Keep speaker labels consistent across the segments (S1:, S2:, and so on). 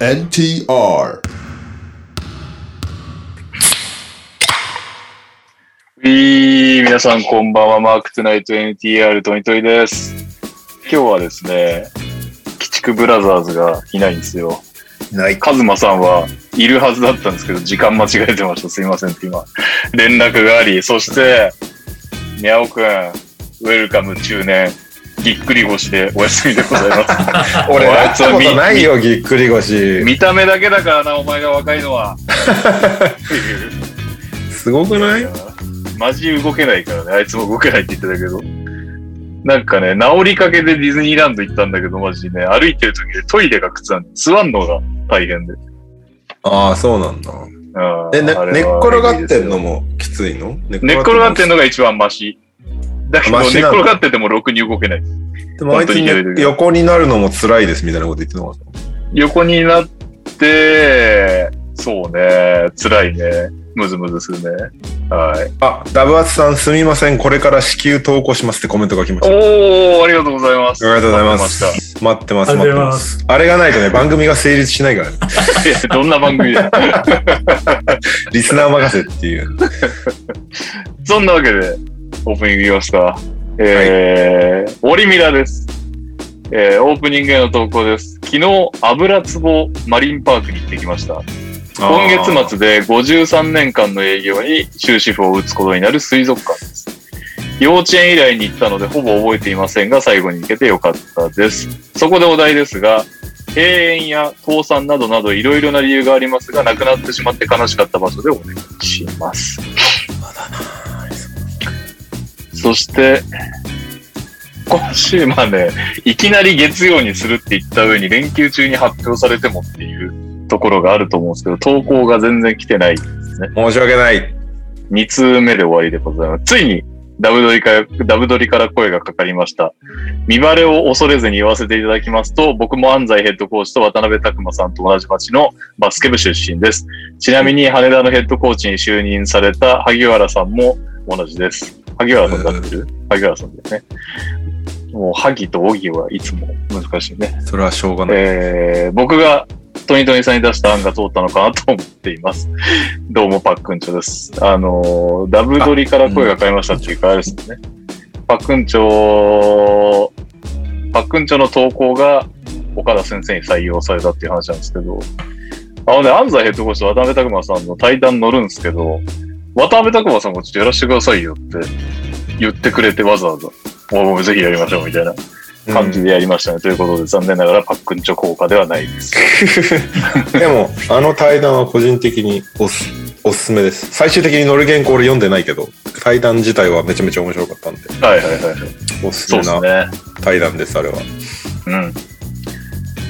S1: NTR
S2: ウィー皆さんこんばんは、マークトゥナイト NTR トニトリです。今日はですね、鬼畜ブラザーズがいないんですよ。
S1: ない
S2: カズマさんはいるはずだったんですけど、時間間違えてました。すいませんって今、連絡があり、そして、にゃおくん、ウェルカム中年、ぎっくり腰でお休みでございます。
S3: 俺、
S2: おい
S3: や
S2: あい
S3: ったこ
S2: つは
S3: と
S2: み
S3: ないよ、ぎっくり腰。
S2: 見た目だけだからな、お前が若いの は。っていう
S3: すごくない
S2: マジ動けないからね、あいつも動けないって言ってたけど。なんかね、治りかけでディズニーランド行ったんだけど、マジでね、歩いてる時でトイレが靴なんで、座んのが大変で。
S3: ああ、そうなんだ。
S2: あー
S3: え、ね、
S2: あれは
S3: 寝っ転がってんのもきついの寝っ
S2: 寝っ転がってんの
S3: の
S2: が一番マシ。だけど、
S3: マ
S2: 寝っ
S3: シなんだ
S2: 転がっててもろくに動けない。
S3: でもあいつ
S2: 本当にやれる
S3: ね横になるのも辛いですみたいなこと言ってなかった。
S2: 横になって、そうね、辛いね。ムズムズするね。はい。
S3: あ、ダブアツさんすみません。これから至急投稿しますってコメントが来ました。あ
S2: おー、ありがとうございます。
S3: りがとうございま
S2: 待って
S3: す。待ってます、
S4: あ
S3: 待って
S4: りがとうござい
S3: ま。
S4: ます
S3: あれがないとね、番組が成立しないから、ね、
S2: ました。いやどんな番組だよ
S3: リスナー任せっていう。
S2: そんなわけで、オープニングいきますか。えー、オリミラです。えー、オープニングへの投稿です。昨日、油壺マリンパークに行ってきました。今月末で53年間の営業に終止符を打つことになる水族館です。幼稚園以来に行ったのでほぼ覚えていませんが最後に行けてよかったです。そこでお題ですが、閉園や倒産などなどいろいろな理由がありますが、亡くなってしまって悲しかった場所でお願いします。そして、今週まで、いきなり月曜にするって言った上に連休中に発表されてもっていうところがあると思うんですけど、投稿が全然来てない
S3: 申し訳ない。
S2: 2通目で終わりでございます。ついに、ダブドリから、ダブドリから声がかかりました。見バレを恐れずに言わせていただきますと、僕も安西ヘッドコーチと渡辺拓馬さんと同じ町のバスケ部出身です。ちなみに羽田のヘッドコーチに就任された萩原さんも同じです。萩原さんだってる萩原さんだよね。もう、萩と荻はいつも難しいね。
S3: それはしょうがない。
S2: えー僕がトニトニさんに出した案が通ったのかなと思っています。 どうも、パックンチョです。あのーダブドリから声が変えましたっていうか、あれですね。パックンチョ、パックンチョの投稿が岡田先生に採用されたっていう話なんですけど、あのね、安西ヘッドコーチと渡辺拓馬さんの対談乗るんですけど、渡辺拓馬さんもちょっとやらせてくださいよって言ってくれてわざわざ、もうぜひやりましょうみたいな。感じでやりましたね。ということで、残念ながらパックンチョ効果ではないです。
S3: でも、あの対談は個人的におすおすすめです。最終的に乗る原稿俺読んでないけど、対談自体はめちゃめちゃ面白かったんで、
S2: はいはいはいはい。
S3: おすす
S2: そうで
S3: め
S2: す
S3: な
S2: ね。
S3: 対談です、あれは。
S2: うん。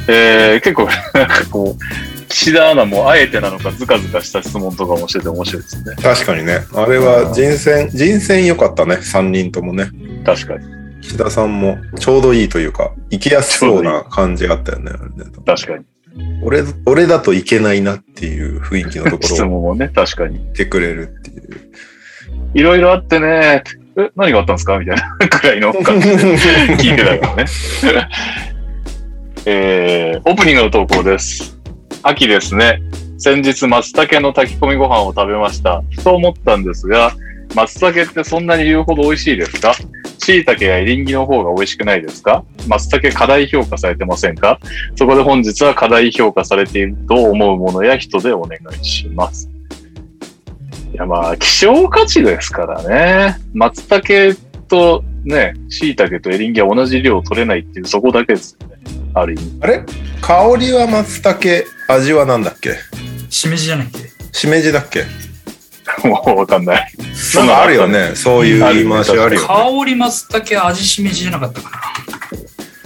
S2: えー、結構、 なんかこう、岸田アナもあえてなのか、ずかずかした質問とかもしてて面白いですね。
S3: 確かにね、あれは人選、人選良かったね、3人ともね。
S2: 確かに、
S3: 岸田さんもちょうどいいというか、行きやすそうな感じがあったよね。あれね
S2: 確かに。
S3: 俺俺だといけないなっていう雰囲気のとこ
S2: 質
S3: ろを
S2: 問もね、確かに。
S3: 言ってくれるっていう。
S2: いろいろあってね、え、何があったんですかみたいなくらいの感じで聞いてたからね。えー、オープニングの投稿です。秋ですね。先日、松茸の炊き込みご飯を食べました。ふと思ったんですが、松茸ってそんなに言うほど美味しいですか椎茸やエリンギの方が美味しくないですか松茸過大評価されてませんかそこで本日は過大評価されていると思うものや人でお願いします。いやまあ、希少価値ですからね。松茸とね、椎茸とエリンギは同じ量取れないっていう、そこだけですよね。ある意味。
S3: あれ 香りは松茸、味はなんだっけ
S4: しめじじゃないっけ
S3: しめじだっけ
S2: もうわかん ない。
S3: な
S2: なんん
S3: か
S2: か
S3: あ
S2: あ
S3: る
S2: る
S3: よ
S2: よ
S3: ね。そういう言い回しあるよね。
S4: 香り松茸味しめじじゃなかったかな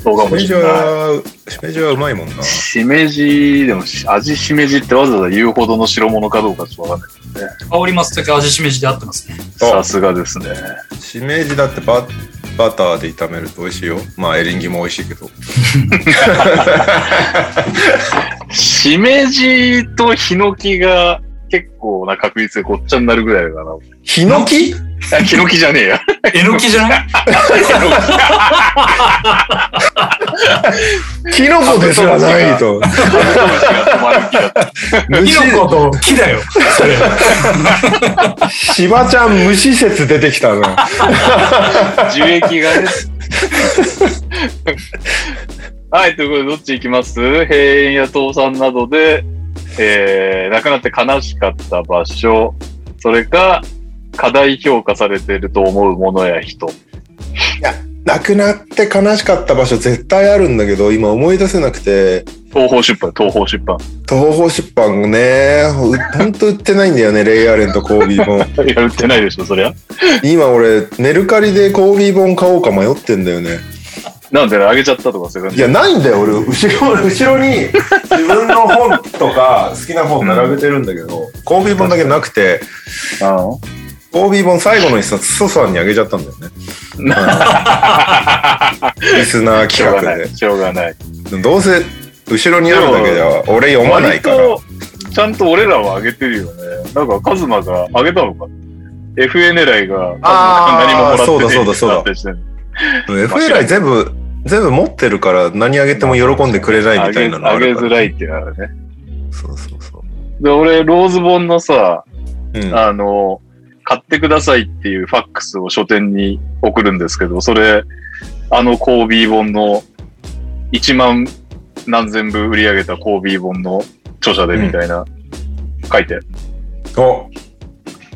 S2: そうか
S3: し
S2: も
S3: め
S2: し
S3: じ
S2: れない。
S3: は、しめじはうまいもんな。
S2: しめじ、でもし味しめじってわざわざ言うほどの代物かどうかちょっとわかんない。
S4: 香り松茸味しめじで合ってます ね
S2: さすがですね。
S3: しめじだってババターで炒めると美味しいよ。まあエリンギも美味しいけど。
S2: しめじとヒノキが結構な確率でごっちゃになるぐらいだな。
S3: ヒノキ
S2: あ ヒノキじゃねえや。
S4: えのきじゃない
S1: キノコですらないと。
S4: キ
S1: 虫、
S4: ノコと木だよ。それ。
S1: しばちゃん虫説出てきたな。
S2: 樹液がね。 はい、ということで、どっち行きます閉園や倒産などで、えー、亡くなって悲しかった場所、それか、過大評価されていると思うものや人。
S3: 亡くなって悲しかった場所絶対あるんだけど、今思い出せなくて、
S2: 東方出版、東方出版。
S3: 東宝出版ね、ほほんと売ってないんだよね、レイアレンとコービー本。
S2: いや、売ってないでしょ、そりゃ。
S3: 今俺、メルカリでコービー本買おうか迷ってんだよね。
S2: なんで、あげちゃったとかそういう感
S3: い
S2: じ。
S3: や、ないんだよ、俺。後ろ、後ろに自分の本とか好きな本並べてるんだけど、コービー本だけなくて、
S2: あの
S3: コービー本最後の一冊、ソさんにあげちゃったんだ よね。うんリスナー
S2: しょう
S3: 企
S2: が
S3: 画
S2: ない。しょうがない。
S3: で。どうせ、後ろにあるだけでは、俺読まないから。
S2: 割とちゃんと俺らはあげてるよね。なんか、カズマがあげたのか。FA 狙いが、カズマが何ももらっ
S3: あー
S2: て
S3: そうだそうだそうだ
S2: だ。してんの
S3: FA 来全部、全部持ってるから、何あげても喜んでくれないみたいなの
S2: あ
S3: あ
S2: げ
S3: る
S2: あ
S3: か
S2: げづ
S3: ら。
S2: らいっていうのはね。
S3: そうそうそう。
S2: で、俺、ローズ本のさ、
S3: うん、
S2: あの、買ってくださいっていうファックスを書店に送るんですけど、それ、あのコービー本の1万何千部売り上げたコービー本の著者でみたいな、書いて。
S3: お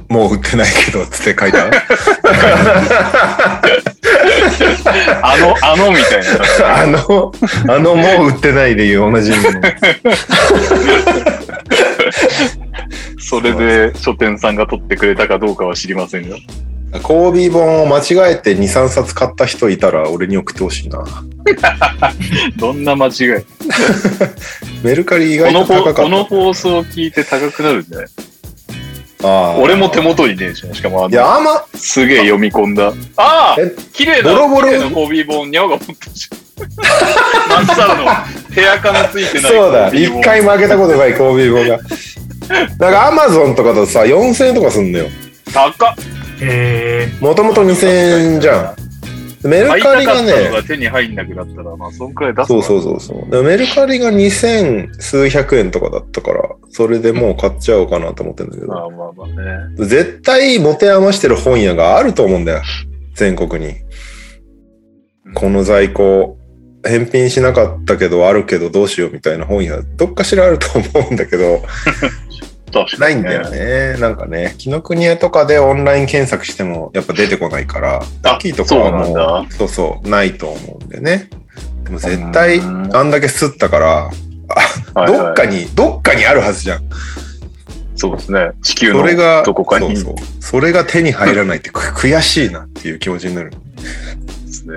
S3: もう売ってないけど、つって書いた。
S2: あの、あのみたいな。
S3: あの、あのもう売ってない理由同じもの。
S2: それで書店さんが取ってくれたかどうかは知りませんが。
S3: コービー本を間違えて2、3冊買った人いたら俺に送ってほしいな。
S2: どんな間違い
S3: メルカリ意
S2: こ
S3: 外
S2: の
S3: と
S2: 放
S3: 高か
S2: こ
S3: っ
S2: の放送を聞いて高くなるんじゃない
S3: た。ああ
S2: 俺も手元にねえし、しかもあ
S3: いや、
S2: の、
S3: あんます
S2: げえ読み込んだ。ああ
S3: え
S2: 綺麗な、
S3: ボロボロ
S2: 綺麗なコービー本、にゃおが持ってるじゃん。真っさらの、手垢のついてない。
S3: そうだ、一回。負けたことないコービー本が。なんかアマゾンとかだとさ、4000円とかすんのよ。
S2: 高っ。
S4: え
S3: もともと2000円じゃん。メル
S2: 買い
S3: カ
S2: た
S3: リ
S2: か
S3: が
S2: ったのが
S3: ね、
S2: 手に入んなくなったら、まあ、そんくらい出す。
S3: そうそううそうそう。でもメルカリが2000数百円とかだったから、それでもう買っちゃおうかなと思ってんだけ
S2: ま
S3: ど、
S2: あまあまあね。
S3: 絶対持て余してる本屋があると思うんだよ。全国に。この在庫、返品しなかったけど、あるけどどうしようみたいな本屋、どっかしらあると思うんだけど、
S2: 確か
S3: ない
S2: に
S3: んだよ。ね。なんかね、紀ノ国屋とかでオンライン検索してもやっぱ出てこないから、
S2: あ
S3: 大きいとこは
S2: そうな
S3: も
S2: ん
S3: う、そうそう、ないと思うんでね。でも絶対、
S2: うん
S3: あんだけ吸ったから、
S2: はいはい
S3: どっかに、どっかにあるはずじゃん。
S2: そうですね。地球
S3: そ
S2: の
S3: れが、
S2: どこかに。
S3: そうそう。それが手に入らないってく悔しいなっていう気持ちになる。
S2: ですね。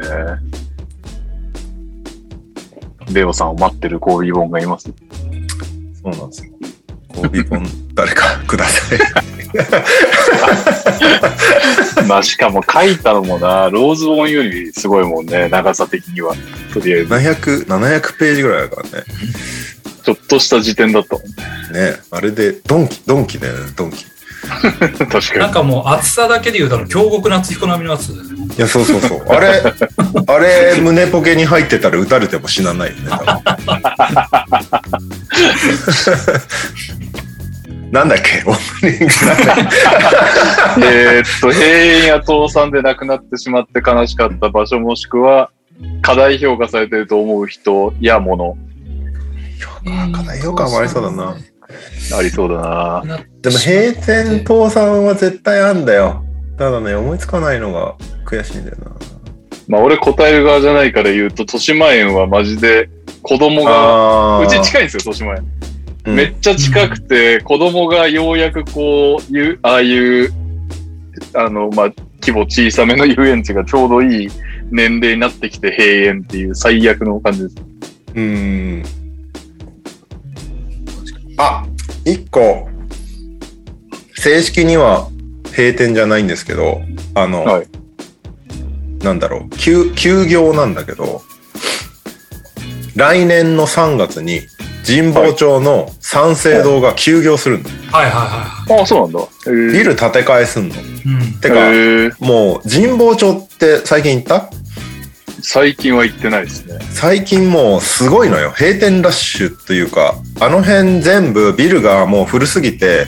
S2: レオさんを待ってるコービー本がいます。
S3: そうなんですよ。コービー本、誰かください。
S2: まあしかも書いたのもな、ローズ本よりすごいもんね、長さ的には。とりあえず、
S3: 700、700ページぐらいだからね。
S2: ちょっと した時点だったもんね。
S3: ねあれで、ドンキ、ドンキだよね、ドンキ。い
S2: 確
S4: ー、
S2: か
S4: なん
S2: に。
S4: かもう厚さだけで言うたら、京極夏彦並みの厚さだよね。
S3: や、そうそう そう。あれ、あれ、胸ポケに入ってたら撃たれても死なないよ ね。多分なんだっけオープニング
S2: えーっと、閉園や倒産で亡くなってしまって悲しかった場所もしくは、過大評価されてると思う人やもの、
S3: なんかねよく余りそうだな。
S2: ありそうだな。
S3: でも閉店倒産は絶対あんだよ。ただね、思いつかないのが悔しいんだよな。
S2: まあ俺答える側じゃないから言うと、豊島園はマジで子供が、
S3: あ
S2: うち
S3: い、
S2: 近いんですよ、豊島園。
S3: うん
S2: めっちゃ近くて、子供がようやくこういう、ああいう、あの、まあ、規模小さめの遊園地がちょうどいい年齢になってきて閉園っていう最悪の感じです。
S3: うん。あ、一個。正式には閉店じゃないんですけど、あの、
S2: はい
S3: なんだろう休、休業なんだけど、来年の3月に神保町の三省堂が休業するの。
S4: はいはいは
S2: ああ、そうなんだ。え
S3: ビル建て替えすんの。
S4: いはい。うん。
S3: て
S2: へ
S3: か、
S2: え
S3: もう神保町って最近行った
S2: 最近は行ってないですね。
S3: 最近もうすごいのよ閉店ラッシュというかあの辺全部ビルがもう古すぎて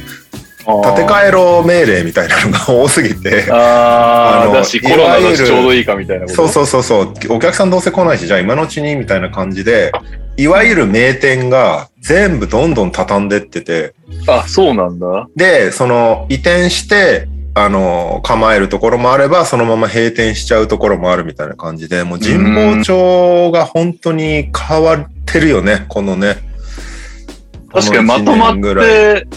S3: 建て替えろ命令みたいなのが多すぎて
S2: えあ
S3: あ
S2: あ、
S3: の
S2: だし、コロナ
S3: いわ
S2: だ
S3: ゆ
S2: し
S3: る
S2: ちょうどいいかみたいなこと。
S3: そうそうそうそうお客さんどうせ来ないしじゃあ今のうちにみたいな感じでいわゆる名店が全部どんどん畳んでってて
S2: あ、そうなんだ。
S3: でその移転してあの構えるところもあればそのまま閉店しちゃうところもあるみたいな感じでもう人望町が本当に変わってるよねこのね
S2: 確かにまとま
S3: この一年
S2: っ
S3: ぐら
S2: て、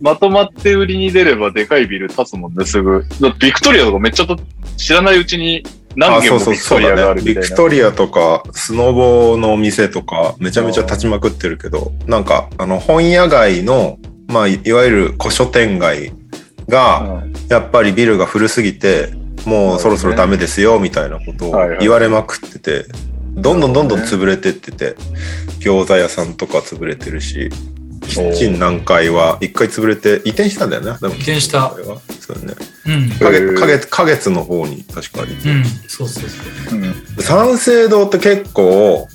S2: まとまって売りに出ればでかいビル建つもんね、すぐ。だってビクトリアとかめっちゃと知らないうちに何
S3: あ、
S2: 軒
S3: そ
S2: も
S3: うそう
S2: ビクト
S3: そう
S2: リアがあ
S3: だね。
S2: るみ
S3: ビ
S2: たい
S3: ク
S2: な。
S3: トリアとか、スノボーのお店とか、めちゃめちゃ立ちまくってるけど、なんか、あの、本屋街の、まあ、いいわゆる古書店街が、やっぱりビルが古すぎて、もうそろそろダメですよ、みたいなことを
S2: はいはい
S3: 言われまくってて、どんどんどんどん潰れてってて、餃子屋さんとか潰れてるし、キッチン何階は一回潰れて、移転したんだよね。でも
S4: 移転した
S3: キッチン南海はそうだね。
S4: うん。
S2: へー
S3: か月、か月の方に確かに。
S4: うん。そうそうそう。
S2: うん。
S3: 三省堂って結構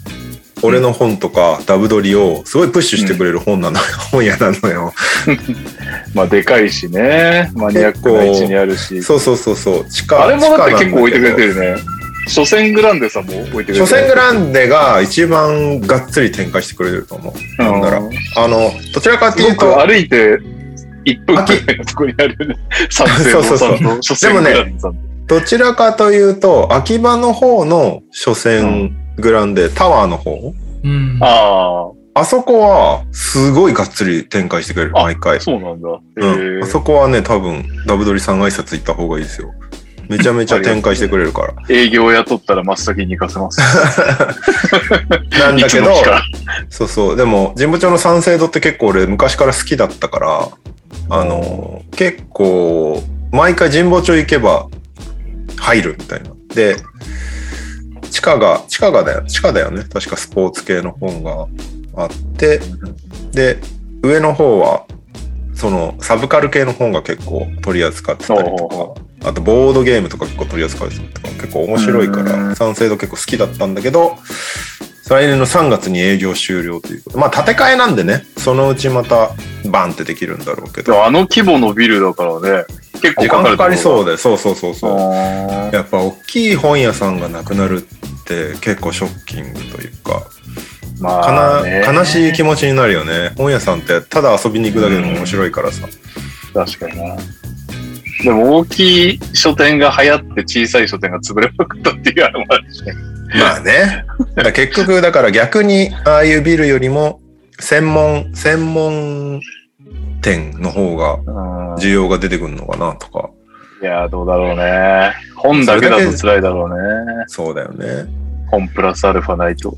S3: 俺の本とかダブドリをすごいプッシュしてくれる本なのよ、本屋なのよ
S2: まあ、でかいしね。マニアックな位置にあるし。
S3: そうそうそうそう地下
S2: あれもだって
S3: 地下なん
S2: 結構置いてくれて
S3: る
S2: るね。初戦グランデさんも置いてくれてる。
S3: 初戦グランデが一番がっつり展開してくれてると思うなんだろ
S2: うん
S3: あのどちらかと
S2: す
S3: い
S2: ご
S3: うと
S2: く歩いて1分くらいのとこにある ね。三戦堂さんの初戦グランデさんと。
S3: どちらかというと秋葉の方の初戦グランデ、タワーの方
S4: うん。
S2: あ
S3: あそこはすごいがっつり展開してくれる
S2: あ
S3: 毎回
S2: あ、そうなんだ。
S3: うん、あそこはね、多分、ダブドリさん挨拶行った方がいいですよ。めちゃめちゃ展開してくれるから。
S2: 営業雇ったら真っ先に行かせます。
S3: なんだけ
S2: いつ
S3: ど
S2: の、日か
S3: そうそう。でも、神保町の三省堂って結構俺昔から好きだったから、あの、結構、毎回神保町行けば入るみたいな。で、地下が、地下がだよ、地下だよね。確かスポーツ系の本があって、で、上の方は、そのサブカル系の本が結構取り扱ってたりと
S2: お
S3: かあとボードゲームとか結構取り扱うとか結構面白い
S2: う
S3: か
S2: ん
S3: ら三省堂結構好きだったんだけど来年の3月に営業終了ということまあ建て替えなんでねそのうちまたバンってできるんだろうけ
S2: で
S3: ど
S2: も あの規模のビルだからね、結構
S3: 時間
S2: かか
S3: か
S2: る
S3: かりそう
S2: う。
S3: でそうそうそうそう
S2: あー
S3: やっぱ大きい本屋さんがなくなるって結構ショッキングというかか
S2: ま
S3: な
S2: あね、
S3: 悲しい気持ちになるよね本屋さんってただ遊びに行くだけでも面白いからさ
S2: 確かにな。でも大きい書店が流行って小さい書店が潰れまくったっていうあれもあるしね。
S3: まあね。 だから結局、だから逆に、ああいうビルよりも、専門、専門店の方が
S2: うん
S3: 需要が出てくるのかなとか。
S2: いやー、どうだろうね。本だけだと辛いだろうね。
S3: そうだよね。
S2: 本プラスアルファないと。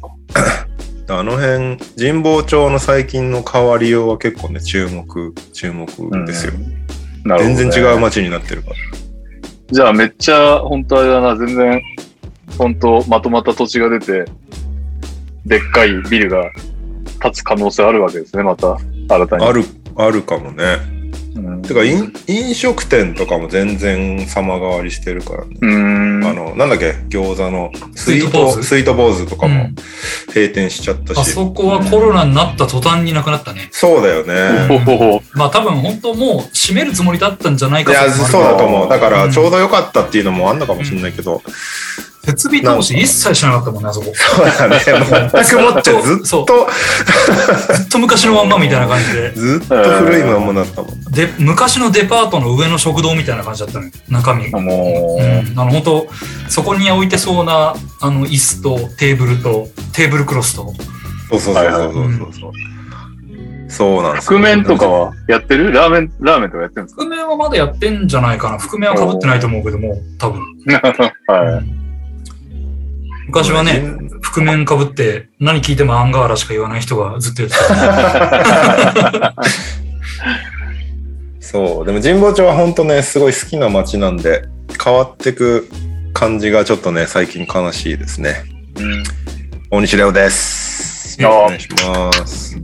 S3: あの辺、神保町の最近の変わりようは結構ね、注目、注目ですよ。
S2: うんなるほどね
S3: 全然違う街になってるから。
S2: じゃあめっちゃ、本当あれだな、全然、本当まとまった土地が出て、でっかいビルが建つ可能性あるわけですね、また、新たに。
S3: ある、あるかもね。
S2: うん
S3: てか、飲飲食店とかも全然様変わりしてるからね。
S2: うーん。
S3: あの、なんだっけ、餃子のス
S4: スイ
S3: イ
S4: ー
S3: ー
S4: ト坊
S3: ト、
S4: 主
S3: スイート坊主とか
S4: う
S3: も
S4: ん
S3: 閉店しちゃったし。
S4: あそこはコロナになった途端になくなったね。
S3: そうだよね。
S2: ほほほ
S4: まあ多分本当もう閉めるつもりだったんじゃない
S3: い
S4: か
S3: や、
S4: 説もある
S3: そうだと思う。だか
S4: う
S3: ら、
S4: ん
S3: ちょうど良かったっていうのもあんのかもしれないけど、
S4: 設備投資一切しなかったもんね、あそこ。
S3: そうだね。全くもってずっ
S4: そう
S3: と、
S4: ずっと昔のまんまみたいな感じで。
S3: ずっと古いまんまだったもん。
S4: で、昔のデパートの上の食堂みたいな感じだったのよ、中身。うん、
S2: も
S4: あの、本当そこに置いてそうな、あの、椅子とテーブルと、テーブルクロスと。
S3: そうそうそうそうそうそう。そうなん
S2: う、
S3: です
S2: 覆面とかはやってるラーメン、ラーメンとかやってるんです
S4: 覆面はまだやってんじゃないかな。覆面は被ってないと思うけども、多分。
S2: か はい。
S4: 昔はね、
S3: うん
S4: 覆面被って、何聞いてもアンガーラしか言わない人がずっとやって た。
S3: そう。でも、神保町は本当ね、すごい好きな街なんで、変わってく感じがちょっとね、最近悲しいですね。
S2: うん
S3: 大西レオです。
S4: よっ
S3: お願いします。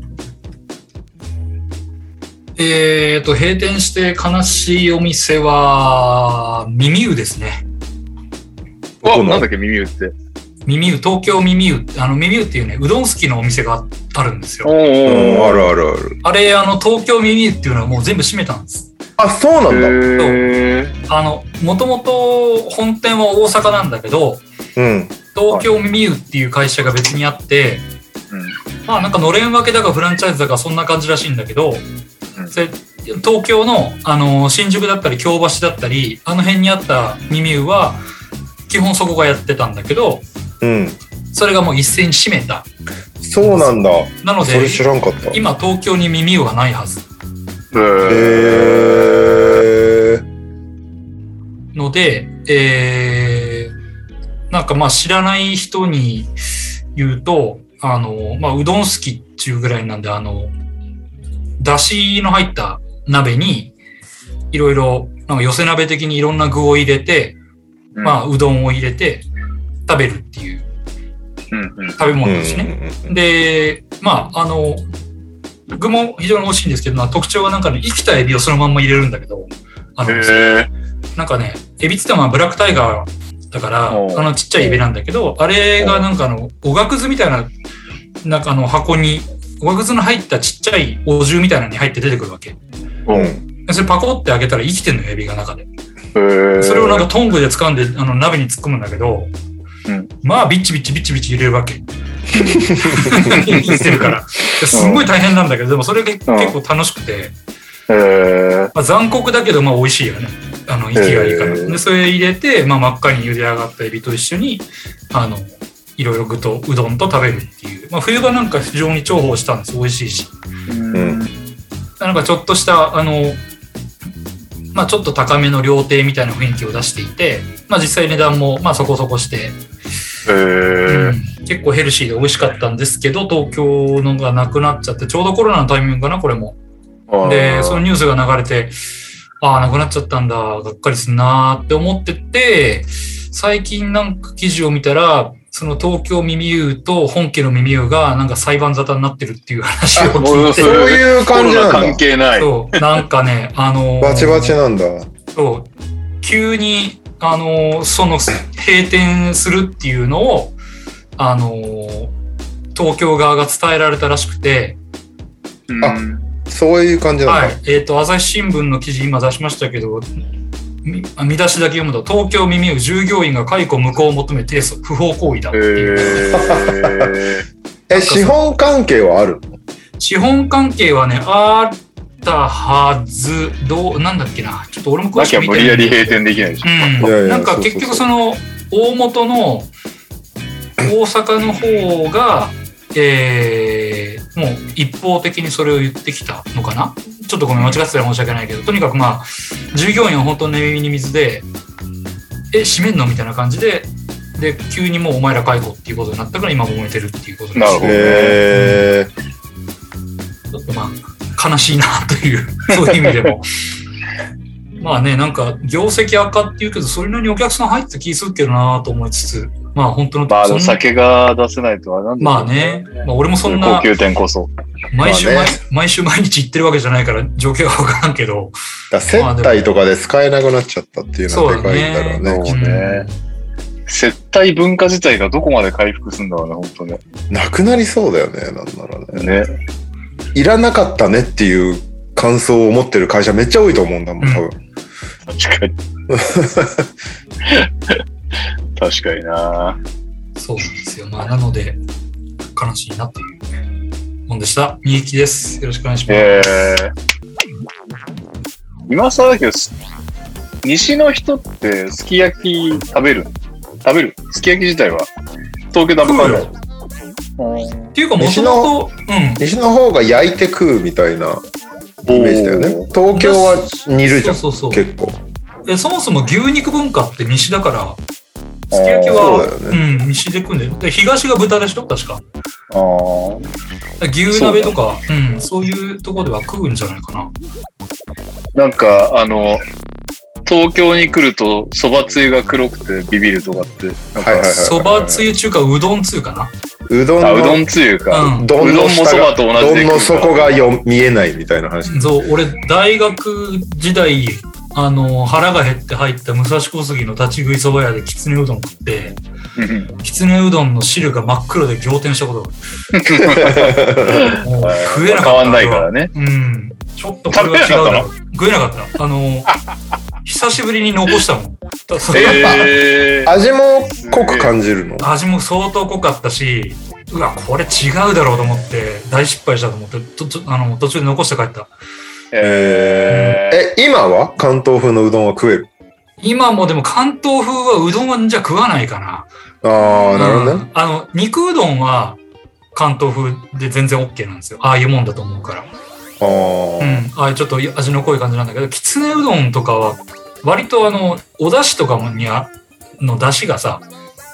S4: えーと、閉店して悲しいお店は、耳湯ですね。
S3: どこ
S2: わ、
S3: の
S2: なんだっけ、耳打って。
S4: 耳湯、東京耳湯、あの耳湯っていうね、うどん好きのお店があるんです
S2: お
S3: う
S4: よ。
S3: ん、あ
S2: ー
S3: るあるある。
S4: あれ、あの、東京耳湯っていうのはもう全部閉めたんです。
S3: あ、そう
S2: お
S3: なんだ。
S2: ー。へー
S4: あの、もともと本店は大阪なんだけど、
S3: うん。
S4: 東京耳湯っていう会社が別にあって、まあなんかのれん分けだかフランチャイズだかそんな感じらしいんだけど、
S2: うん
S4: それ東京の、あの新宿だったり京橋だったりあの辺にあった耳湯は基本そこがやってたんだけど
S3: うん。
S4: それがもう一斉に閉めた
S3: そうなんだ。
S4: なの
S3: そ
S4: で
S3: れ知らんかった。へ
S4: 今東京に耳湯はないはず
S2: へー
S3: え。
S4: ので、えーなんかまあ知らない人に言うと、あの、まあうどん好きっていうぐらいなんで、あの、だしの入った鍋に、いろいろ、なんか寄せ鍋的にいろんな具を入れて、
S2: うん
S4: まあうどんを入れて食べるっていう
S2: うんうん
S4: 食べ
S3: う
S4: 物
S3: ん
S4: ですね。で、まああの、具も非常に美味しいんですけど、まあ特徴はなんかね、生きたエビをそのまんま入れるんだけど、あの、
S2: へー
S4: なんかね、エビって言ったらブラックタイガーだから、あ
S2: おう
S4: のちっちゃいエビなんだけど、あれがなんかあの、おがくずみたいな、なんかあの箱に、おがくずの入ったちっちゃいお重みたいなのに入って出てくるわけ。
S3: うん。
S4: でそれパコって開けたら生きてんのよ、エビが中で。
S2: へー
S4: それをなんかトングで掴んで、あの、鍋に突っ込むんだけど、
S2: うん
S4: まあ、ビッチビッチビッチビッチ入れる わけ。生きてるから。ですんごい大変なんだけど、でもそれが結構楽しくて。
S2: へー
S4: まあ、残酷だけど、まあ、美味しいよね。あの、息がいいから。
S2: えー
S4: で、それ入れて、まあ、真っ赤に茹で上がったエビと一緒に、あの、いろいろ具とうどんと食べるっていう。まあ、冬場なんか非常に重宝したんです。美味しいし。
S2: うん
S4: なんかちょっとした、あの、まあ、ちょっと高めの料亭みたいな雰囲気を出していて、まあ、実際値段も、まあ、そこそこして、
S2: へー
S4: うん結構ヘルシーで美味しかったんですけど、東京のがなくなっちゃって、ちょうどコロナのタイミングかな、これも。
S2: あー
S4: で、そのニュースが流れて、ああ、なくなっちゃったんだ、がっかりすんなーって思ってて、最近なんか記事を見たら、その東京耳湯と本家の耳湯がなんか裁判沙汰になってるっていう話を聞い
S3: そう
S4: て、
S3: いう
S2: コ
S3: 感
S2: ロ
S3: じな
S2: ナ
S3: んだ。
S2: 関係ない。
S4: そう、なんかね、あのー
S3: バチバチなんだ。
S4: そう、急に、あのーその閉店するっていうのを、あのー東京側が伝えられたらしくて、
S2: うん
S3: あそういう感じな
S4: は
S3: ん
S4: い。えっ、と、朝日新聞の記事今出しましたけど、みあ見出しだけ読むと、東京耳を従業員が解雇無効を求め提訴、不法行為だって
S2: へ
S4: いう。
S2: ー
S3: だ。え、資本関係はある
S4: 資本関係はね、あったはず、どう、なんだっけな、ちょっと俺も詳
S2: な
S4: し
S2: きゃ
S4: く見
S2: 無
S4: て
S2: 理や
S4: ない
S2: り閉店できないでしょ。
S3: いやい
S4: うん。
S3: や
S4: なんか
S3: そうそうそう
S4: 結局その、大元の大阪の方が、えー、もう一方的にそれを言ってきたのかなちょっとごめん間違ってたら申し訳ないけどとにかくまあ従業員は本当寝耳に水で「え閉めんの?」みたいな感じでで急にもうお前ら解雇っていうことになったから今揉めてるっていうことです
S2: なるほど
S3: へえ。
S4: ちょっとまあ、悲しいなと いう、そういう意味でも。まあね、なんか、業績悪化っていうけど、それなりにお客さん入ってた気するけどなと思いつつ、まあ本当の、
S2: まあ、でも
S4: そんな
S2: 酒が出せないとはなんでしょう
S4: まあね、まあ俺もそんな
S2: 高、級店こそ。
S4: 毎週、
S3: まあ
S4: 毎
S3: ね
S4: 毎週毎日行ってるわけじゃないから、状況はわからんけど、
S3: だ接待とかで使えなくなっちゃったっていうのはでかいんだろうね。
S2: そうね。接待文化自体がどこまで回復するんだろうね、本当ね。
S3: なくなりそうだよね、なんならね。
S2: ね。
S3: いらなかったねっていう感想を持ってる会社めっちゃ多いと思うんだもん、多分。
S2: 確か に。確かにな
S4: そうなんですよ。まあなので、悲しいなというもんでした。みゆきです。よろしくお願いします。
S2: えー、今更だけど、す西の人ってすき焼き食べる食べるすき焼き自体は東京ダメか
S4: 食っていうか、もともと、うん。
S3: 西の方が焼いて食うみたいなイメージだよね。東京は煮るじゃん、
S4: そうそうそう
S3: 結構。
S4: え。そもそも牛肉文化って西だから、すき焼
S3: そ
S4: き
S3: うだ
S4: は
S3: よ、ね。
S4: うん、西で組んでる。で、東が豚でしょ確か。
S2: あー
S4: 牛鍋とか、うん、そういうとこでは食うんじゃないかな。
S2: なんか、あの、東京に来ると、そばつゆが黒くてビビるとかって、なんか、
S3: はいはいはい
S4: そばつゆ中華、うどんつゆかな。
S3: うどん
S2: あ、うど
S3: の
S2: んつゆか。
S4: う
S2: うんどんもそばと同じ
S3: ど
S2: で
S3: ん
S2: 食
S3: の
S2: うから
S3: 底がよ見えないみたいな話。
S4: そう、俺、大学時代、あの、腹が減って入った武蔵小杉の立ち食いそば屋できつねうどん食って、きつねうどんの汁が真っ黒で仰天したことがある。もう食えなかった。
S2: 変わんないからね。
S4: うん。ちょっとこれは違うだろう。食えなかった。あの、久しぶりに残したもん。だそれ
S2: えー、
S3: 味も濃く感じるの。
S4: 味も相当濃かったし、うわ、これ違うだろうと思って、大失敗したと思って、ととあの途中で残して帰った。
S2: えー、
S3: え、今は関東風のうどんは食える
S4: 今もでも関東風はうどんはじゃあ食わないかな。
S3: ああ、なるほど
S4: う
S3: ね。
S4: んあの、肉うどんは関東風で全然 OK なんですよ。ああいうもんだと思うから。う
S3: あ
S4: ん。ああいうちょっと味の濃い感じなんだけど、きつねうどんとかは、割とあの、お出汁とかもにあ、の出汁がさ、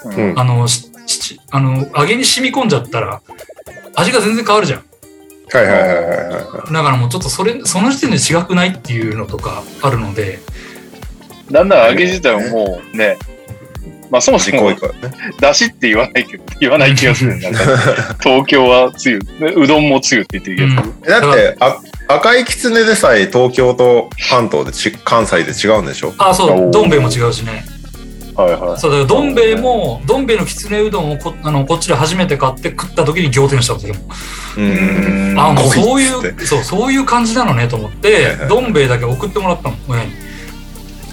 S3: うん
S4: あの、ししあの、揚げに染み込んじゃったら、味が全然変わるじゃん。
S3: あ、はいはいはいはいはい。
S4: だからもうちょっとそれ、その時点で違くないっていうのとかあるので、
S2: なんなら揚げ自体はもうね、まあそもそ
S3: 味濃
S2: も
S3: いからね。
S2: 出汁って言わないけど、言わない気が するね。なんか東京はつゆ、うどんもつゆって言ってる
S4: う
S2: けど、
S4: ん、
S3: だって、あ赤いきつねでさえ東京と関東でち、関西で違うんでしょ
S4: あそ
S2: お
S4: う、
S2: ー
S4: どん兵衛も違うしね。
S2: はいはい。
S4: そうだからどん兵衛も、どん兵衛のきつねうどんをこあのこっちで初めて買って食った時に仰天したんですよ。
S3: うんうんうん。
S4: あもう
S3: 濃いっつ
S4: そう
S3: って
S4: いう、そう、そういう感じなのねと思って、どん兵衛だけ送ってもらったの、 親に。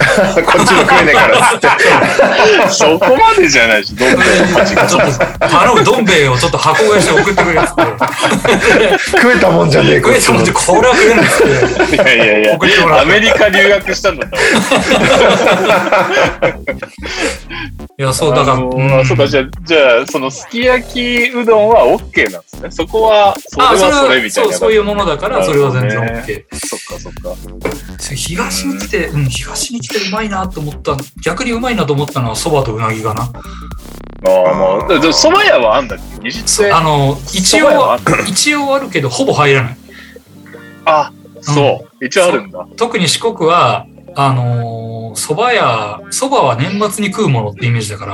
S3: こっちも食えねえ からっつって。
S2: そこまでじゃないし、どんどん味が
S4: ちょっと、頼む、どん兵衛をちょっと箱買いして送ってくれっつっ て。
S3: 食えたもんじゃねえ
S4: 食えと思って、これは食えないっつって。
S2: いやいやいや
S4: 送ってもらっ、た
S2: アメリカ留学したんだったら
S4: いや、そう、だから、
S2: あのー
S4: ん
S2: そうか、じゃあ、じゃあ、そのすき焼きうどんは OK なんですね。そこは、それ
S4: あ、それ
S2: はそれ
S4: は、
S2: みたい
S4: そ
S2: な。
S4: う、そういうものだから、それは全然
S2: なるほど
S4: OK。
S2: そっかそっか。
S4: そう東に来て、うん、東に来てうまいなと思った、逆にうまいなと思ったのは蕎麦とうなぎかな。
S2: ああ、まあ、でで蕎麦屋はあんだっけ技術で。
S4: あの、一
S2: 蕎
S4: 応
S2: 麦屋はあ
S4: は
S2: んだ、
S4: 一応あるけど、ほぼ入らない。
S2: あ、そう。一応あるんだ。
S4: 特に四国は、あのー、蕎麦屋、蕎麦は年末に食うものってイメージだから、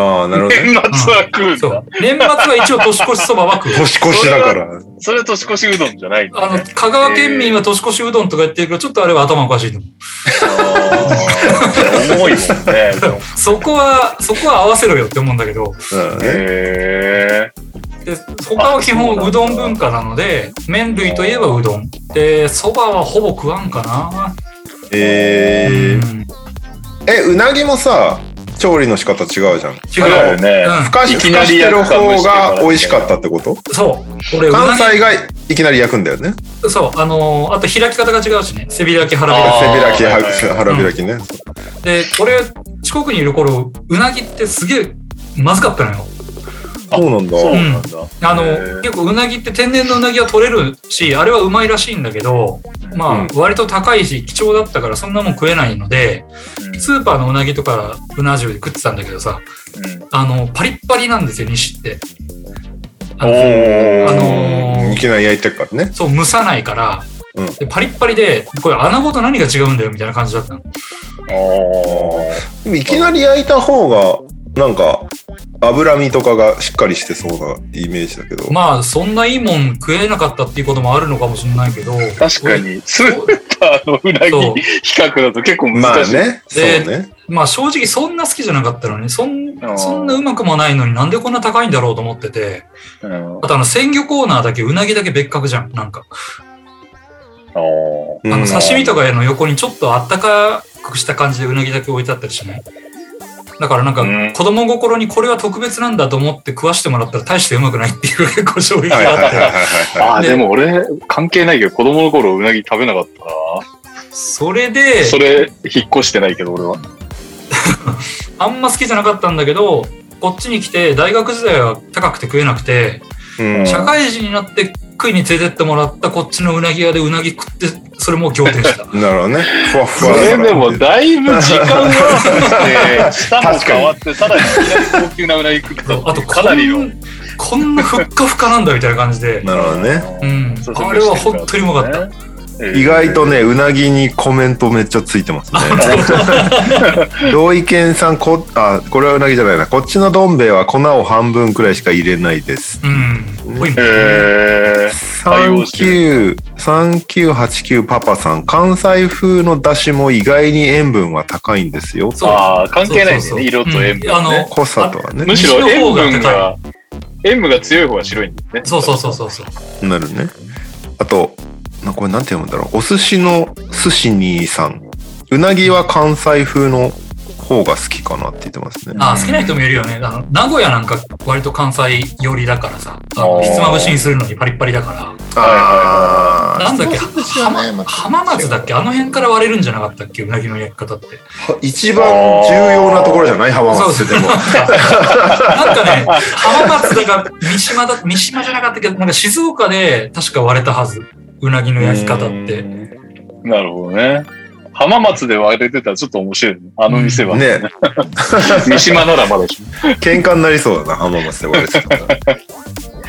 S3: ああ、なるほ どね。
S2: 年末は食うん
S4: そ
S2: だ
S4: う。。年末は一応年越し蕎麦は食う。
S3: 年越しだから。
S2: それは年越しうどんじゃないんだ
S4: あ
S2: ね
S4: の、香川県民は年越しうどんとか言ってるけど、ちょっとあれは頭おかしいと思う。
S2: あの、 重いもんね。でも
S4: そこは、そこは合わせろよって思うんだけど、
S3: うんね
S2: へ
S4: で他は基本うどん文化なので、麺類といえばうどん。で、蕎麦はほぼ食わんかな。
S3: えー
S4: うん
S3: え、うなぎもさ、調理の仕方違うじゃん。
S4: 違
S2: え。あるあるね。
S4: う
S3: ふかし、
S2: い
S3: ふ
S2: き
S3: か
S2: な
S3: し
S2: り
S3: て
S2: やった
S3: る方
S2: 蒸してから
S3: が美味しかったってこと
S4: ん。そう。俺、うな
S3: 関西がいきなり焼くんだよね。
S4: ぎそう。あのーあと開き方が違うしね。背開き、腹
S2: あー
S4: 開
S3: 背開き、
S2: は
S3: はい
S2: はい
S3: 腹開きね。
S4: き。で、俺、四国にいる頃、うなぎってすげえまずかったのよ。
S3: そうなんだ。
S2: そう
S3: う
S2: なんだ。
S4: あ
S2: へ
S4: の、
S2: ー
S4: 結構うなぎって天然のうなぎは取れるし、あれはうまいらしいんだけど、まあ、割と高いし、貴重だったからそんなもん食えないので、スーパーのうなぎとか、うな重で食ってたんだけどさ、
S2: うん
S4: あの、パリッパリなんですよ、西って。あの
S2: おー
S4: あの
S3: んいきなり焼いてるからね。
S4: そう、蒸さないから、
S3: うん
S4: でパリッパリで、これ穴子と何が違うんだよみたいな感じだったの。
S2: あ
S3: でもいきなり焼いた方が、なんか、脂身とかがしっかりしてそうなイメージだけど。
S4: まあ、そんないいもん食えなかったっていうこともあるのかもしれないけど。
S2: あ確かにスーパーのうな
S4: そう
S2: ぎ比較だと結構
S3: まあ
S2: 難しい、
S3: ね。そう
S4: で
S3: ね。
S4: まあ正直そんな好きじゃなかったのに、そん
S2: あー
S4: そんなうまくもないのになんでこんな高いんだろうと思ってて。
S2: うん
S4: あとあの鮮魚コーナーだけうなぎだけ別格じゃん。なんか。
S2: あー
S3: う
S4: あ
S3: ん
S4: の刺身とかの横にちょっとあったかくした感じでうなぎだけ置いてあったりしないだからなんか
S2: うん
S4: 子供心にこれは特別なんだと思って食わしてもらったら大してうまくないっていう結構衝撃があ
S3: はい
S4: った
S3: はいはいはいはい。
S2: あー
S4: で
S2: でも俺関係ないけど子供の頃うなぎ食べなかった
S4: それで
S2: なそれ引っ越してないけど俺は
S4: あんま好きじゃなかったんだけどこっちに来て大学時代は高くて食えなくて
S3: うん
S4: 社会人になって食いに連れてってもらったこっちのうなぎ屋でうなぎ食ってそれもう仰天した
S3: なるほどね。ふわふ
S2: そ
S3: わだから
S2: れでもだいぶ時間がかして舌も
S3: 確かに
S2: 変わってさらにいきなり高級なうなぎ食った
S4: あと
S2: かなりの
S4: こんこんなふっかふかなんだみたいな感じで
S3: なるほどね。
S4: うん
S2: そうそう
S4: あれは本当にうまかった
S2: ね
S3: 意外とね、うなぎにコメントめっちゃついてますね。同意見さんこ、あ、これはうなぎじゃないな。こっちのどん兵衛は粉を半分くらいしか入れないです。
S4: うん。ぽいもんね
S2: え対応して
S3: 39、3989パパさん、関西風の出汁も意外に塩分は高いんですよ。
S2: ー、
S4: そう。
S2: ああ、関係ないです
S4: そうそうそ
S2: ね、色
S4: う
S2: と塩分
S4: うんあ
S2: はね。
S4: の
S3: 濃さとはね
S2: む。しろ塩分
S4: 西の方
S2: が、塩分が強い方が白いんですね。
S4: そうそうそうそうそう。
S3: なるね。あと、なこれなんて読むんだろう。お寿司の寿司兄さん。うなぎは関西風の方が好きかなって言ってますね。
S4: あー好きな人もいるよね。あの、名古屋なんか割と関西寄りだからさ、あ
S2: あ
S4: の
S2: ー
S4: ひつまぶしにするのにパリッパリだから。
S3: あ
S4: なんだっけ、
S5: ひつまぶしはね
S4: 浜
S5: また
S4: 浜松だっけあの辺から割れるんじゃなかったっけうなぎの焼き方って。
S3: ー一番重要なところじゃない浜松 ってでも。
S4: なんかね、浜松だか三島だ、三島じゃなかったけど、なんか静岡で確か割れたはず。うなぎ の焼き方って。
S2: なるほどね。浜松で割れてたらちょっと面白いね。あの店は。
S3: ね、
S2: 三島ならまだしも。
S3: 喧嘩になりそうだな、浜 松で割れてたら。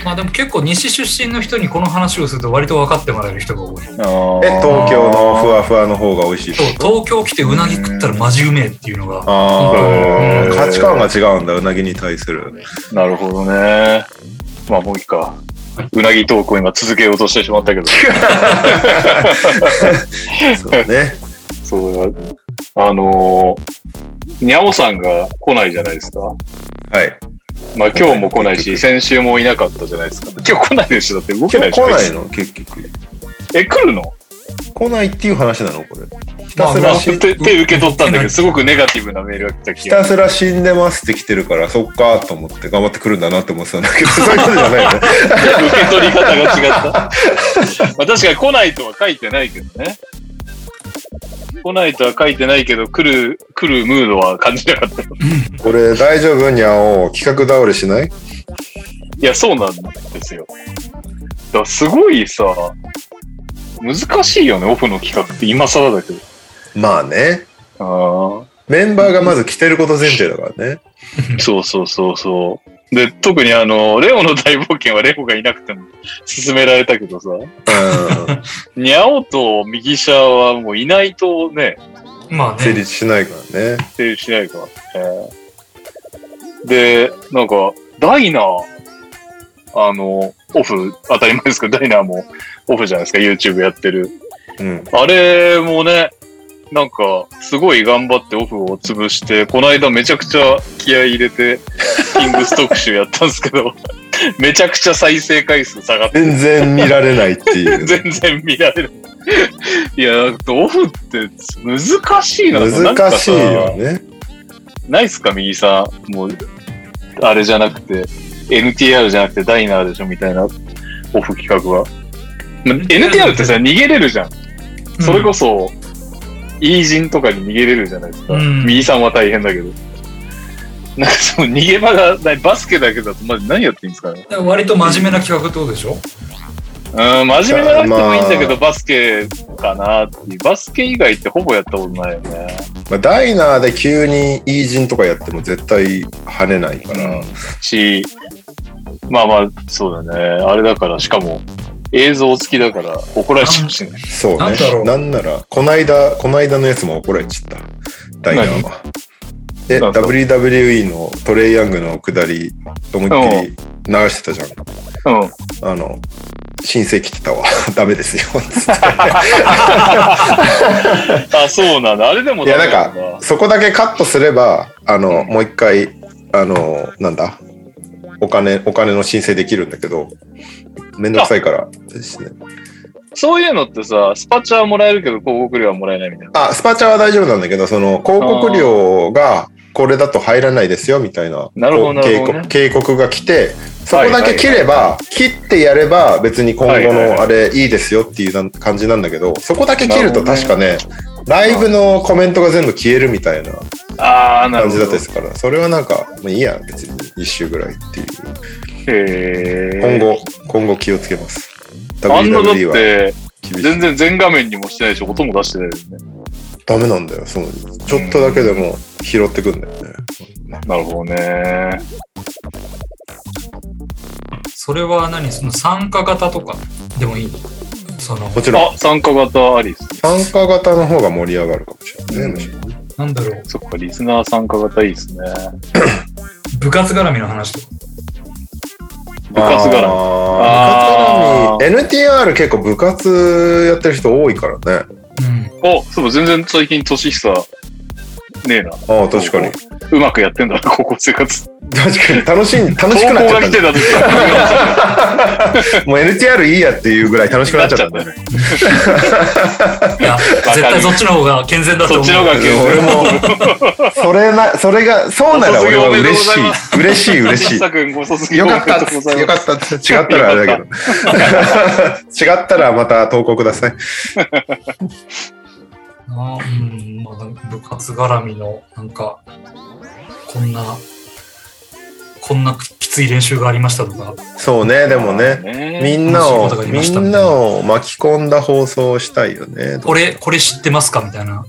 S4: まあでも結構西出身の人にこの話をすると割と分かってもらえる人が多い。
S2: あー
S3: え、東京のふわふわの方が美味しいって
S4: そう
S3: こと。
S4: 東京来てうなぎ食ったらマジうめえっていうのが。
S3: あ
S2: う
S3: あ、
S2: ん
S3: 価値観が違うんだ、うなぎに対する。
S2: なるほどね。まあもういいか。うなぎトークを今続けようとしてしまったけど。
S3: そうね。
S2: そうだ。あのーにゃおさんが来ないじゃないですか。
S3: はい。
S2: まあ今日も来ないし、先週もいなかったじゃないですか。今日来ないでしょだって動け
S3: 今
S2: ない
S3: 日
S2: でしょ
S3: 来ないの結局。
S2: え、来るの
S3: 来ないっていう話なのこれ。ひ
S4: ま
S3: た
S4: あ
S3: す
S4: ま
S3: ら
S4: あ
S3: し
S2: 手手受け取ったんだけど、すごくネガティブなメールが来た
S3: ひ
S2: 気が
S3: たすら死んでますって来てるから、そっかと思って頑張ってくるんだなって思ってたんだけど、 そういうことじゃないね。
S2: 受け取り方が違った。まあ確かに来ないとは書いてないけどね。来ないとは書いてないけど、来る、来るムードは感じなかった。い
S3: これ大丈夫にゃおう。企画倒れしない
S2: や、そうなんですよ。だからすごいさ、難しいよね、オフの企画って今更だけど。
S3: まあね。
S2: あ
S3: メンバーがまず来てること前提だからね。
S2: あ、そうそうそうそう。で、特にあの、レオの大冒険はレオがいなくても進められたけどさ、
S3: うん。
S2: ニャオと右シャはもういないとね、
S4: まあ
S3: 成
S4: ね。
S3: 立しないからね。
S2: 成立しないか。えーで、なんか、ダイナー、あの、オフ、当たり前ですけど、ダイナーもオフじゃないですか、YouTube やってる。
S3: うん。
S2: あれもね、なんか、すごい頑張ってオフを潰して、この間めちゃくちゃ気合い入れて、キングストック集やったんですけど、 めちゃくちゃ再生回数下がって、
S3: 全然見られないってい う。
S2: 全然見られる。いや、なんかオフって難しいな。なんか
S3: 難
S2: さ
S3: しいよね。
S2: ないっすか、右さん。もう、あれじゃなくて、NTR じゃなくてダイナーでしょみたいな、オフ企画は。ま NTR ってさ、逃げれるじゃん。それこそ、イージンとかに逃げれるじゃないですか。
S4: うん
S2: 右さんは大変だけど。なんかその逃げ場がない、バスケだけだと、まず何やっていいんですかね。
S4: うん割と真面目な企画ってことでしょ
S2: うん、真面目じゃなくてもいいんだけど、バスケかなっていう。バスケ以外ってほぼやったことないよね。
S3: まあ、ダイナーで急にイージンとかやっても絶対跳ねないから。
S2: し、まあまあ、そうだね。あれだから、しかも、映像付きだから怒られちゃうしね。
S3: そうね。
S4: なんだろう
S3: なんなら、こないだ、こないだのやつも怒られちゃった。ダイナーは。え、
S2: なんだ
S3: WWE のトレイヤングの下り、思いっきり流してたじゃん。
S2: うん。
S3: あの、申請来てたわ。 ダメですよ。つって
S2: あ、そうなんだ。あれでも
S3: いや、なん
S2: ダメ
S3: か、そこだけカットすれば、あの、もう一回、あの、なんだ、お金、お金の申請できるんだけど、めんどくさいからですね。
S2: そういうのってさ、スパチャはもらえるけど、広告料はもらえないみたいな。
S3: あ、スパチャは大丈夫なんだけど、その、広告料が、これだと入らないですよ、みたいな。
S2: なるほど
S3: こ
S2: な
S3: う
S2: るほどね
S3: 警告。警告が来て、そこだ
S2: はいはい
S3: け切れば、切ってやれば、別に今
S2: はい
S3: 後
S2: はいはい
S3: のあれいいですよっていうな感じなんだけど、そこだけ切ると
S2: なる
S3: 確
S2: ほど
S3: かね、ライブのコメントが全部消えるみたいな
S2: ああ、なる
S3: 感
S2: ほ
S3: じだっ
S2: ど。
S3: たですから、それはなんか、まあいいや、別に一周ぐらいっていう。
S2: へ
S3: 今
S2: ー。
S3: 後、今後気をつけます。
S2: あんなだっ
S3: WWE は
S2: て、
S3: 厳しい
S2: 全。然全画面にもしてないし、音も出してないよね。
S3: ダメなんだよ、その、ちょっとだけでも拾ってくんだよね。
S2: なるほどね。
S4: それは何その参加型とかでもいいその、
S3: もちろん、
S2: あ、参加型ありです。
S3: 参加型の方が盛り上がるかもしれないねむしろ。
S4: なんだろう、
S2: そっか、リスナー参加型いいですね。
S4: 部活絡みの話とか。
S2: 部活絡み。
S3: あ
S2: あー
S3: ー部活絡み。NTR 結構部活やってる人多いからね。
S4: うん。
S2: お、そういえば全然最近年久ねえな。
S3: ああ、確かに。
S2: うまくやってんだな、 高校生活。
S3: 確かに楽 しい、楽し
S2: 高
S3: くなっ
S2: 校
S3: ち
S2: が
S3: ゃっ
S2: 来
S3: たんだ
S2: て。た時
S3: もう NTR いいやっていうぐらい楽しくなっち ゃったんだね。
S4: いや、絶対そっちの方が健全だと
S2: そっ
S4: 思う。
S2: ちの方が健
S3: 俺も、それな、それが、そうなら俺は嬉しい。嬉しい、嬉し
S2: 西
S3: い。
S2: 田君ご卒業
S3: よ
S2: お
S3: か
S2: め
S3: っ
S2: で
S3: た
S2: と
S3: っ
S2: うご
S3: つって
S2: ざい
S3: よ
S2: ま
S3: かったっつって違ったらあ れだけど。違ったらまた投稿ください。
S4: なうん、まあ、なんか部活絡みの、なんか、こんな、こんなきつい練習がありましたとか、
S3: そうね、でもね
S2: す。。ね
S3: みんな
S4: そういうことが
S3: を、
S4: ありま
S3: み
S4: したね
S3: んなを巻き込んだ放送をしたいよね。
S4: これ、これ知ってますかみたいな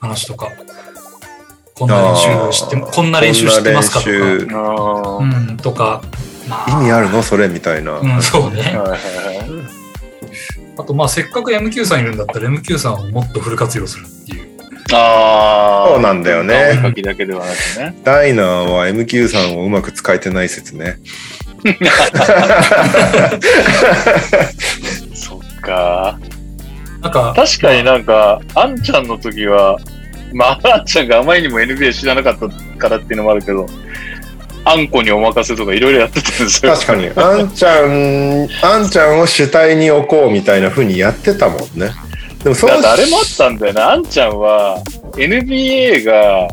S4: 話とか、こんな練習知って、
S3: あー
S4: こんな練習知ってますかと
S3: こんな練
S4: か、
S3: 習
S2: あ
S4: う
S2: ー
S4: ん、とか、ま
S3: 意味あるのそれみたいな。
S4: うん、そうね。
S2: はいはいはい
S4: あと、まあ、せっかく MQ さんいるんだったら、MQ さんをもっとフル活用するっていう。
S2: あー
S3: そうなんだよね
S2: お絵描きだけではなくね。
S3: ダイナーは MQ さんをうまく使えてない説ね。
S2: そっか。
S4: なんか、
S2: 確かになんか、あんちゃんの時は、まあ、あんちゃんがあまりにも NBA 知らなかったからっていうのもあるけど、あんこにお任せとかいろいろやってたんですよ。
S3: 確 かに。あんちゃん、あんちゃんを主体に置こうみたいな風にやってたもんね。でもその
S2: だからあれもあったんだよな。あんちゃんは、NBA が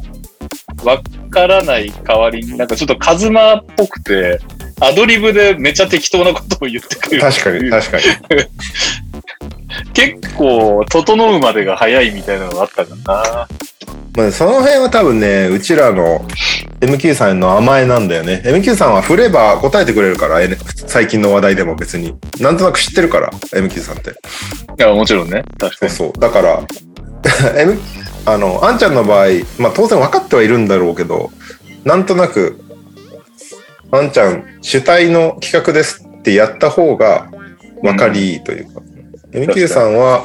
S2: わからない代わりに、なんかちょっとカズマっぽくて、アドリブでめちゃ適当なことを言ってくる。
S3: 確かに、確かに。
S2: 結構、整うまでが早いみたいなのがあったから
S3: まあ、その辺は多分ね、うちらの MQ さんの甘えなんだよね。MQ さんは振れば答えてくれるから、N- 最近の話題でも別に。なんとなく知ってるから、MQ さんって。
S2: な。いや、もちろんね。確か
S3: そう
S2: に。
S3: そう。だから、M、あの、あんちゃんの場合、まあ当然分かってはいるんだろうけど、なんとなく、あんちゃん主体の企画ですってやった方が分かりいいというか、MQ さんは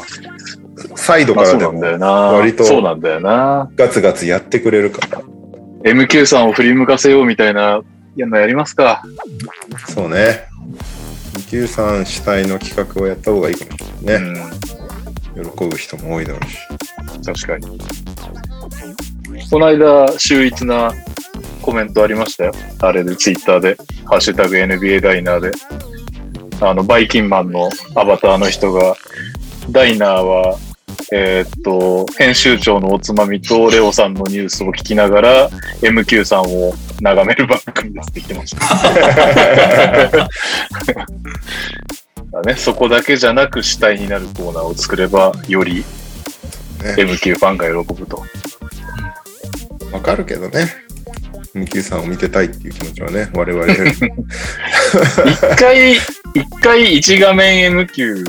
S3: サイド
S2: ま
S3: か
S2: あ、そ
S3: ら
S2: うなん
S3: でも
S2: だよな。
S3: 割と
S2: そうなんだよな。
S3: ガツガツやってくれるから。
S2: MQ さんを振り向かせようみたいな、やんのやりますか。
S3: そうね。MQ さん主体の企画をやった方がいいかもしれ
S2: う
S3: ないね。
S2: ん。
S3: 喜ぶ人も多いだろうし。
S2: 確かに。この間、秀逸なコメントありましたよ。あれで、ツイッターで、ハッシュタグ NBA ダイナーで。あの、バイキンマンのアバターの人が、ダイナーは、えーっと、編集長のおつまみとレオさんのニュースを聞きながら、MQ さんを眺める番組ですって言ってました。 だね、そこだけじゃなく主体になるコーナーを作れば、より
S3: ね
S2: MQ ファンが喜ぶと。
S3: わかるけどね。MQ さんを見てたいっていう気持ちはね、我 々よりも
S2: 一回、一回一画面 MQ、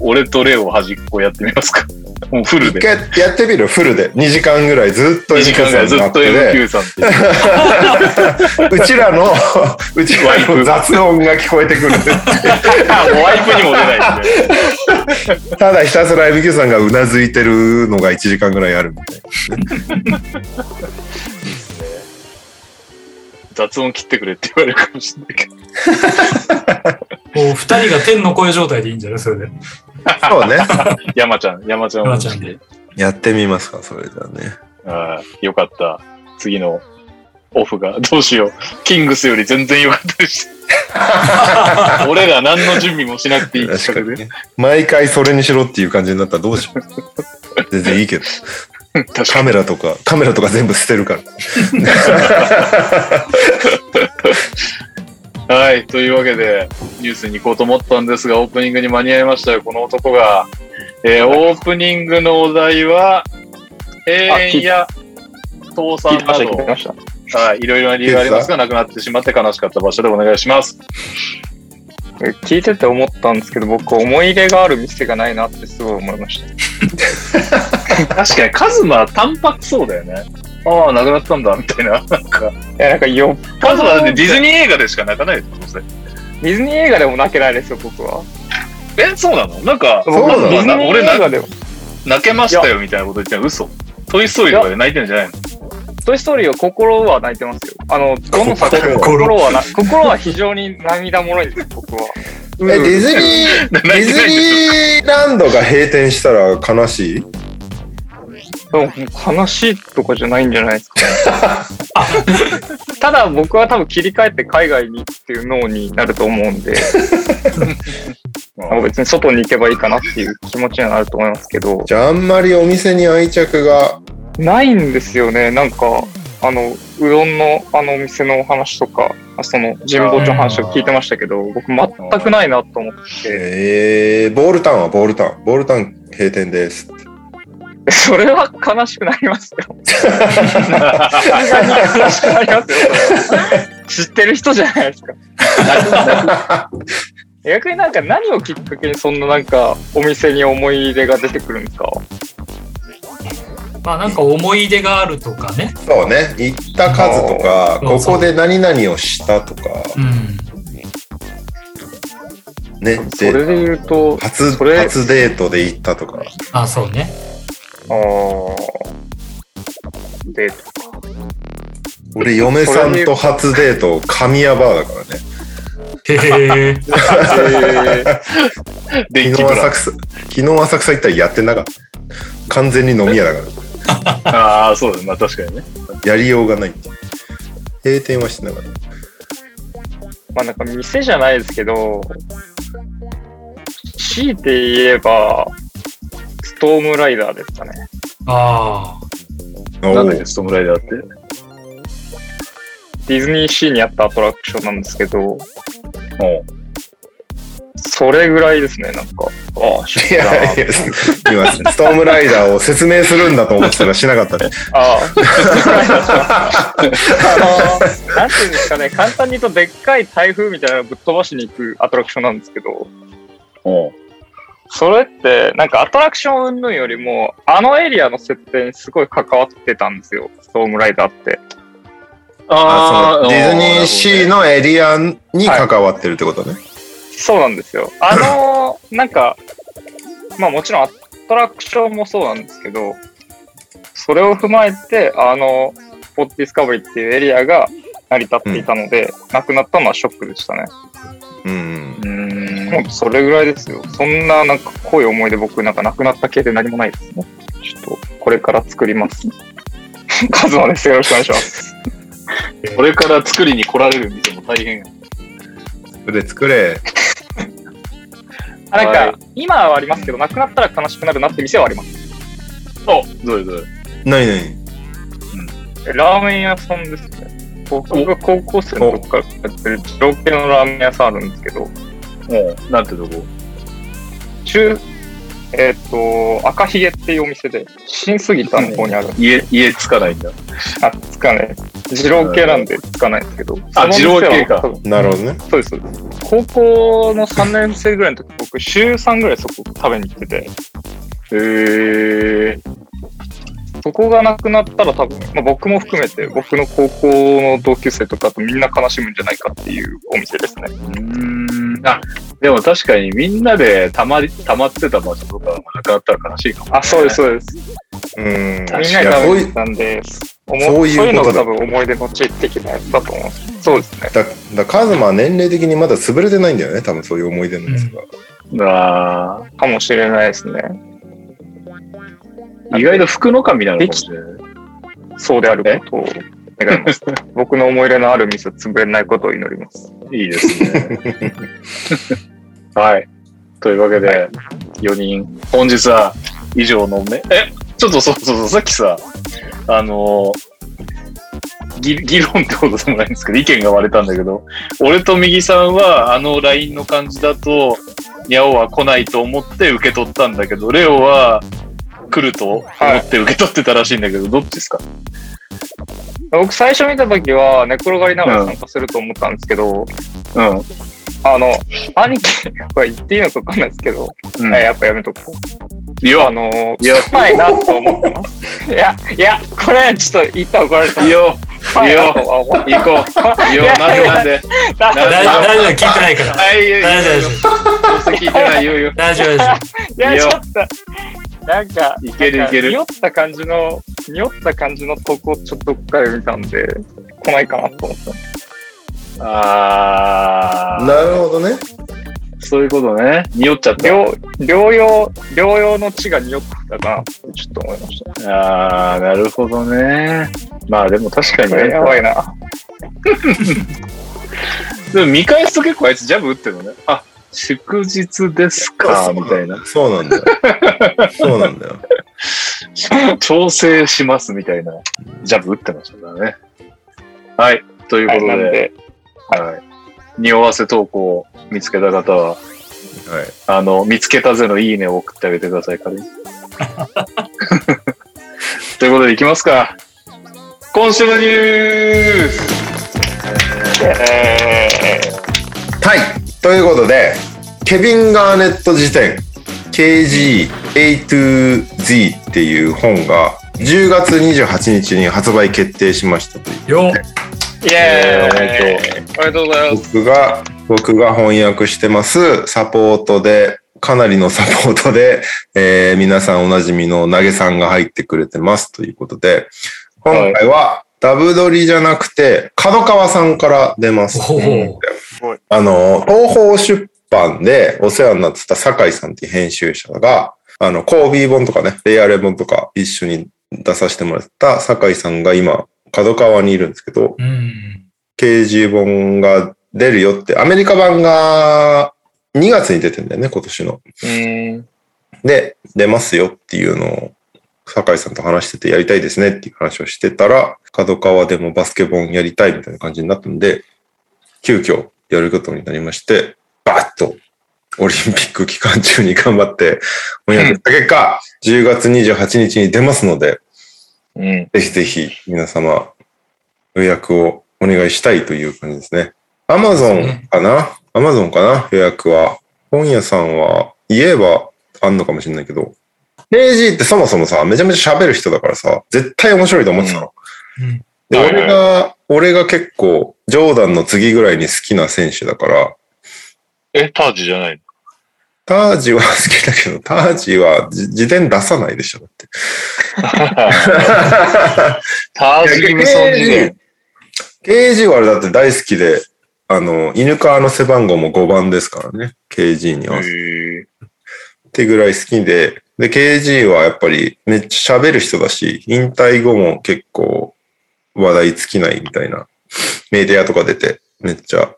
S2: 俺とレオ端っこやってみますか。もうフル
S3: 一
S2: で。
S3: 回やってみるフルで。2時間ぐらいずっと
S2: 2時間ぐらいずっと MQ
S3: で。
S2: さんっていう。
S3: うち らの、うちらの雑音が聞こえてくる。
S2: あもうワイプにも出ないんで。
S3: ただひたすら MQ さんがうなずいてるのが1時間ぐらいあるみたいな。
S2: 雑音切ってくれって言われるかもしれないけど。
S4: もう二人が天の声状態でいいんじゃないそれで。
S3: そうね。
S2: 山ちゃん、山ちゃんも
S4: 山ちゃんで。
S3: やってみますか、それじゃあね。
S2: ああよかった。次のオフが。どうしよう。キングスより全然良かった です。俺ら何の準備もしなくていい
S3: 確か
S2: 企
S3: に
S2: 画で。
S3: ね。毎回それにしろっていう感じになったらどうしよう。全然いいけど。
S2: 確か
S3: カメラとか、カメラとか全部捨てるから。
S2: に。はい。というわけで、ニュースに行こうと思ったんですが、オープニングに間に合いましたよ、この男が。えーオープニングのお題は、閉園や倒
S1: 聞い
S2: 産
S1: てま
S2: な
S1: した、聞いて
S2: ど、
S1: ました。
S2: はい、いろいろな理由がありますが、亡くなってしまって悲しかった場所でお願いします。
S1: え聞いてて思ったんですけど、僕、思い入れがある店がないなってすごい思いました。
S2: 確かに、カズマ淡白そうだよね。ああ、亡くなったんだ、みたいな。なんか、
S1: いや、なんかよっ
S2: カズマだってディズニー映画でしか泣かないですよ、どうせ
S1: ディズニー映画でも泣けないですよ、僕は。
S2: え、そうなのなんか、
S3: うなの
S1: 僕ディズニー
S2: 俺な
S1: 映画でも、
S2: 泣けましたよみたいなこと言ってたの嘘。トイストーリーとかで泣いてんじゃないの
S1: トイストーリーは心は泣いてますよ。あの、どの作品も
S4: 心
S1: 心はな、心は非常に涙もろいです、僕は。
S3: え、ディズニー、
S2: 泣いてない
S3: ディ
S2: んで
S3: ズニーランドが閉店したら悲しい
S1: でも、悲しいとかじゃないんじゃないですか。ただ僕は多分切り替えて海外にっていう脳になると思うんで、別に外に行けばいいかなっていう気持ちにはなると思いますけど、
S3: じゃああんまりお店に愛着が、
S1: ないんですよね、なんか、あの、うどんのあのお店のお話とか、あその神保町の話を聞いてましたけど、僕全くないなと思って
S3: えー、ボールタウンはボールタウン。ボールタウン閉店です。
S1: それは悲しくなりますよ。
S2: あ
S1: さすがに悲しくなりますよ、それは知ってる人じゃないですか。 逆になんか何をきっかけにそんななんかお店に思い入れが出てくるんですか
S4: まあなんか思い出があるとかね。
S3: そうね。行った数とか、
S4: そ
S3: こ
S4: うそう
S3: こで何々をしたとか、
S4: うん。
S3: ね。
S1: それ
S3: で、
S1: で言うと、
S3: 初、
S1: それ
S3: 初デートで行ったとか。
S4: あ、そうね。
S1: あーで、
S3: 俺、嫁さんと初デート、神谷バーだからね。
S4: へえ。
S1: えー、
S2: 電気ブ
S3: 昨日
S2: ラ
S3: 浅草、昨日浅草行ったらやってなかった。完全に飲み屋だから。
S2: ああ、そうだね。まあ確かにね。
S3: やりようがない。閉店はしてなかった。
S1: まあなんか店じゃないですけど、強いて言えば、ストームライダーですかね。
S4: あ
S2: なんだっ
S3: お
S2: け、ストームライダーって。
S1: ディズニーシーにあったアトラクションなんですけど、
S2: お
S1: それぐらいですね、なんか。ああ、知っ
S3: い
S1: てたな
S3: やいや、今、ストームライダーを説明するんだと思ってたらしなかったね。
S1: ああ。あの、なんていうんですかね、簡単に言うと、でっかい台風みたいなのをぶっ飛ばしに行くアトラクションなんですけど、
S2: おう
S1: それって、なんかアトラクション云々よりも、あのエリアの設定にすごい関わってたんですよ、ストームライダーって。
S3: あ
S2: ー
S3: そのディズニーシーのエリアに関わってるってことね。
S1: そうなんですよ。あの、 なんか、まあもちろんアトラクションもそうなんですけど、それを踏まえて、あの、スポットディスカバリーっていうエリアが成り立っていたので、なくなったのはショックでしたね。
S3: うん。
S2: うーん
S1: もうそれぐらいですよ。そんななんか濃い思い出僕なんかなくなった系で何もないですね。ちょっとこれから作ります。 カズマです。よろしくお願いします。
S2: これから作りに来られる店も大変。
S3: 作れ作れ。
S1: あなんか、
S2: はい
S1: 今はありますけど、なくなったら悲しくなるなって店はあります。
S2: おどれどれ
S3: 何何
S1: ラーメン屋さんですね。僕が高校生の時からやってる上系のラーメン屋さんあるんですけど、
S2: おうなんてとこ
S1: 中、えっ、と、赤ひげっていうお店で、新杉田の方にある、
S2: 家、家つかないんだ。
S1: あ、つかない。二郎系なんでつかないんですけど、
S2: あ
S1: その店は
S2: 二郎系か
S3: なるほどね。
S1: そうです、そうです。高校の3年生ぐらいの時、僕、週3ぐらいそこ食べに行ってて、
S2: へえ。
S1: そこがなくなったら多分、まあ、僕も含めて、僕の高校の同級生とかとみんな悲しむんじゃないかっていうお店ですね。
S2: うーん。あ、でも確かにみんなでたまり、たまってた場所とかもなくなったら悲しいかも。
S1: あ、そうです、そうです。み
S3: うん。
S1: んなで
S3: いやこ
S1: 食
S3: うい
S1: べに行ったんで、おも
S3: そういう
S1: そういうの
S3: こ
S1: が
S3: とだ
S1: 多分思い出の地的なやつだと思います。そうですね。
S3: だだカズマは年齢的にまだ潰れてないんだよね。多分そういう思い出のやつが。
S2: あー
S1: かもしれないですね。
S2: 意外と福の神なのかもしれない。
S1: そうであることを願 います。僕の思い入れのある店、潰れないことを祈ります。
S2: いいですね。はい。というわけで、4人、本日は以上のめ、え、ちょっとそうそうそう、さっきさ、あのーぎ議論ってことでもないんですけど、意見が割れたんだけど、俺と右さんは、あの LINE の感じだと、にゃおは来ないと思って受け取ったんだけど、レオは来ると思って受け取ってたらしいんだけど、どっちですか
S1: 僕最初見た時は寝転がりながら参加すると思ったんですけど、
S2: うん。う
S1: あの、兄貴、 これ言っていいのかわかんないですけど、
S2: ん。
S1: えやっぱやめとこ。
S2: いう
S1: あ
S2: や、
S1: のー、
S2: いや
S1: 来ないなと思ってます。いや、いや、これちょっと言ったら怒られた。
S2: いや、
S1: はい
S2: いよ
S1: あおお
S2: 行こう。いや、なんでなんで。
S1: 大
S4: 大
S1: 丈夫い
S4: 丈夫、大丈夫、聞いてないから。
S2: はい、いやいや
S4: 大丈夫、大
S2: いや
S4: 丈夫。
S2: どうせ聞いてない、言うよ。
S4: 大丈夫、大丈
S1: や
S2: いいよ
S1: ちょっとなんか
S2: いける
S1: なんか
S2: いける
S1: 匂った感じの匂った感じの投稿ちょっとどっかで見たんで来ないかなと思った
S2: あー。
S3: なるほどね。
S2: そういうことね。匂っちゃった。
S1: 療療養療養の地が匂ったなってちょっと思いました
S2: あー、なるほどね。まあでも確かに
S1: これ
S2: ね。
S1: やばいな
S2: でも見返すと結構あいつジャブ打ってるのね。あ、祝日ですか、みたいな。。
S3: そうなんだよ。そうなんだよ。
S2: 調整します、みたいな。ジャブ打ってましたからね。はい。というこ
S1: は
S2: と
S1: い
S2: で、
S1: なんで
S2: はい。匂わせ投稿を見つけた方は、
S3: はい。
S2: あの、見つけたぜのいいねを送ってあげてください、彼に。 ということで、いきますか。今週のニュース
S3: はい。ということで、ケビン・ガーネット辞典 KGA2Z っていう本が10月28日に発売決定しましたという
S4: 夫。よ、
S1: イエーイおめでとうございます
S3: 僕が、僕が翻訳してます、サポートで、かなりのサポートで、えー皆さんおなじみの投げさんが入ってくれてますということで、今回は、ダブドリじゃなくて、角川さんから出ます。
S4: おお。
S3: あの、東方出版でお世話になってた酒井さんっていう編集者が、あの、コービー本とかね、レイアレ本とか一緒に出させてもらった酒井さんが今、角川にいるんですけど、
S4: うん。
S3: KG 本が出るよって、アメリカ版が2月に出てんだよね、今年の。
S1: うん
S3: で、出ますよっていうのを、酒井さんと話しててやりたいですねっていう話をしてたら、角川でもバスケ本やりたいみたいな感じになったんで、急遽やることになりまして、バーッとオリンピック期間中に頑張って翻訳した結果、10月28日に出ますので、
S1: うん
S3: ぜひぜひ皆様予約をお願いしたいという感じですね。アマゾンかなアマゾンかな予約は。本屋さんは言えばあんのかもしれないけど。KG ってそもそもさ、めちゃめちゃ喋る人だからさ、絶対面白いと思ってたの。
S4: うん。
S3: で、
S1: はいはい
S3: 俺が、俺が結構、ジョーダンの次ぐらいに好きな選手だから、
S5: え、タージじゃないの
S3: タージは好きだけど、タージはじ自伝出さないでしょ、だって。
S5: タージギムソン事件。
S3: KG はあれだって大好きで、あの、犬川の背番号も5番ですからね。KG に合わせ
S5: へ
S3: てぐらい好きで。で、KG はやっぱりめっちゃ喋る人だし、引退後も結構話題尽きないみたいな。メディアとか出てめっちゃ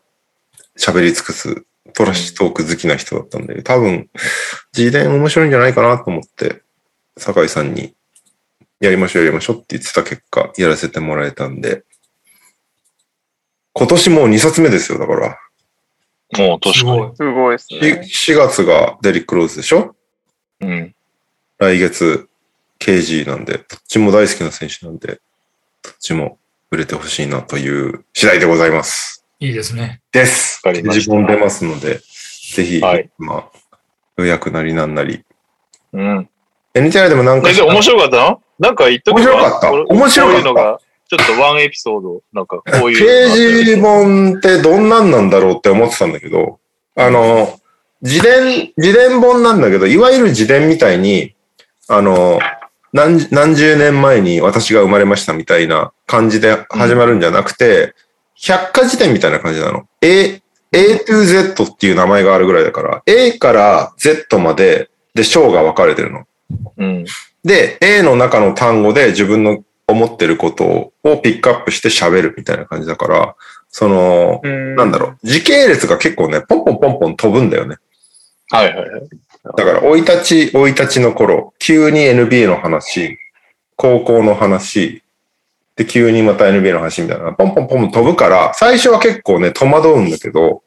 S3: 喋り尽くすトラッシュトーク好きな人だったんで、多分、自伝面白いんじゃないかなと思って、酒井さんにやりましょうやりましょうって言ってた結果、やらせてもらえたんで、今年もう2冊目ですよ、だから。
S5: ーもう年
S4: す
S5: か。
S4: ごい。
S1: すごいですね
S3: 4月がデリック・ローズでしょ
S5: うん。
S3: 来月、KG なんで、どっちも大好きな選手なんで、どっちも売れてほしいなという次第でございます。
S4: いいですね。
S3: です。
S5: わかりました
S3: 自分出ますので、ぜひ、
S5: はい
S3: まあ、予約なりなんなり。
S5: うん。
S3: NTR でもなんか
S5: え、で、面白かったのなんか言っとけば
S3: 面白かった
S5: これ
S3: 面白かった
S5: こういうのが、ちょっとワンエピソード、なんかこういう
S3: KG
S5: のがあっ
S3: 本ってどんなんなんだろうって思ってたんだけど、あの、自伝、自伝本なんだけど、いわゆる自伝みたいに、あの、何何十年前に私が生まれましたみたいな感じで始まるんじゃなくて、百科事典みたいな感じなの。A、A to Z っていう名前があるぐらいだから、A から Z まで、で、章が分かれてるの。
S5: たうん。
S3: で、A の中の単語で自分の思ってることををピックアップして喋るみたいな感じだから、その、
S1: うん
S3: なんだろう、時系列が結構ね、ポンポンポンポン飛ぶんだよね。
S5: はいはいはい。
S3: だから、生い立ち、生い立ちの頃、急に NBA の話、高校の話、で、急にまた NBA の話みたいな、ポンポンポン飛ぶから、最初は結構ね、戸惑うんだけど、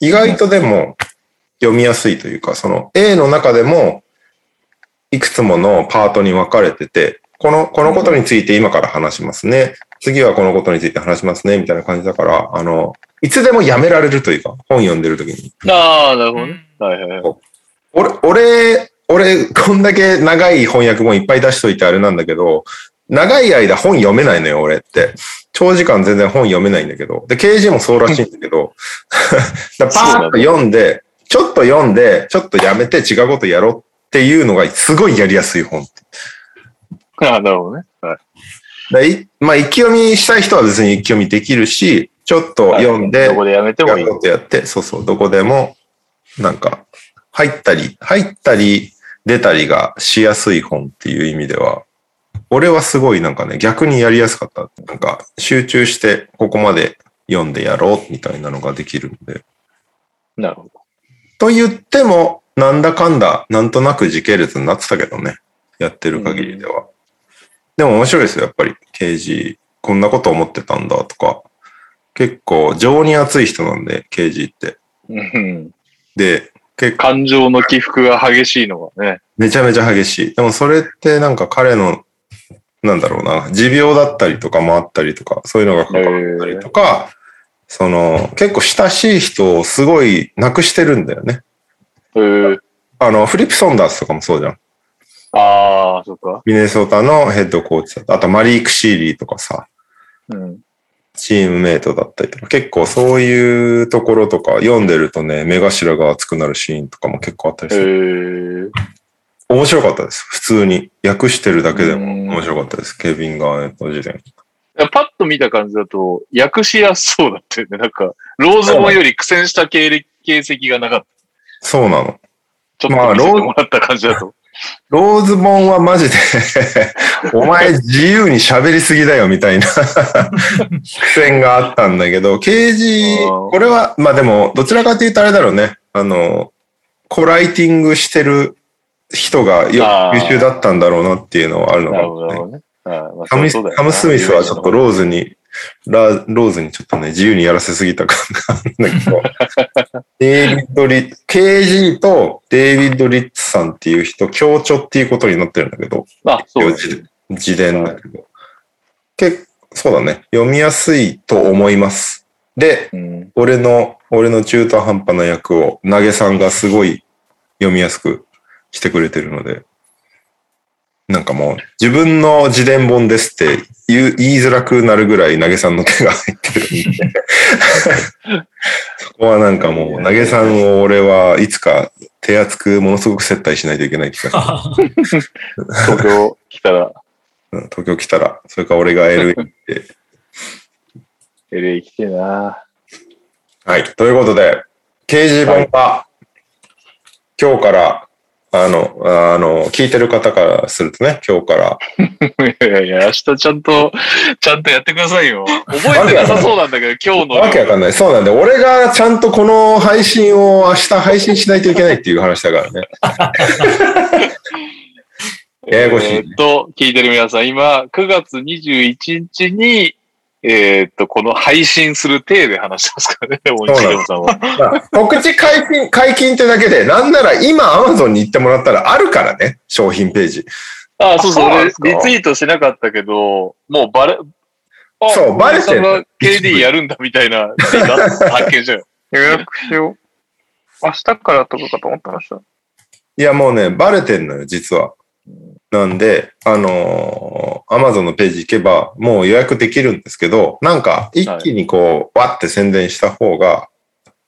S3: 意外とでも、読みやすいというか、その A の中でも、いくつものパートに分かれてて、この、このことについて今から話しますね。次はこのことについて話しますね、みたいな感じだから、あの、いつでもやめられるというか、本読んでる時に。
S5: ああ、なるほどね。はいはいはい。
S3: 俺、俺、俺、こんだけ長い翻訳本いっぱい出しといてあれなんだけど、長い間本読めないのよ、俺って。長時間全然本読めないんだけど。で、KG もそうらしいんだけど。だからパーッと読んで、ちょっと読んで、ちょっとやめて違うことやろうっていうのがすごいやりやすい本。
S2: あなるほどね。はい。
S3: だいまあ、一気読みしたい人は別に一気読みできるし、ちょっと読んで、
S2: どこでやめてもいい
S3: や。ろうとやって、そうそう、どこでも、なんか、入ったり、入ったり、出たりがしやすい本っていう意味では、俺はすごいなんかね、逆にやりやすかった。なんか、集中して、ここまで読んでやろうみたいなのができるんで。
S2: なるほど。
S3: と言っても、なんだかんだ、なんとなく時系列になってたけどね。やってる限りでは。でも面白いですよ、やっぱり。KG、こんなこと思ってたんだとか。結構、情に熱い人なんで、KG って。
S2: うん
S3: で、結構、
S2: 感情の起伏が激しいのがね。
S3: めちゃめちゃ激しい。でもそれってなんか彼の、なんだろうな、持病だったりとかもあったりとか、そういうのが関わったりとか、その、結構親しい人をすごいなくしてるんだよね。
S2: えー、
S3: あの、フリップ・ソンダースとかもそうじゃん。
S2: ああ、そっか。
S3: ミネソタのヘッドコーチだった。あとマリー・クシーリーとかさ、
S2: うん。
S3: チームメイトだったりとか、結構そういうところとか読んでるとね、目頭が熱くなるシーンとかも結構あったり
S2: え
S3: す
S2: ー、
S3: る。面白かったです。普通に。訳してるだけでも
S2: うん
S3: 面白かったです。ケビン・ガーネット時代。
S2: パッと見た感じだと、訳しやすそうだったよね。なんか、ローズボンより苦戦した経歴形跡がなかっ
S3: そうなの。
S2: た。ちょっと見せてもらった感じだ と。
S3: ローズボンはマ ジで、お前自由に喋りすぎだよみ たいな苦戦があったんだけど、
S2: あ
S3: KG、
S2: ー
S3: これは、まあでも、どちらかというとあれだろうね。あの、コライティングしてる人がよ
S2: あー
S3: 優秀だったんだろうなっていうのはあるの
S2: な
S3: か
S2: るほど、
S3: も
S2: な
S3: ね
S2: るほどね。あーまあ
S3: カム
S2: そうだよな
S3: カムスミスはちょっとローズに、ラローズにちょっとね、自由にやらせすぎた感があるんだけど、 デイビッド・リッ KG とデイビッド・リッツさんっていう人、協調っていうことになってるんだけど、
S2: あ、そうだね
S3: 自自伝だけど。結構、そうだね。読みやすいと思います。で、
S2: うん。
S3: 俺の、俺の中途半端な役を、投げさんがすごい読みやすくしてくれてるので、なんかもう、自分の自伝本ですって言う言いづらくなるぐらい投げさんの手が入ってるんで、そこはなんかもう、投げさんを俺はいつか手厚くものすごく接待しないといけない気 がする
S2: 東京来たら、
S3: うん東京来たら、それか俺が LA 行って。
S2: LA 来てえな。
S3: はい。ということで、掲示板は、今日から、あの、ああの、聞いてる方からするとね、今日から、
S2: いやいや、明日ちゃんと、ちゃんとやってくださいよ。覚えてなさそうなんだけ ど、今日の。
S3: わけわかんない。そうなんで、俺がちゃんとこの配信を明日配信しないといけないっていう話だからね。ややこしい
S2: えーっと、聞いてる皆さん、今、9月21日に、えーっと、この配信する体で話してます からね、大西亮さんは。
S3: まあ 告知解禁、解禁ってだけで、なんなら今 Amazon に行ってもらったらあるからね、商品ページ。
S2: あ、そうそう、
S1: そうなん
S2: 俺
S1: で
S2: リ
S1: すか
S2: ツイートしなかったけど、もうバレ、あ
S3: そうバレて
S2: 大西さ
S3: る
S2: んが KD やるんだみたいな、ツイートあった発見したよ。
S1: 予約しよう。明日からとかかと思ってました。
S3: いや、もうね、バレてんのよ、実は。なんで、あのー、Amazon のページ行けば、もう予約できるんですけど、なんか、一気にこう、わって宣伝した方が、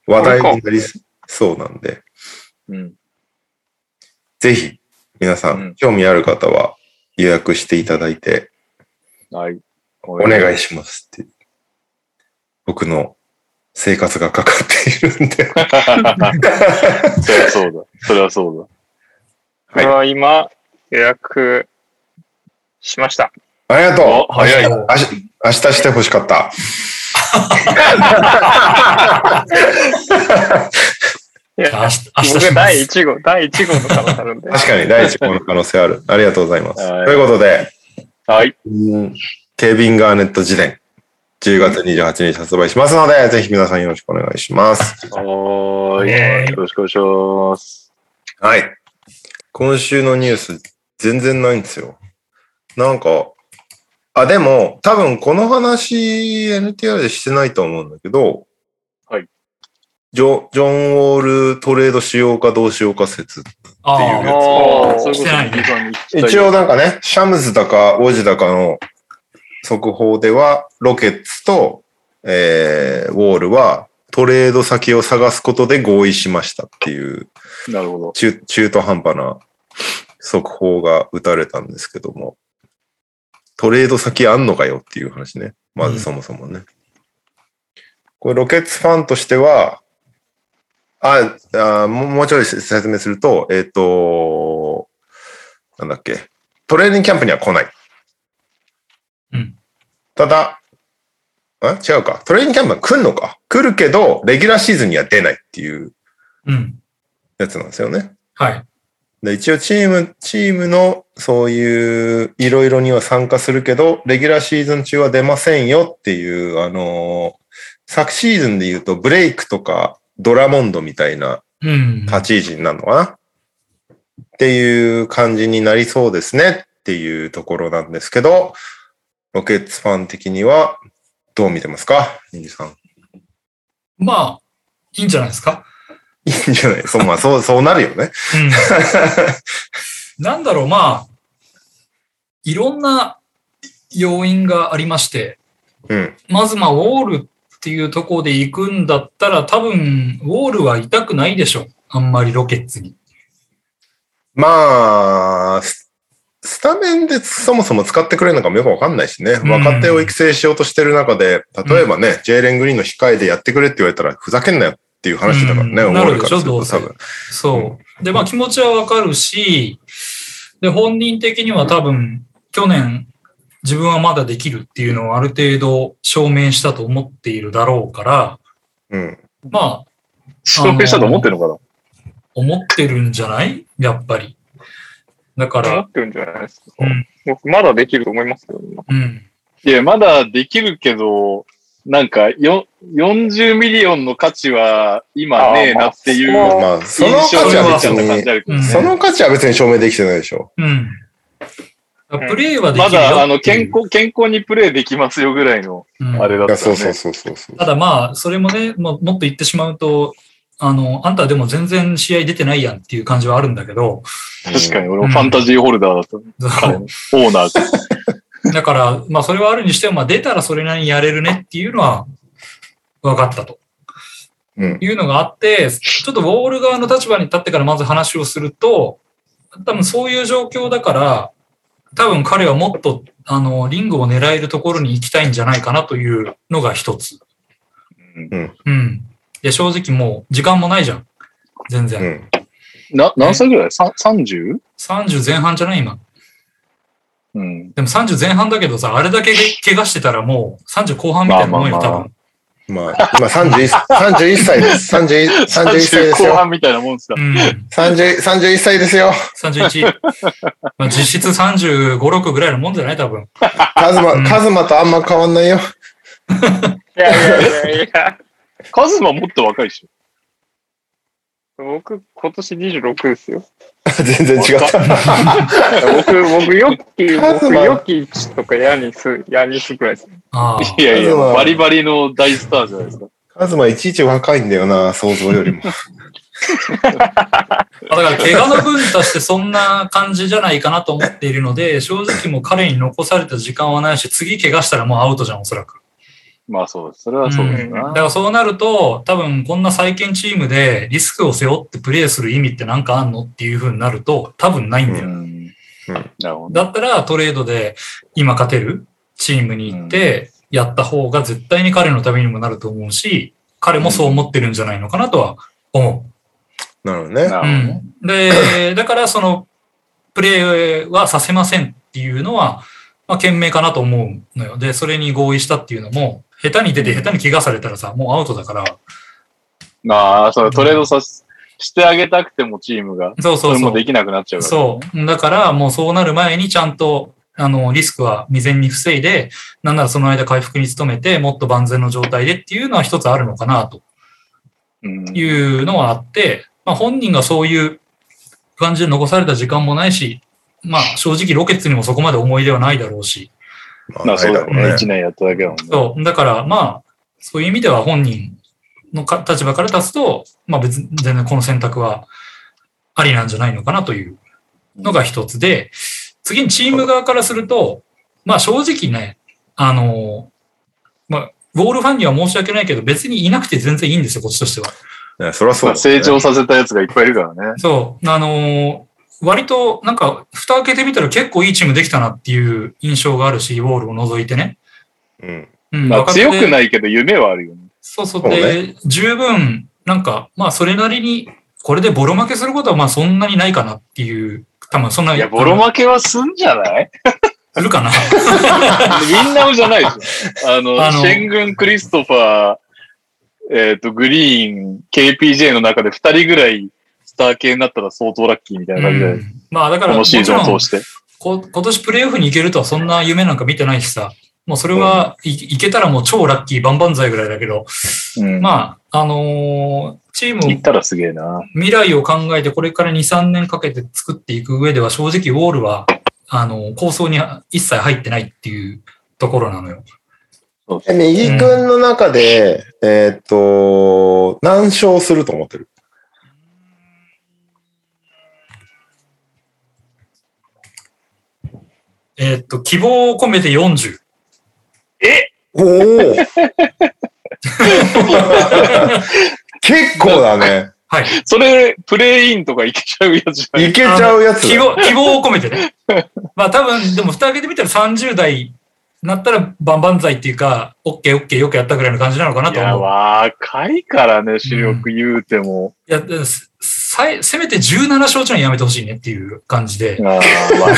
S3: 話題になりそうなんで、
S2: うん。
S3: ぜひ、皆さん、
S2: うん
S3: 興味ある方は、予約していただいて、
S2: はい。お
S3: お願いしますっていう。僕の生活がかかっている んで。
S2: そりゃそうだ。それはそう
S3: は
S1: はいい、は今、予約しました。
S3: ありがとう
S2: お早い
S3: 明日明日してほしかった。
S4: 明日、明日しま
S1: 僕
S4: す
S1: 第1号、第1号の可能性あるんで。
S3: 確かに第一項の可能性ある。ありがとうございます。
S2: はい
S3: ということで、
S2: だ。はい。
S3: ケビン・ガーネット辞典、10月28日発売しますので、ぜひ皆さんよろしくお願いします。
S2: は
S4: ね
S2: ーい。よろしくお願いします。
S3: はい。今週のニュース、全然ないんですよ。なんか、あ、でも、多分この話、NTR でしてないと思うんだけど、
S2: はい。
S3: ジョジョン・ウォールトレードしようかどうしようか説。
S4: あ
S3: っていう
S4: あ、
S1: ああ、そういう
S4: して
S1: こ
S4: ないね。
S3: 一応なんかね、シャムズだか、オジだかの速報では、ロケッツと、えー、ウォールはトレード先を探すことで合意しましたっていう、
S2: なるほど。
S3: 中中途半端な速報が打たれたんですけども、トレード先あんのかよっていう話ね。まずそもそもね。これ、ロケッツファンとしては、あ、あもうもうちょい説明すると、えっ、と、なんだっけ、トレーニングキャンプには来ない。
S4: うん
S3: ただ、あ違うか。トレーニングキャンプは来んのか。来るけど、レギュラーシーズンには出ないっていう
S4: うん。
S3: やつなんですよね。
S4: はい。
S3: で一応チーム、チームのそういういろいろには参加するけど、レギュラーシーズン中は出ませんよっていう、あのー昨シーズンで言うとブレイクとかドラモンドみたいな
S4: うん。
S3: 立ち位置になるのかな、っていう感じになりそうですねっていうところなんですけど、ロケッツファン的にはどう見てますか右さん。
S4: まあ、いいんじゃないですか。
S3: いいんじゃないそう、まあそう、そうなるよね。
S4: うん。 なんだろう、まあ、いろんな要因がありまして、
S3: うん。
S4: まずまあ、ウォールっていうところで行くんだったら、多分、ウォールは痛くないでしょう。あんまりロケッツに。
S3: まあ、ススタメンでそもそも使ってくれるのかもよくわかんないしね。
S4: うん
S3: 若手を育成しようとしてる中で、例えばね、ジェイレン・グリーンの控えでやってくれって言われたら、ふざけんなよっていう話だからね、
S4: うん
S3: 思うか
S4: なるで
S3: ら
S4: しょ
S3: する
S4: ど
S3: と
S4: うせ
S3: 多分。
S4: そう。で、まあ気持ちはわかるし、で、本人的には多分、去年、自分はまだできるっていうのをある程度証明したと思っているだろうから、
S3: うん。
S4: まあ、
S2: 証明したと思ってるのかな
S4: 思ってるんじゃないやっぱり。だか
S1: と思
S4: ら、
S1: ってるんじゃないですか。
S4: うん
S1: 僕、まだできると思いますけど、ね、
S4: うん。
S2: いや、まだできるけど、なんか、よ、40ミリオンの価値は今ねえなっていう
S1: あー
S2: 印
S1: ま
S3: まあ、そ
S2: 象
S3: の価値
S2: に
S3: は
S2: なっ
S3: 別
S2: ちゃった感じ
S3: に、
S2: あるけど
S4: うん
S2: ね。
S3: その価値は別に証明できてないでしょ。
S4: うん。だからプレイはでき
S2: ま
S4: るよっていう
S2: だ、あの、健康、健康にプレイできますよぐらいの、
S4: うん
S2: あれだっ
S3: い
S2: たよ
S3: や、そうそう
S2: ね。
S3: そうそうそう。
S4: ただまあ、それもね、ももっと言ってしまうと、あの、あんたでも全然試合出てないやんっていう感じはあるんだけど、
S2: 確か
S3: に。
S2: に、俺もファンタジーホルダーだった。彼のオーナーです。
S4: だから、まあ、それはあるにしても、まあ、出たらそれなりにやれるねっていうのは分かったと
S3: うん。
S4: いうのがあって、ちょっとウォール側の立場に立ってからまず話をすると、多分そういう状況だから、多分彼はもっと、あの、リングを狙えるところに行きたいんじゃないかなというのが一つ。
S3: うん。
S4: うん。で、正直もう時間もないじゃん。全然。
S3: うん。
S2: な、何歳ぐらいさ ?30?
S4: 30前半じゃない今。
S2: うん。
S4: でも30前半だけどさ、あれだけ怪我してたらもう30後半みたいなもんよ、
S2: まあまあまあ
S4: 多分。
S3: まあ、今31、31歳です。31、31歳
S2: 30
S3: です
S2: 後
S3: よ。
S2: 半みたいなもんですか。
S4: うん。
S3: 30 31歳ですよ。
S4: 31。まあ実質35、6ぐらいのもんじゃない多分。
S3: カズ
S4: うん
S3: マ、カズマとあんま変わんないよ。
S1: いやいやいやいや、
S2: カズマもっと若いでしょ。
S1: 僕、今年26ですよ。
S3: 全然違った。
S1: 僕、僕、ヨッ キー、
S3: カズ
S1: 僕、
S3: マ
S1: ヨッキーチとかヤニス、ヤニスくらいです。
S4: ああ。
S2: いやい
S3: カズ
S2: や、
S3: マ
S2: バリバリの大スターじゃないですか。
S3: カズマいちいち若いんだよな、想像よりも。
S4: だから怪我の分としてそんな感じじゃないかなと思っているので、正直もう彼に残された時間はないし、次怪我したらもうアウトじゃん、おそらく。
S2: まあそうです。それはそうです
S4: だ
S2: な
S4: か。らそうなると、多分こんな再建チームでリスクを背負ってプレーする意味ってなんかあんのっていう風になると、多分ないんだよ。
S2: うん。なるほど。
S4: だったらトレードで今勝てるチームに行ってやった方が絶対に彼のためにもなると思うし、彼もそう思ってるんじゃないのかなとは思
S3: なるほどね。
S2: な
S4: う。う
S2: るほどね。
S4: ん、 で、だからそのプレーはさせませんっていうのは、まあ、賢明かなと思うのよ。で、それに合意したっていうのも、下手に出て下手に怪我されたらさ、もうアウトだから。
S2: まあ、そのトレードさすしてあげたくてもチームが、
S4: そ
S2: そ
S4: うそう
S2: れ
S4: そ
S2: も
S4: う
S2: で。きなくなっちゃうから。
S4: そう。だから、もうそうなる前にちゃんと、あの、リスクは未然に防いで、なんならその間回復に努めて、もっと万全の状態でっていうのは一つあるのかな、と
S2: うん
S4: いうのはあって、まあ本人がそういう感じで残された時間もないし、まあ正直ロケッツにもそこまで思い出はないだろうし、
S3: まあ
S2: まあそう
S3: ない
S2: だ
S3: だろうね
S2: ね。一年やっただけだもんね。
S4: そう。だからまあ、そういう意味では本人のか立場から立つと、まあ別に全然この選択はありなんじゃないのかなというのが一つで、次にチーム側からすると、まあ正直ね、あの、まあ、ウォールファンには申し訳ないけど、別にいなくて全然いいんですよ、こっちとしては。
S3: いやそりゃそう
S2: まあ
S3: だ、
S2: 成長させたやつがいっぱいいるからね。
S4: そう、あのー割となんか、蓋開けてみたら結構いいチームできたなっていう印象があるし、ウォールを除いてね。
S3: うん。
S4: うん、
S2: まあ、強く
S4: い。
S2: ないけど夢はあるよね。
S4: そうそう。
S3: そうね
S4: で、十分、なんか、まあ、それなりに、これでボロ負けすることは、まあ、そんなにないかなっていう、多分そんな、
S2: いや、ボロ負けはすんじゃない
S4: するかな。
S2: みんなじゃないでしょ。あの、
S4: あの
S2: シェングン、クリストファー、えっ、と、グリーン、KPJ の中で2人ぐらいスター系になったら相当ラッキーみたいな感じだよ
S4: う
S2: ね
S4: んまあ、だか
S2: こ
S4: ら、
S2: のシーズン
S4: もちろ
S2: を
S4: ん
S2: 通して。
S4: こ今年プレーオフに行けるとはそんな夢なんか見てないしさ、もうそれはい、行けたらもう超ラッキー万々歳ぐらいだけど、
S2: うん。
S4: まあ、あのーチーム
S2: 行ったらすげえな。
S4: 未来を考えてこれから2、3年かけて作っていく上では正直ウォールは、あのー構想に一切入ってないっていうところなのよ。
S3: え右くんの中で、えーっと、何勝すると思ってる
S4: えーっと、希望を込めて40。
S3: おお結構だね。
S4: はい。
S2: それ、プレイインとか行けちゃうやつじゃない
S3: いけちゃうやつ
S4: 希
S3: だ。
S4: 望、希望を込めてね。 まあ多分、でも蓋開けてみたら30代になったら万々歳っていうか、オッケーオッケーよくやったぐらいの感じなのかないと
S2: や、
S4: 思う。
S2: 若いからね、主力言うても。
S4: いや、だからせさえ、せめて17勝ちはやめてほしいねっていう感じで。
S2: ああ、まあ、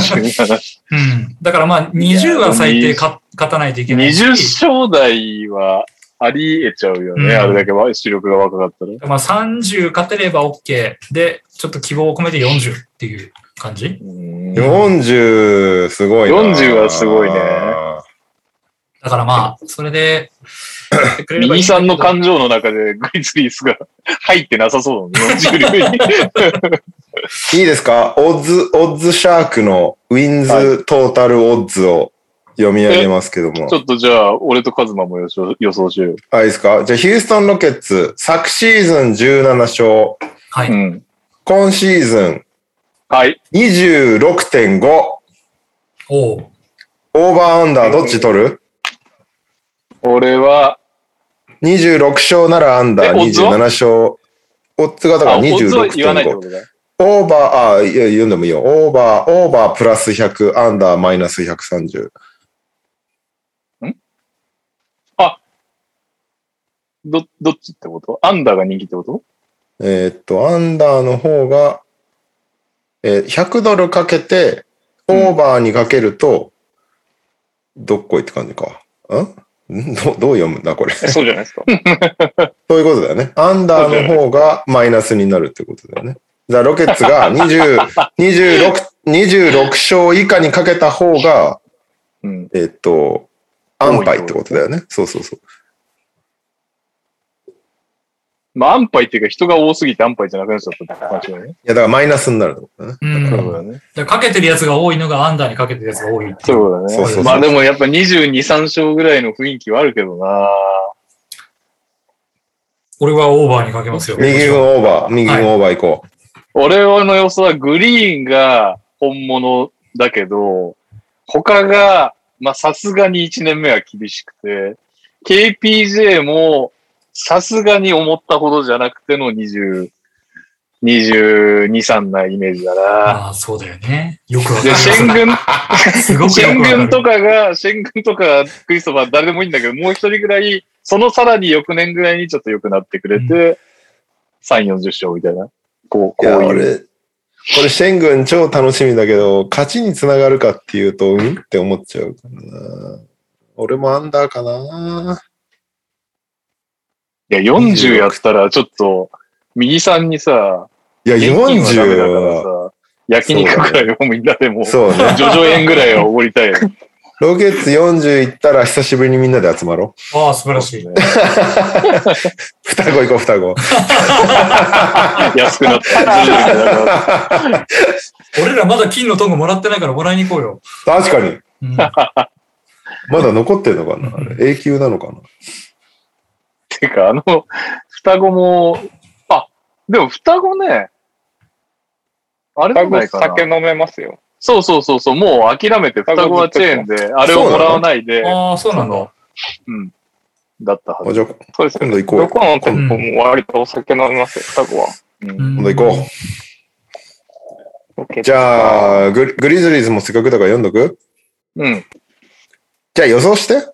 S2: 17
S4: うん。だからまあ、20は最低か勝たないといけないし。
S2: 20勝台はあり得ちゃうよね。
S4: うん
S2: あれだけは主力が若かったら。
S4: まあ、30勝てれば OK。で、ちょっと希望を込めて40っていう感じ。
S3: 40、すごいな。
S2: 40はすごいね
S4: だからまあ、それで、
S2: 右さんの感情の中でグリズリースが入ってなさそうなの、40両に。
S3: いいですかオッズ、オッズシャークのウィンズ、
S2: は
S3: トータルオッズを読み上げますけども
S2: ち。ょっとじゃあ、俺とカズマも予想予想しようよ。
S3: あ、いいですかじゃあヒューストンロケッツ、昨シーズン17勝、
S4: はい。
S2: うん。
S3: 今シーズン
S2: はい。
S3: 26.5、オ
S4: おう
S3: ーバーアンダーどっち取る
S2: 俺は、
S3: ?26 勝ならアンダー、
S2: えオッズ
S3: 27
S2: は
S3: 勝。オッズがだか
S2: あ、
S3: ら
S2: オッズは言わないって
S3: 26.5
S2: こ。とだ。
S3: オーバー、あ、いや、読んでもいいよ。オーバー、オーバープラス100、アンダーマイナス130。
S2: ど、どっちってことアンダーが人気ってこと
S3: えーっと、アンダーの方が、えー100ドルかけて、オーバーにかけると、どっこいって感じか。んんどどう読むんだ、これ。
S1: えそうじゃないですか。
S3: そういうことだよね。アンダーの方がマイナスになるってことだよね。だからロケッ ツが20 26 26勝以下にかけた方が、
S2: うん。
S3: えっと、安牌ってことだよね。そうそうそう。
S2: まあ、安牌っていうか人が多すぎて安牌じゃなくなっちゃったって話だよね。
S3: いや、だからマイナスになるってことだね。
S4: うん。
S2: そう
S4: だ
S2: いうこ
S4: か
S2: とだね。
S4: らかけてるやつが多いのがアンダーにかけてるやつが多い。
S2: そういうことだね。
S3: そうそうそう
S2: まあでもやっぱ22、3勝ぐらいの雰囲気はあるけどな
S4: 俺はオーバーにかけますよ。
S3: 右軍オーバー、右軍オーバー行こ
S2: 俺の予想はグリーンが本物だけど、他が、まあさすがに1年目は厳しくて、KPJ もさすがに思ったほどじゃなくての20、22、3なイメージだな
S4: ああ、そうだよね。よくわかる
S2: で、。シェン軍
S4: す ごく
S2: シ
S4: よ
S2: ェ
S4: く
S2: ン
S4: わか
S2: グ
S4: る
S2: ン。とかが、シェングンとかクリストファー誰でもいいんだけど、もう一人ぐらい、そのさらに翌年ぐらいにちょっと良くなってくれて、3、40勝みたいな。こう、こ
S3: う。
S2: う
S3: いや、
S2: いう。
S3: 俺、これシェン軍超楽しみだけど、勝ちにつながるかっていうと、うんって思っちゃうからな。俺もアンダーかな。
S2: いや、40やったらちょっと、右さんにさ、
S3: いや、
S2: 現金はダメだから
S3: 40は、
S2: さ、焼肉ぐらいをみんな でも、ジ
S3: そうね。
S2: ョジョ円ぐらいはおごりたいよね。
S3: ロケッツ40行ったら久しぶりにみんなで集まろう。
S4: ああ、素晴らしい。
S3: 双子行こう、双子。
S2: 安くなった。 徐々になんか
S4: 俺らまだ金のトングもらってないからもらいに行こ うよ。
S3: 確かに。
S4: うん、
S3: まだ残ってんのかなあれ永久なのかな
S2: ていうか、あの、双子も、あ、でも双子ね、あれじゃ
S1: 双
S2: な
S1: 子
S2: いかな
S1: 酒飲めますよ。
S2: そうそうそうそう、もう諦めて双子はチェーンで、あれをもらわないで、
S4: ああ、そうなんだ。
S2: うん、だったは
S3: あ
S2: ず。
S3: じゃあ
S1: そうです
S3: 今度
S1: ね。
S3: 行こう
S1: ど
S3: よ。
S1: この店舗も割とお酒飲みますよ、双子は。
S2: うん
S4: うん
S3: 今度行こう。じ
S1: あ、
S3: ゃあグリ、グリズリーズもせっかくだから読んどく
S2: うん。
S3: じゃあ予想して。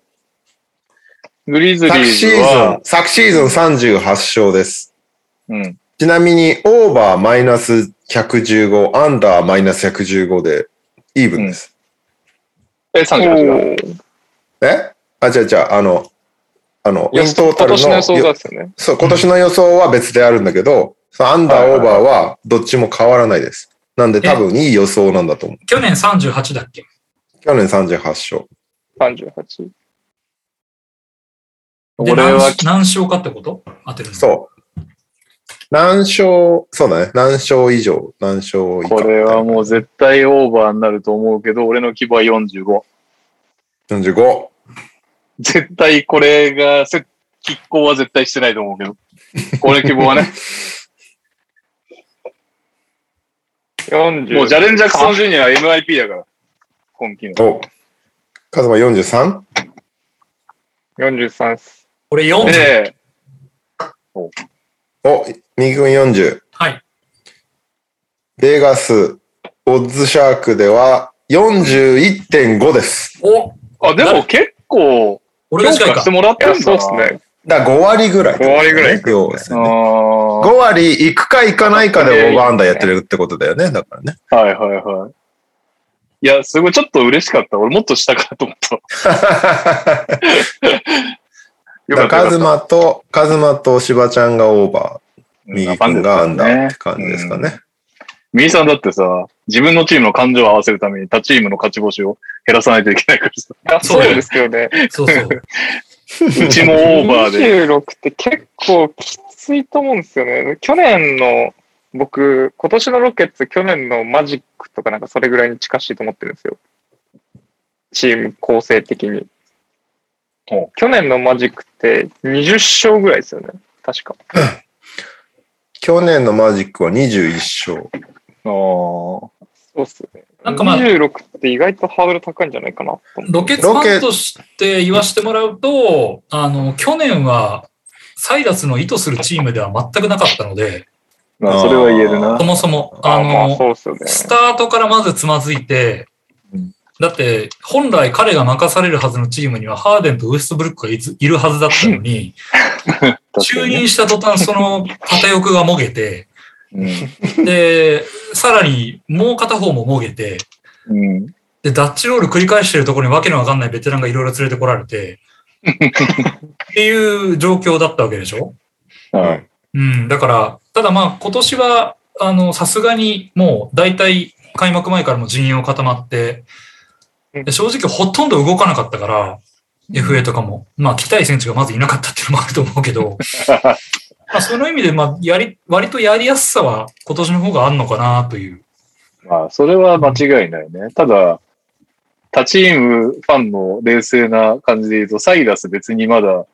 S2: グリズリ
S3: 昨シ
S2: ーズ
S3: ーズ
S2: は
S3: ン、、昨シーズン38勝です。
S2: うん。
S3: ちなみに、オーバーマイナス115、アンダーマイナス115で、イーブンです。
S2: え、
S1: お
S2: 38が。
S1: ー
S3: えあ、違う違う、あの、あの、
S1: 予
S3: 4トー
S1: 想
S3: タ
S1: 今
S3: ルの、
S1: 年の予想
S3: よ
S1: ですよね。
S3: そう、今年の予想は別であるんだけど、そのアンダ
S2: はい
S3: ー
S2: は
S3: オ
S2: い
S3: ーバーはどっちも変わらないです。なんで多分いい予想なんだと思う。
S4: 去年38だっけ
S3: 去年38勝。
S1: 38。
S4: で、
S2: 俺
S4: 何
S2: は
S4: 何勝かってこと当てるの
S3: そう。何勝、そうだね。何勝以上、何勝以下。
S2: これはもう絶対オーバーになると思うけど、俺の規模は45。
S3: 45。
S2: 絶対これが、せ拮抗は絶対してないと思うけど。俺の希望は ね。
S1: 40。
S2: もうジャレン・ジャクソン・ジュニア MIP だから。今季の。
S3: お。カズマ 43?
S1: 43です。
S4: 俺4、
S2: で、
S3: お、右軍40。
S4: はい。
S3: ベガス、オッズシャークでは41.5です。
S4: お
S2: あ、でも結構、
S4: 俺
S2: 評
S4: が近い
S2: 価
S4: か
S2: して。もらっ
S1: い
S2: て
S1: や、
S2: るんだ
S1: そう
S2: な。
S1: ですね。
S3: だから5割ぐらい、
S1: 5割ぐらいいく
S3: 要です
S2: あ
S3: よね。
S2: ー
S3: 5割行くか行かないかでオーバーアンダーやってるってことだよね。だからね。
S2: はいはいはい。いや、すごい、ちょっと嬉しかった。俺もっとしたかと思った。よか
S3: だ
S2: った
S3: から
S2: よ
S3: カ
S2: か
S3: ズ
S2: った。
S3: マと、カズマと芝ちゃんがオーバー、右君がアンダーって感じですかね。
S2: ミーさんだってさ、自分のチームの感情を合わせるために他チームの勝ち星を減らさないといけないから さ。
S1: いや、そうですよね。
S4: そうそう。
S2: うちもオーバー で。
S1: 26って結構きついと思うんですよね。去年の、僕、今年のロケッツ、去年のマジックとかなんかそれぐらいに近しいと思ってるんですよ。チーム構成的に。
S2: ほ
S1: 去年のマジックって20勝ぐらいですよね。確か。
S3: 去年のマジックは21勝。
S2: あー
S1: そうっすよね。
S4: なんかまあ
S1: 26って意外とハードル高いんじゃないかなと思って。
S4: ロケッツファンとして言わせてもらうと、あの、去年は、サイラスの意図するチームでは全くなかったので、
S2: まあ、それは言える
S3: あ
S2: な
S4: そ。もそも、あ
S1: ああまあ、
S4: の、
S1: そうっすよね。
S4: スタートからまずつまずいて
S2: うん、
S4: だって、本来彼が任されるはずのチームには、ハーデンとウエストブルックがいずいるはずだったのに、
S2: 確
S4: 就
S2: かにね。
S4: 任した途端、その 片翼がもげて、で、さらにもう片方ももげて、
S2: うん。うん
S4: で、ダッチロール繰り返してるところにわけのわかんないベテランがいろいろ連れてこられて、っていう状況だったわけでしょ
S2: は
S3: はいい。
S4: うん、だから、ただまあ今年は、あの、さすがにもう大体開幕前からも陣容固まって、で正直ほとんど動かなかったから、FA とかも、まあ来たい選手がまずいなかったっていうのもあると思うけど、まあその意味で、まあやり、割とやりやすさは今年の方があるのかなという。
S2: まあ、それは間違いないね。ただ、他チームファンの冷静な感じで言うと、サイラス別にまだ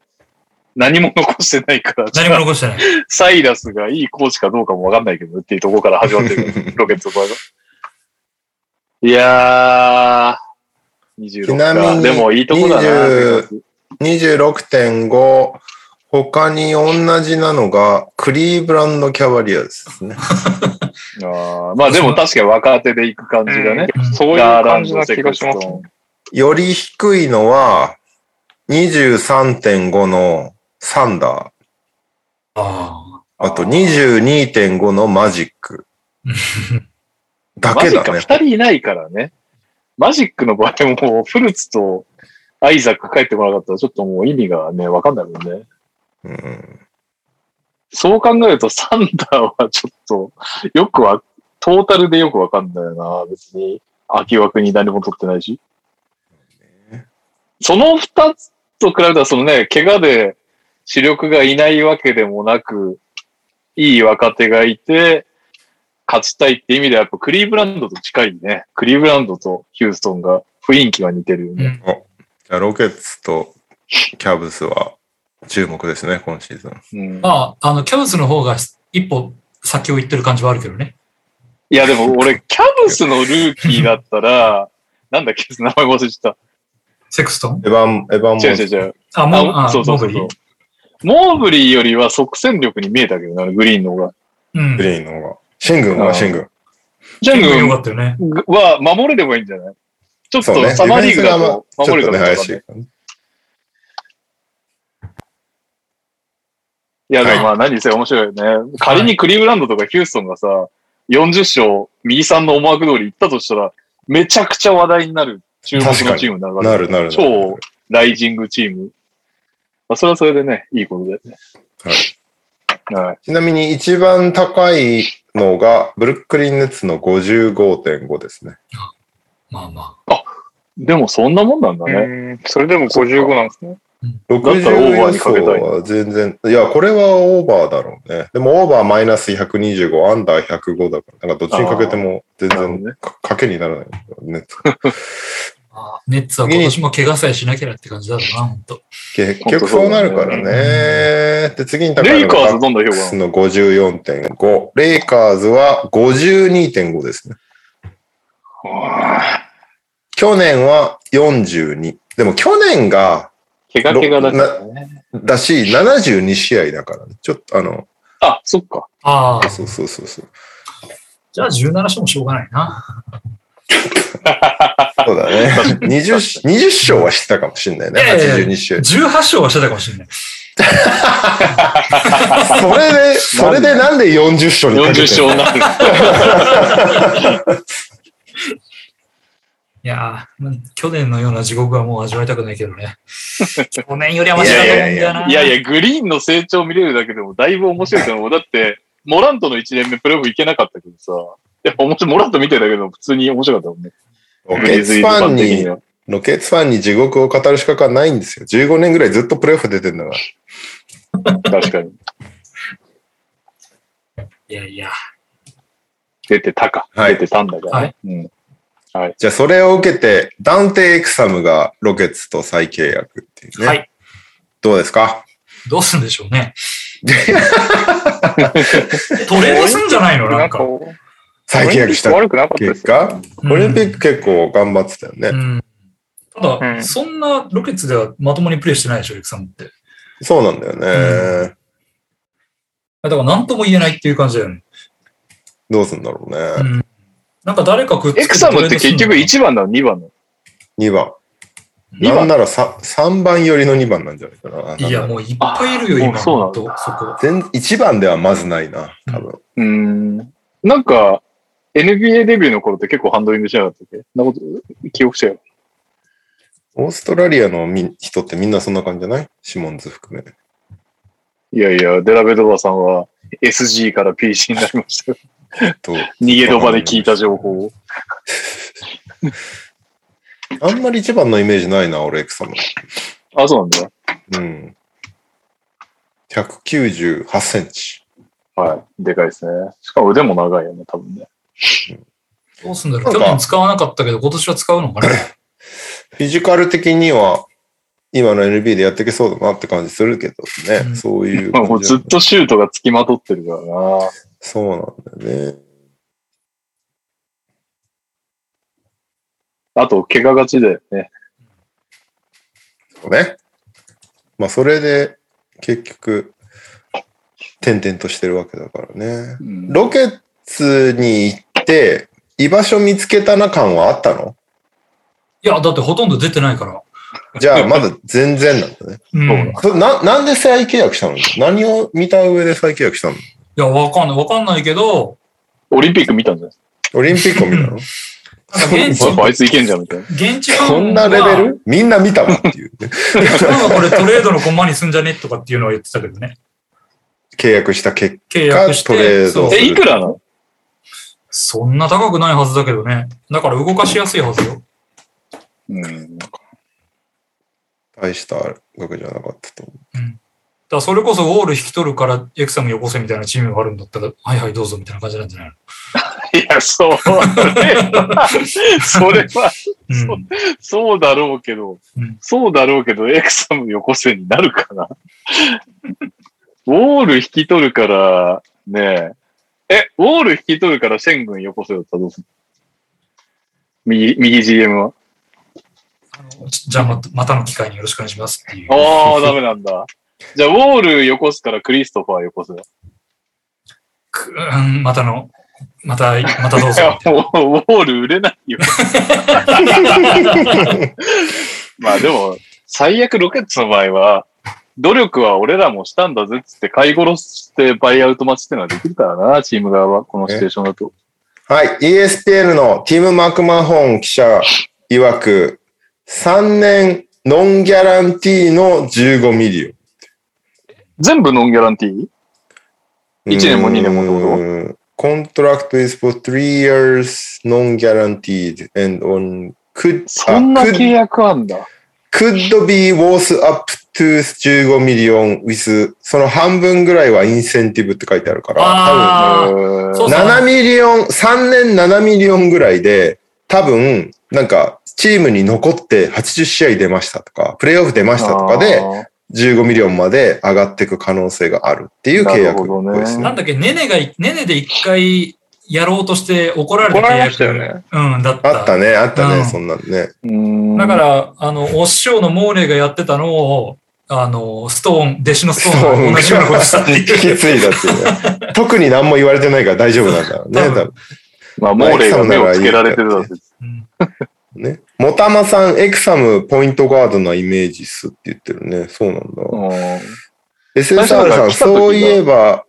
S2: 何も残してないから、
S4: 何も残してない。
S2: サイラスがいいコーチかどうかもわかんないけどっていうところから始まってるから、ロケットの場合は。いやー、
S3: ち
S2: 26
S3: なみ
S2: か。
S3: に
S2: でもいいとこだな
S3: 20、26.5。他に同じなのが、クリーブランドキャバリアーズですね。
S2: あーまあでも確かに若手で行く感じだね。
S4: うん
S1: そういう
S2: ガーラ
S1: 感
S2: ン
S1: じ
S2: ド
S1: な
S2: セ
S1: 気
S2: ク
S1: が
S2: ス
S1: し
S2: ト
S1: ます
S2: ン
S1: ね。
S3: より低いのは、23.5のサンダー。
S4: あ
S3: あと22.5のマジッ ク。だ
S2: マ
S3: け
S2: ジ
S3: だ
S2: ック
S3: ね。
S2: 2人いないからね。マジックの場合ももうフルーツとアイザック帰ってこなかったらちょっともう意味がね、わかんないもんね。
S3: うん、
S2: そう考えるとサンダーはちょっとよくは、トータルでよくわかんないよな。別に秋枠に何も取ってないし。その2つと比べたらそのね、怪我で主力がいないわけでもなく、いい若手がいて、勝ちたいって意味ではやっぱクリーブランドと近いね。クリーブランドとヒューストンが雰囲気は似てるよ
S4: う
S2: ね。
S4: ん
S3: じゃあロケッツとキャブスは注目ですね、今シーズン。
S2: うん
S4: まあ、あの、キャブスの方が一歩先を行ってる感じはあるけどね。
S2: いや、でも俺、キャブスのルーキーだったら、なんだっけ、名前忘れちゃっ
S4: セクストン
S3: エヴァン、エヴァンも
S2: た。違う違う違う。
S4: あ、もう、
S2: あ
S4: あ
S2: そうそうそう
S4: モ
S2: そ
S4: ー
S2: う
S4: ブリ。
S2: モーブリーよりは即戦力に見えたけどな、グリーンの方が。
S4: ーうん。
S3: グリーンの方が。シングン
S2: う
S3: は
S2: ん
S3: シングン。
S2: ジャン
S4: よ
S2: グ
S4: かったよね。
S2: ンは守れればいいんじゃないちょっ
S3: そう
S2: と
S3: ね。
S2: サマーリーグだ
S3: ディフ
S2: と
S3: ェンスがまあちょ
S2: 守れ
S3: っと
S2: た
S3: ね、
S2: ら
S3: 怪しいからね。
S2: いや、でもまあ何にせよ面白いよね。仮にクリーブランドとかヒューストンがさ、40勝、右さんの思惑通り行ったとしたら、めちゃくちゃ話題になる注目の
S3: 確かに
S2: チームになるわけ
S3: なるなるなる。
S2: 超ライジングチーム。まあ、それはそれでね、いいことだよね。はい。はい。
S3: ちなみに一番高いのが、ブルックリンネッツの55.5ですね。
S4: まあま
S2: でもそんなもんなんだね。
S1: うんそれでも55なんですね。
S2: らオーバー
S3: 60
S2: に
S3: 予
S2: かけたい
S3: 想は全然、いや、これはオーバーだろうね。でもオーバーマイナス125、アンダー105だから、なんかどっちにかけても全
S2: なるほど
S3: 然かかけにならないね。
S4: あ。ネッツは今年も怪我さえしなきゃって感じだろうな、本当。
S3: 結局そうなるから
S4: 本当そう
S3: ね。で、次に高
S2: レ
S3: い
S2: イ
S3: の
S2: カー
S3: が
S2: ズどんどん評価
S3: バック
S2: な
S3: ス
S2: の
S3: の54.5。レイカーズは52.5ですね。去年は42。でも去年が
S2: 怪我怪我だからね。
S3: だし、72試合だからね。ちょっとあの、
S2: あ、そっか。
S4: ああ、
S3: そうそうそうそう。
S4: じゃあ17勝もしょうがないな。
S3: そうだね。20, 20勝はしてたかもしれないね。
S4: いやいやいや
S3: 82試 合。
S4: 18勝はしてたかもしれない。
S3: それで、それでなんで40勝にかけて
S2: 40
S3: ん
S2: 勝
S3: の
S2: になる。
S4: いやーうん去年のような地獄はもう味わいたくないけ どね。去年よりはマシだと思うんだよ な。
S2: いやいや、 グリーンの成長見れるだけでもだいぶ面白いと思う。だ って、モラントの1年目プレーオフ行けなかったけどさ、やっぱ面白い、モラント見てたけど、普通に面白かったもんね。
S3: ロ
S2: グ
S3: ケ
S2: リ
S3: ッ
S2: ズ
S3: ツ
S2: リ
S3: フ
S2: ーズ
S3: ァ
S2: ファ
S3: ン
S2: ン的に
S3: に、
S2: は。
S3: ロケッツファンに地獄を語る資格はないんですよ。15年ぐらいずっとプレーオフ出てんだから。
S2: 確かに。
S4: いやいや。
S2: 出てたか。
S3: はい
S2: 出てたんだから、
S4: は
S2: ね
S4: い
S2: うん。
S3: じゃあそれを受けて、ダンテ・エクサムがロケッツと再契約っていうね。
S4: はい。
S3: どうですか
S4: どうすんでしょ うね。 トレードすんじゃないの
S1: な
S4: なんん
S1: か
S4: か。、
S3: 再契約した
S1: 悪くなかったで
S3: 結
S1: すよ。
S3: 果、オリンピック結構頑張ってたよね。
S4: うん。ただ、
S1: うん
S4: そんなロケッツではまともにプレイしてないでしょ、エクサムって。
S3: そうなんだよね。
S4: だから何とも言えないっていう感じだよね。
S3: どうすんだろうね。
S4: うん。なんか誰かくっつけ
S2: エクサムって結局
S4: 一
S2: 1番なの ?2 番なの
S3: 2番。
S2: 二番
S3: なんなら 3, 三番寄りの2番なんじゃないかな。
S4: いや、もういっぱいいるよ、
S2: あ
S4: 今。
S2: そうなん
S4: ほんとそこ。
S3: 全1番ではまずないな、多分。
S2: うーん。なんか、NBA デビューの頃って結構ハンドリングしなかったっけそんなこと、記憶しちゃう。
S3: オーストラリアのみ人ってみんなそんな感じじゃないシモンズ含め。
S2: いやいや、デラベドバさんは SG から PG になりま したよ。
S3: と
S2: 逃げドバで聞いた情報を。
S3: あんまり1番のイメージないな、俺、エクサム。
S2: あ、そうなんだ。
S3: うん。198センチ。
S2: はい。でかいですね。しかも腕も長いよね、多分ね。
S4: どうすんだろ
S3: なん
S4: う。
S3: か
S4: 去年使わなかったけど、今年は使う のかな。
S3: フィジカル的には、今の NB でやっていけそうだなって感じするけどね。
S4: うん
S3: そういう
S2: まあ
S3: 感
S2: もう
S3: じ
S2: ず
S3: だ
S2: っとシュートがつきまとってるからな。
S3: そうなんだよね。
S2: あと、怪我がちだよね。
S3: そうね。まあ、それで、結局、転々としてるわけだからね。
S2: うん
S3: ロケッツに行って、居場所見つけたな感はあったの
S4: いや、だってほとんど出てないから。
S3: じ ゃあ、まだ全然なんだね。
S4: うん。
S2: そう
S4: い
S3: それな、なんで再契約したの何を見た上で再契約したの
S4: や、わかんない。わかんないけど、
S2: オリンピック見たんじゃない
S3: オリンピックを見たの
S4: なんか現地
S2: やっ、ぱあいついけんじゃんみたいな。
S4: 現地ファンは
S3: そんなレベルみんな見たわっていうね、
S4: なんかこれトレードの駒にすんじゃねとかっていうのは言ってたけどね。
S3: 契約した結果。
S4: 契約して。
S3: トレード
S4: そう
S2: え、いくらなの
S4: そんな高くないはずだけどね。だから動かしやすいはずよ。
S2: うん。
S3: 大した額じゃなかったと思
S4: だからそれこそウォール引き取るからエクサムよこせみたいなチームがあるんだったら、はいはいどうぞみたいな感じなんじゃない
S2: いや、そう。それは、それは
S4: のうん。
S2: そうだろうけど、
S4: うん
S2: そうだろうけど、エクサムよこせになるかな。 ウォール引き取るから、ねえ。え、ウォール引き取るからシェン軍よこせよったらどうする右、右 GM は。
S4: あのじゃあま、またの機会によろしくお願いしますっていう。
S2: ああ、ダメなんだ。じゃあ、ウォールよこすからクリストファーよこせよ。
S4: くうん、またの、また、またどう
S2: いや
S4: ぞ。
S2: もう、ウォール売れないよ。まあでも、最悪ロケッツの場合は、努力は俺らもしたんだぜっつって、買い殺してバイアウト待ちってのはできるからな、チーム側は、このシチュエーションだと。
S3: はい、ESPN のティム・マクマホン記者曰く、3年ノンギャランティーの15ミリオン。
S2: 全部ノンギャランティー一年も二年もってこと
S3: もコントラクト is for three years non-guaranteed and on could,
S2: そんな
S3: あ
S2: 契
S3: could,
S2: 約あんだ。
S3: could be worth up to 15 million with その半分ぐらいはインセンティブって書いてあるから、多
S4: あー
S2: うん
S4: そう
S3: 分7ミリオン、3年7ミリオンぐらいで、多分、なんか、チームに残って80試合出ましたとか、プレイオフ出ましたとかで、15ミリオンまで上がっていく可能性があるっていう契約ですね
S4: なんだっけ、ネネが、ネネで一回やろうとして怒られた
S1: 怒
S4: 契
S1: られま
S4: 約
S1: したよね。
S4: うん、だった。
S3: あったね、あったね、
S4: うん
S3: そんなんね。
S2: うん
S4: だから、あの、お師匠のモーレーがやってたのを、あの、ストーン、弟子のストーンが同じようなことしたって
S3: 引
S4: いう。
S3: き継いだっていうね。特に何も言われてないから大丈夫なんだろうね。
S4: 多
S3: 多
S4: 分
S3: 分
S2: まあ、モーレーが目をつけられてるだろうし
S4: うん
S3: ね。もたまさん、エクサム、ポイントガードなイメージっすって言ってるね。そうなんだ。
S2: うん。最
S3: SSR
S2: 初だか
S3: さ
S2: ら
S3: ん、
S2: 来た時が
S3: そういえば、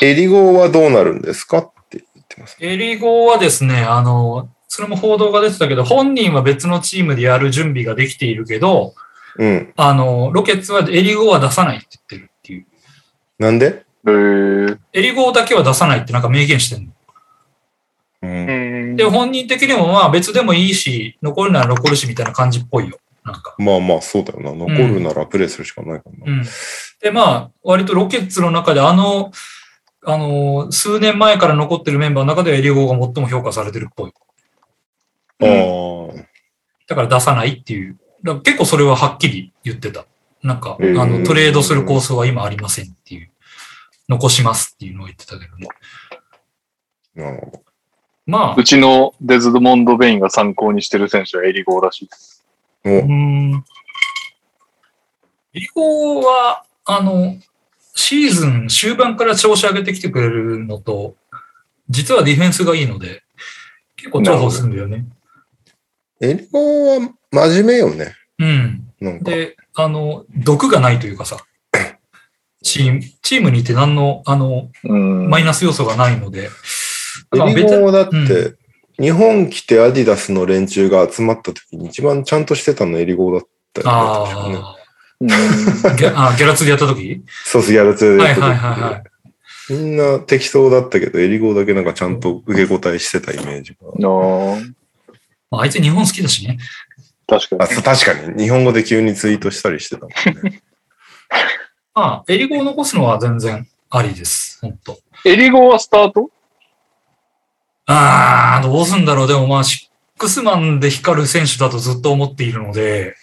S3: エリゴはどうなるんですかって言ってます。
S4: エリゴはですね、あの、それも報道が出てたけど、本人は別のチームでやる準備ができているけど、
S3: うん。
S4: あの、ロケッツはエリゴは出さないって言ってるっていう。
S3: なんで
S2: へー
S4: エリゴだけは出さないってなんか明言してるの。
S3: う。
S1: うんん。
S4: で、本人的にもまあ別でもいいし、残るなら残るしみたいな感じっぽいよ。なんか。
S3: まあまあ、そうだよな。残るならプレイするしかないか
S4: う
S3: な。
S4: ん。で、まあ、割とロケッツの中であの、あの、数年前から残ってるメンバーの中ではエリゴが最も評価されてるっぽい。
S3: ああ。
S4: だから出さないっていう。だから結構それははっきり言ってた。なんか、あ
S3: へー
S4: の、トレードする構想は今ありませんっていう。残しますっていうのを言ってたけどね。
S3: なるほど。
S4: まあ、
S2: うちのデズモンド・ベインが参考にしてる選手はエリゴーらしいです。
S4: うーん。エリゴは、あの、シーズン終盤から調子上げてきてくれるのと、実はディフェンスがいいので、結構重宝するんだよね。
S3: エリゴは真面目よね。
S4: うん。
S3: なんか。
S4: で、あの、毒がないというかさ、チーム、チームにいて何の、あの、
S2: うん
S4: マイナス要素がないので、
S3: エ
S4: だから
S3: リ
S4: ベテラン
S3: ゴはだって、
S4: う
S3: 日本来てアディダスの連中が集まった時に一番ちゃんとしてたのエリゴだったよね。確かね
S4: ああ、ギャあギャラツでやった時
S3: そうそう、ギャラツで
S4: は
S3: や
S4: い
S3: った時、
S4: はいはいはい。
S3: みんな適当だったけど、エリゴだけなんかちゃんと受け答えしてたイメージが。
S2: あ
S4: まああいつ日本好きだしね。
S2: あ確か
S3: あ、そう確かに。日本語で急にツイートしたりしてたも んね。
S4: まあ、エリゴを残すのは全然ありです。本当
S2: に。エリゴはスタート
S4: ああ、どうすんだろう。でもまあ、シックスマンで光る選手だとずっと思っているので、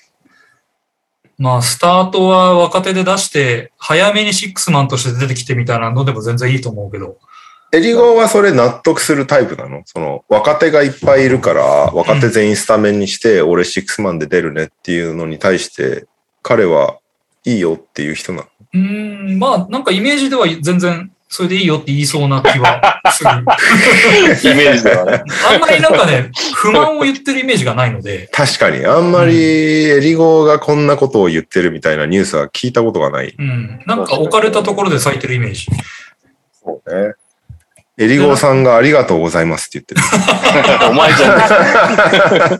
S4: まあ、スタートは若手で出して、早めにシックスマンとして出てきてみたいなのでも全然いいと思うけど。
S3: エリゴはそれ納得するタイプなのその、若手がいっぱいいるから、若手全員スタメンにして、俺シックスマンで出るねっていうのに対して、彼はいいよっていう人なの。
S4: うーん、まあ、なんかイメージでは全然、それでいいよって言いそうな気はする。
S2: イメージではね。
S4: あんまりなんかね、 不満を言ってるイメージがないので、
S3: 確かに、あんまりエリゴがこんなことを言ってるみたいなニュースは聞いたことがない。
S4: うん、なんか置かれたところで咲いてるイメージ。
S3: そうね。エリゴさんがありがとうございますって言ってる。
S2: お前じゃない。
S4: なんか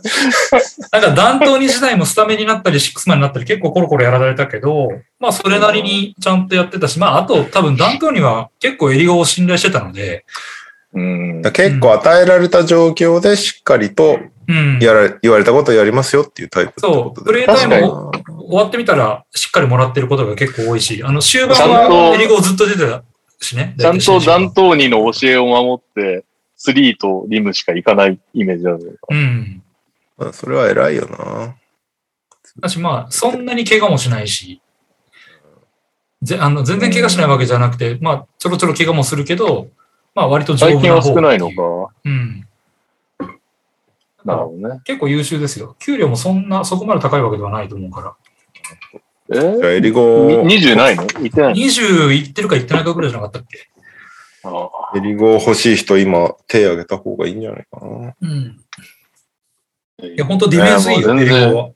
S4: ダントーニ時代もスタメンになったり、シックスマンになったり、結構コロコロやられたけど、まあそれなりにちゃんとやってたし、まああと多分ダントーニは結構エリゴを信頼してたので、
S2: うん
S3: だ。から結構与えられた状況でしっかりと
S4: うん。
S3: やられ、言われたことをやりますよっていうタイプってこ
S4: そ
S3: と
S4: う、プレイ
S3: で。
S4: タイム
S2: 確
S4: を終わってみたら、しっかりもらってることが結構多いし、あの終盤
S2: ちゃん
S4: は
S2: と
S4: エリゴずっと出てたしね。
S2: ちゃんと
S4: 大体
S2: ダントーニの教えを守って、スリーとリムしか行かないイメージある。
S4: うん。
S3: まあそれは偉いよな。
S4: だしまあ、そんなに怪我もしないし、ぜあの全然怪我しないわけじゃなくて、まあ、ちょろちょろ怪我もするけど、まあ、割と丈夫
S2: 最
S4: な方
S2: 近は少ないの
S4: ってう
S2: か。
S4: うん。
S2: なるほどね。
S4: 結構優秀ですよ。給料もそんな、そこまで高いわけではないと思うか
S2: えー
S4: ら。
S3: じゃあ、エリゴ、
S2: に20ないのいってないの
S4: 20いってるかいってないかぐらいじゃなかったっけ
S2: ああ
S3: エリゴ欲しい人今手挙げた方がいいんじゃないかな。
S4: うん。いや、本当ディフェンスいいよ、
S2: ねもう全然
S4: 英語は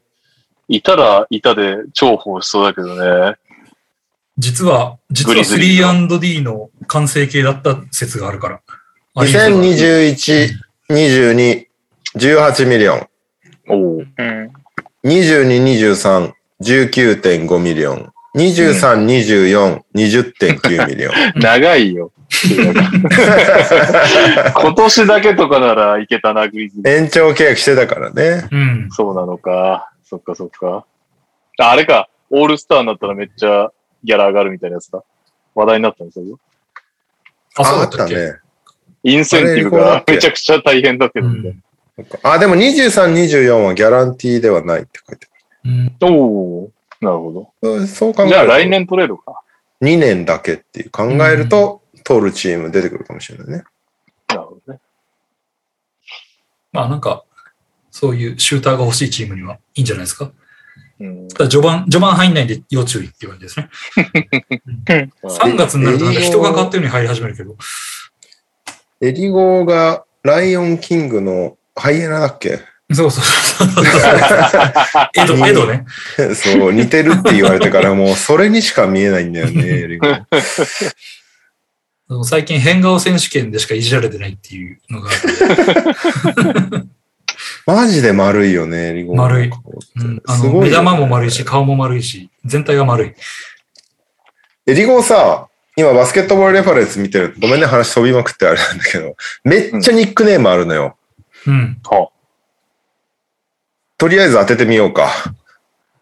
S4: い
S2: たらいたで重宝しそうだけどね。
S4: 実は、実
S2: グ
S4: は
S2: リズリー
S4: 3&D の完成形だった説があるから。ありがとう
S3: 2021、22、18ミリオン。
S2: おお。
S1: うん。
S3: 22、23、19.5ミリオン。23、24、20.9ミリ オン。
S2: 長いよ。 今年だけとかならいけたな、グリズリー。
S3: 延長契約してたからね。
S4: うん。
S2: そうなのか。そっかそっか。ああれか。オールスターになったらめっちゃギャラ上がるみたいなやつだ。話題になったんですよ。
S4: あ、そうだ
S3: あ
S4: ったっけ。
S3: ね。
S2: インセンティブがめちゃくちゃ大変だけ
S4: う
S2: どね。
S4: ん。
S3: あ、でも23、24はギャランティーではないって書いて
S4: うん
S2: おおーなるほ
S3: ある。そう考え
S2: ど。
S3: ると。
S2: じゃあ来年トレードか。
S3: 2年だけっていう考えると、通るチーム出てくるかもしれないね。
S2: なるほどね。
S4: まあなんか、そういうシューターが欲しいチームにはいいんじゃないですか。
S2: うん
S4: ただ序盤、序盤入んないんで要注意っていう感じですね。3月になるとなんか人が変わったように入り始めるけど。
S3: エリゴーがライオンキングのハイエナだっけ
S4: そうそうそう そう。エド、エドね。
S3: そう、似てるって言われて からもうそれにしか見えないんだよね、エリゴー。
S4: あの最近変顔選手権でしかいじられてないっていうのがある。
S3: マジで丸いよね、エリゴー。
S4: 丸いうん、あの、目
S3: よね
S4: 玉も丸いし、顔も丸いし、全体が丸い。
S3: エリゴーさ、今バスケットボールレファレンス見てる。ごめんね、話飛びまくってあれなんだけど、めっちゃニックネームあるのよ。
S4: うん。
S3: とりあえず当ててみようか。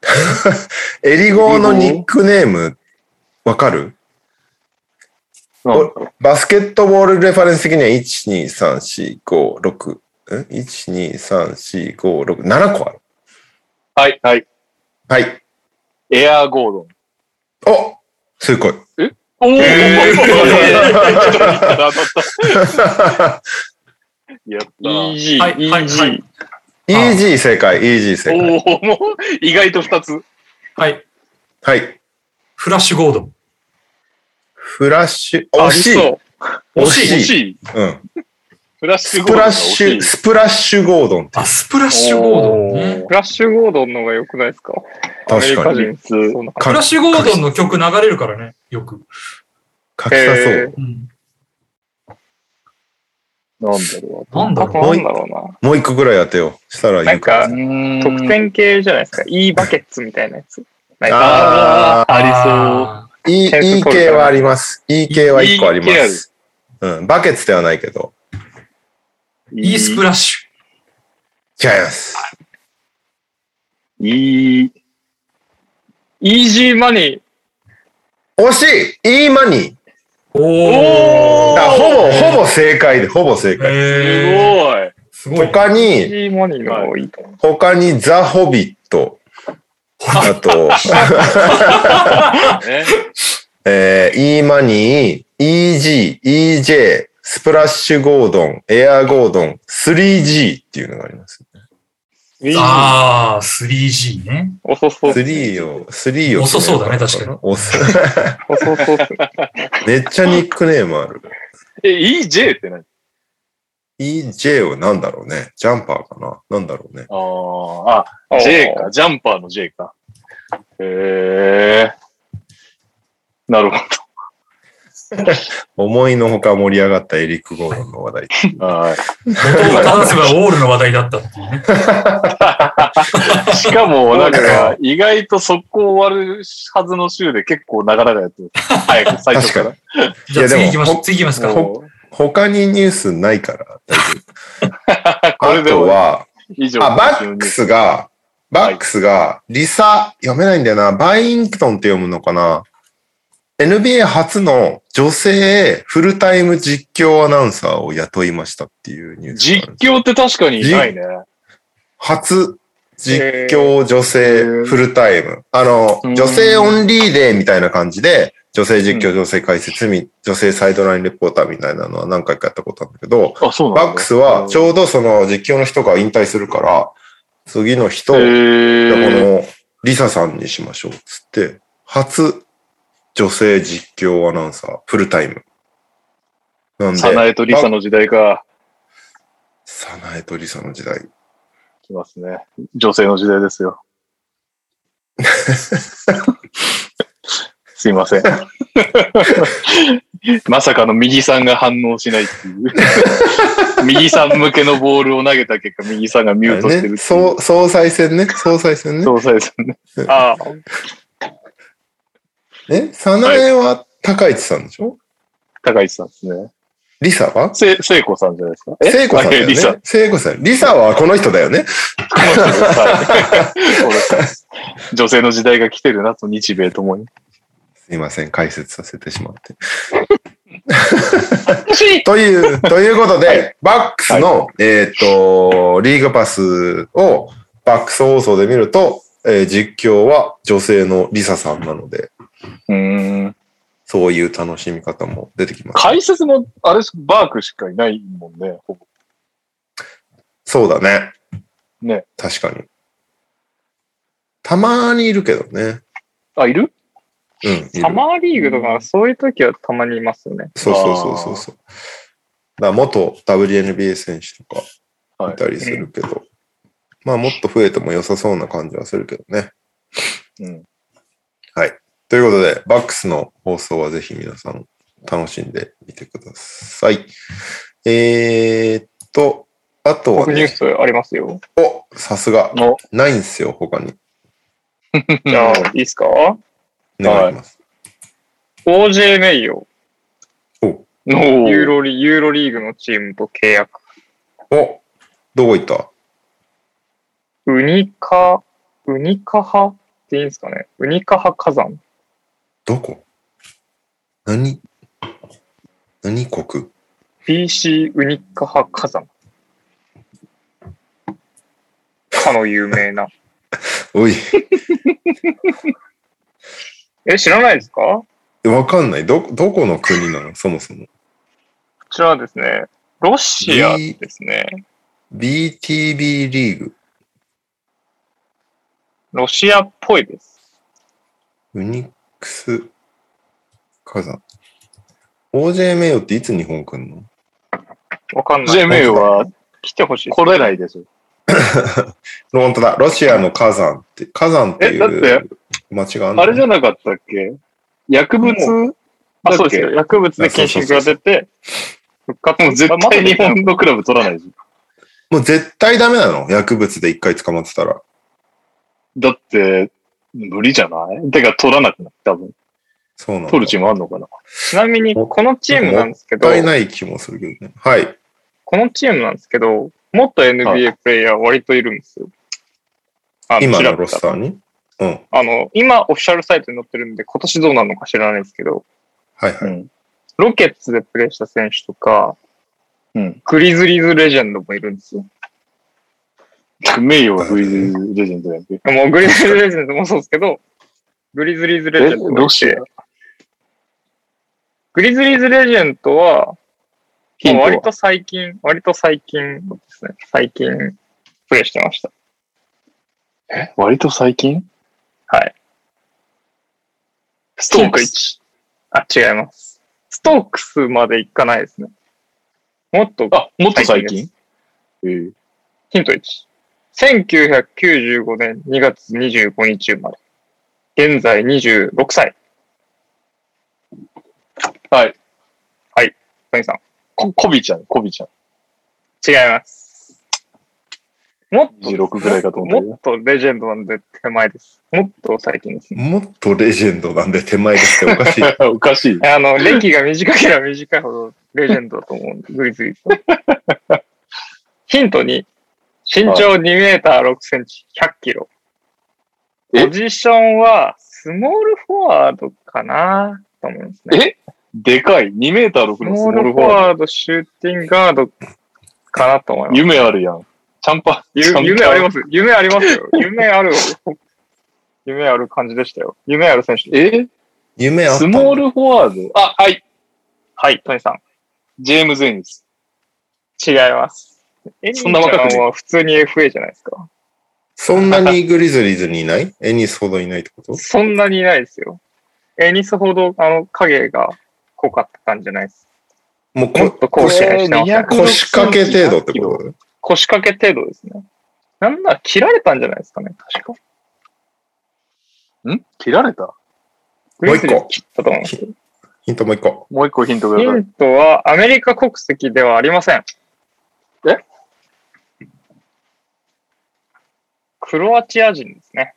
S3: エリゴーのニックネーム、わかる
S2: なんだ
S3: バスケットボールレファレンス的には、1、2、3、4、5、6、ん ?1、2、3、4、5、6、7個ある。
S2: はい、はい。
S3: はい。
S2: エアーゴードン。
S3: おすごい。
S2: おお、
S3: えー
S2: やった。
S6: EG、
S4: はいはいは
S6: EG
S4: い。
S3: イージー正解、イージー正解。
S2: おお、もう意外と2つ。
S4: はい。
S3: はい。
S4: フラッシュゴードン。
S3: フラッシュ、
S2: あ
S3: 惜
S2: り
S3: しい。
S2: そう。
S3: 惜
S2: 惜
S3: しい。
S2: しい。
S3: うん。
S2: フラッシ
S3: ス
S2: ュゴー
S3: プ
S2: ルド
S3: ラ
S2: が
S3: ッ
S2: 惜
S3: シ
S2: しい
S3: ュ、スプラッシュゴードンって
S4: あ、スプラッシュゴードンね。
S1: フラッシュゴードンの方が良くないですか
S3: 確か
S1: ア
S3: に。
S1: メリカ人そうな
S4: フラッ
S3: か
S4: シュゴードンの曲流れるからね、よく。
S3: 書きたそう。
S4: うん。
S2: なんだろ
S4: なんだ
S1: あと
S4: ろ
S1: なんだろうな。
S3: もう一個ぐらい当てよう。したら言うから
S2: う。
S1: な
S2: ーん
S1: 得点系じゃないですか。いいバケッツみたいなやつ。ない
S2: あ
S4: う。
S1: か
S2: ーあ
S3: いい、
S1: 点数
S3: いい
S1: 取る
S3: 系
S1: かな
S3: はあります。いい系は一個あります。うん、バケツではないけど。
S2: りそう。
S4: いいスプラッシ
S3: 違います。
S2: いい。
S1: イージーマニー。
S3: 惜しいいいマニー
S4: ュ。お
S2: おー
S3: だからほぼ、ほぼ正解で、ほぼ正解。
S2: す
S4: えー、
S2: ごい。
S4: すごい。
S3: 他
S1: イージ
S3: に、
S1: ーマニーの方がいいと思う。
S3: 他にザ・ホビット。あと、
S2: ね
S3: えー、イーマニー、EG、EJ、スプラッシュゴードン、エアゴードン、3G っていうのがあります。
S1: イージー
S4: ああ、3G ね。
S1: 遅そう。
S3: 3を、3を。
S4: 遅そうだね確かに
S3: 遅。
S1: 遅そうっすね。
S3: めっちゃニックネームある。
S2: え、EJ って何
S3: EJ は何だろうね。ジャンパーかななんだろうね。
S2: あーあ、J か、ジャンパーの J か。へえ。なるほ
S3: 思いのほか盛り上がったエリック・ゴードンの話題。
S2: ど。はい。
S4: 音を正せばオールの話題だったっていうね。
S2: しかも、なんか、意外と速攻終わるはずの週で結構長々やってる。早く、最初から。
S4: じゃあ
S3: いやで
S4: 次
S3: も
S4: 行きましょう。次行きますか。
S2: もう
S3: 他にニュースないから大丈
S2: こ
S3: 夫。
S2: れ
S3: あ
S2: で
S3: と
S2: 終わ
S3: は、
S2: り以上。
S3: あ、バックスが、バックスが、リサ、読めないんだよな。バインクトンって読むのかな ?NBA 初の女性フルタイム実況アナウンサーを雇いましたっていうニュースがあ
S2: 実
S3: る。
S2: 況って確かにないね。
S3: 初実況女性フルタイム。あの、
S2: うん
S3: 女性オンリーデーみたいな感じで、女性実況、女性解説、み女性サイドラインレポーターみたいなのは何回かやったことあるんだけど、
S2: あ、そうなんだ。
S3: バックスはちょうどその実況の人が引退するから、次の人、
S2: へ
S3: じゃあこ
S2: ー
S3: の、リサさんにしましょう。つって、初女性実況アナウンサー、フルタイム。なんで、
S2: サナエとリサの時代か。
S3: サナエとリサの時代。
S2: 来ますね。女性の時代です よ。すいません。まさかの右さんが反応しないっていう。 右さん向けのボールを投げた結果、右さんがミュートしてるっていう
S3: ね、総総裁選ね、総裁選ね。
S2: そうそうですね。
S1: ああ、
S3: え、サナエは高市さんでしょ
S2: 高市さんですね。
S3: リサは
S2: せ、聖子さんじゃないですか。え
S3: 聖子さんだ
S2: あい
S3: よ
S2: や
S3: ね
S2: リサ。
S3: 聖子さん。リサはこの人だよね。
S2: この人ですはいそうです女性の時代が来てるなと、日米ともに。
S3: すいません、解説させてしまって。
S1: 欲しい
S3: という、ということで、バックスの、えーっ、と、リーグパスをバックス放送で見ると、えー実況は女性のリサさんなので、
S2: うーん。
S3: そういう楽しみ方も出てきます。
S2: 解説も、あれです、バークしかいないもんね、ほぼ。
S3: そうだね。
S2: ね。
S3: 確かに。たまにいるけどね。
S2: あ、いる
S3: うん。いる
S1: サマーリーグとか、そういう時はたまにいますよね。
S3: そうそうそうそうそう。だから元 WNBA 選手とか
S2: はい
S3: いたりするけど、まあもっと増えても良さそうな感じはするけどね。
S2: うん
S3: はい。ということで、バックスの放送はぜひ皆さん楽しんでみてください。えー、っと、あとは
S1: 僕ニュー
S3: ね、
S1: スありますよ。
S3: お、さすが、
S2: お
S3: ないんすよ、他に。
S1: じゃあ、いいですか
S3: お願いします。
S1: ?OJ メイを
S2: お
S1: ユー
S2: ー
S1: ロリ、ユーロリーグのチームと契約。
S3: お、どこ行った
S1: ウニカ、ウニカ派っていいんですかねウニカ派火山。
S3: どこ何何国
S1: PC ウニカ派火山。かの有名な。
S3: おい。
S1: え、知らないですかこ
S3: わかんない。ど、どこの国なのそもそも。
S1: ちらはですね、ロシアですね。
S3: BTB リーグ。
S1: ロシアっぽいです。
S3: ウニックス、火山。OJ 名誉っていつ日本来んの
S1: わかんない。
S2: JMA は
S1: 来てほしい。
S2: 来れないですよ。
S3: 本当だ。ロシアの火山って、火山ってい
S2: えだっ
S3: う街がある
S2: あれじゃ
S3: ん
S2: なかったっけ薬物
S1: あ、そうですよ。
S2: だっ
S1: 薬物で禁止が出て、復活
S2: けもう絶対日本のクラブ取らないし。
S3: もう絶対ダメなの薬物で一回捕まってたら。
S2: だって、無理じゃないてか取らなくなった。多分。
S3: そうなの。
S2: 取るチームあんのかな
S1: ちなみに、このチームなんですけ
S3: も
S1: ど
S3: っ、たいない気もするけどね。はい。
S1: このチームなんですけど、元
S2: は
S1: NBA プレイヤー割といるんですよ。あ
S3: 今
S1: ちらっ
S3: の
S1: と
S3: ロスターにうん。
S1: あの、今オフィシャルサイトに載ってるんで、今年どうなるのか知らないですけど、
S3: はいはい。
S1: ロケッツでプレーした選手とか、
S2: うん
S1: グリズリーズレジェンドもいるんですよ。
S2: 名誉はグリズリーレジェンドやんけ。
S1: もうグリズリーズレジェンドもそうですけど、グリズリーズレ
S2: え
S1: ジェンド、
S2: ロシア
S1: グリズリーズレジェンドは、
S2: ヒント
S1: まあ
S2: は
S1: 割と最近、割と最近ですね。最近、プレイしてました。
S2: 割と最近
S1: はい。
S2: ストーク
S1: ヒント一あ、違います。ストークスまでいかないですね。もっと、
S2: あ、もっと最
S1: 最近
S2: 近
S1: で
S2: えー
S1: ヒント1。1995年2月25日生まれ。現在26歳。
S2: はい。
S1: トニーさん。
S2: こコビちゃん、コビちゃん。
S1: 違います。もっと、
S2: 16ぐらいかと思ったけ
S1: もっとレジェンドなんで手前です。もっと最近ですね。
S3: もっとレジェンドなんで手前ですってお かしい。
S2: どおかしい。
S1: あの、歴が短ければ短いほどレジェンドだと思うんで、グリズリーズのヒント2。身長2メーター6センチ、100キロ。
S2: え
S1: ポジションは、スモールフォワードかなと思いますね。
S2: えでかい。2メーター6
S1: ス
S2: のスモ
S1: モー
S2: ー
S1: ル
S2: ルフ
S1: フォ
S2: ォワー
S1: ワード、シューティングガードかなと思い
S2: ド。
S1: ます。
S2: 夢あるやん。チャンパ、
S1: ゆ
S2: チャンパ
S1: 夢あります。夢 ありますよ。夢ある。夢ある感じでしたよ。夢ある選手。
S2: え
S3: 夢あった
S2: ス
S3: んだ
S2: モールフォワードあ、はい。
S1: はい、トニさん。
S2: ジェームズ・エニス。
S1: 違います。エニーち
S2: そんな若くね
S1: ゃんは普通に FA じゃないですか。
S3: そんなにグリズリーズにいないエニスほどいないってこと
S1: そんなにいないですよ。エニスほど、あの、影が濃かったんじゃないです。
S3: もう
S1: もっ
S3: こと
S1: 甲子園してましたね
S2: これ
S3: 腰掛け程度ってこと
S1: 腰掛け程度ですね。なんなら切られたんじゃないですかね、確か。
S2: ん切られた
S1: グリズリーズ切ったと思うんですけど。
S3: ヒントもう一個。
S2: もう一個ヒントくだ
S1: ヒ
S2: さい。
S1: ントは、アメリカ国籍ではありません。
S2: え
S1: クロアチア人ですね。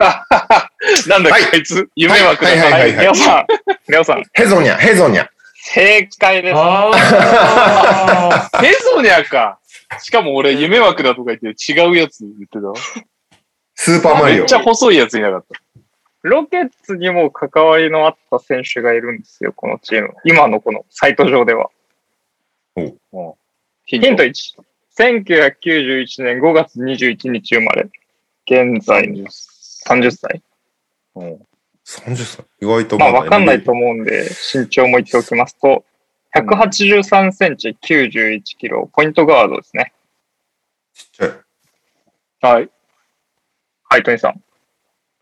S2: なんだっけ、あいつ夢はください。
S3: はいはいはい
S1: レオさん、レオさん、
S3: ヘゾニャ、ヘゾニャ。
S1: 正解です。
S4: ああ。
S2: ヘソニャか。しかも俺、夢枠だとか言って違うやつ言って
S3: スーパー
S2: た。
S3: マリ
S2: め
S3: オ
S2: っち。ゃ細いやついなかった。
S1: ロケッツにも関わりのあった選手がいるんですよ、このチーム。今のこのサイト上では。
S2: ヒ
S1: ヒント1。1991年5月21日生まれ。現在30歳。
S3: 30歳。意外と
S1: まあ
S3: だ
S1: わかんないと思うんで、身長も言っておきますと、183センチ91キロ、ポイントガードですね。
S3: ちっちゃい
S2: はい。
S1: はい、トニーさん。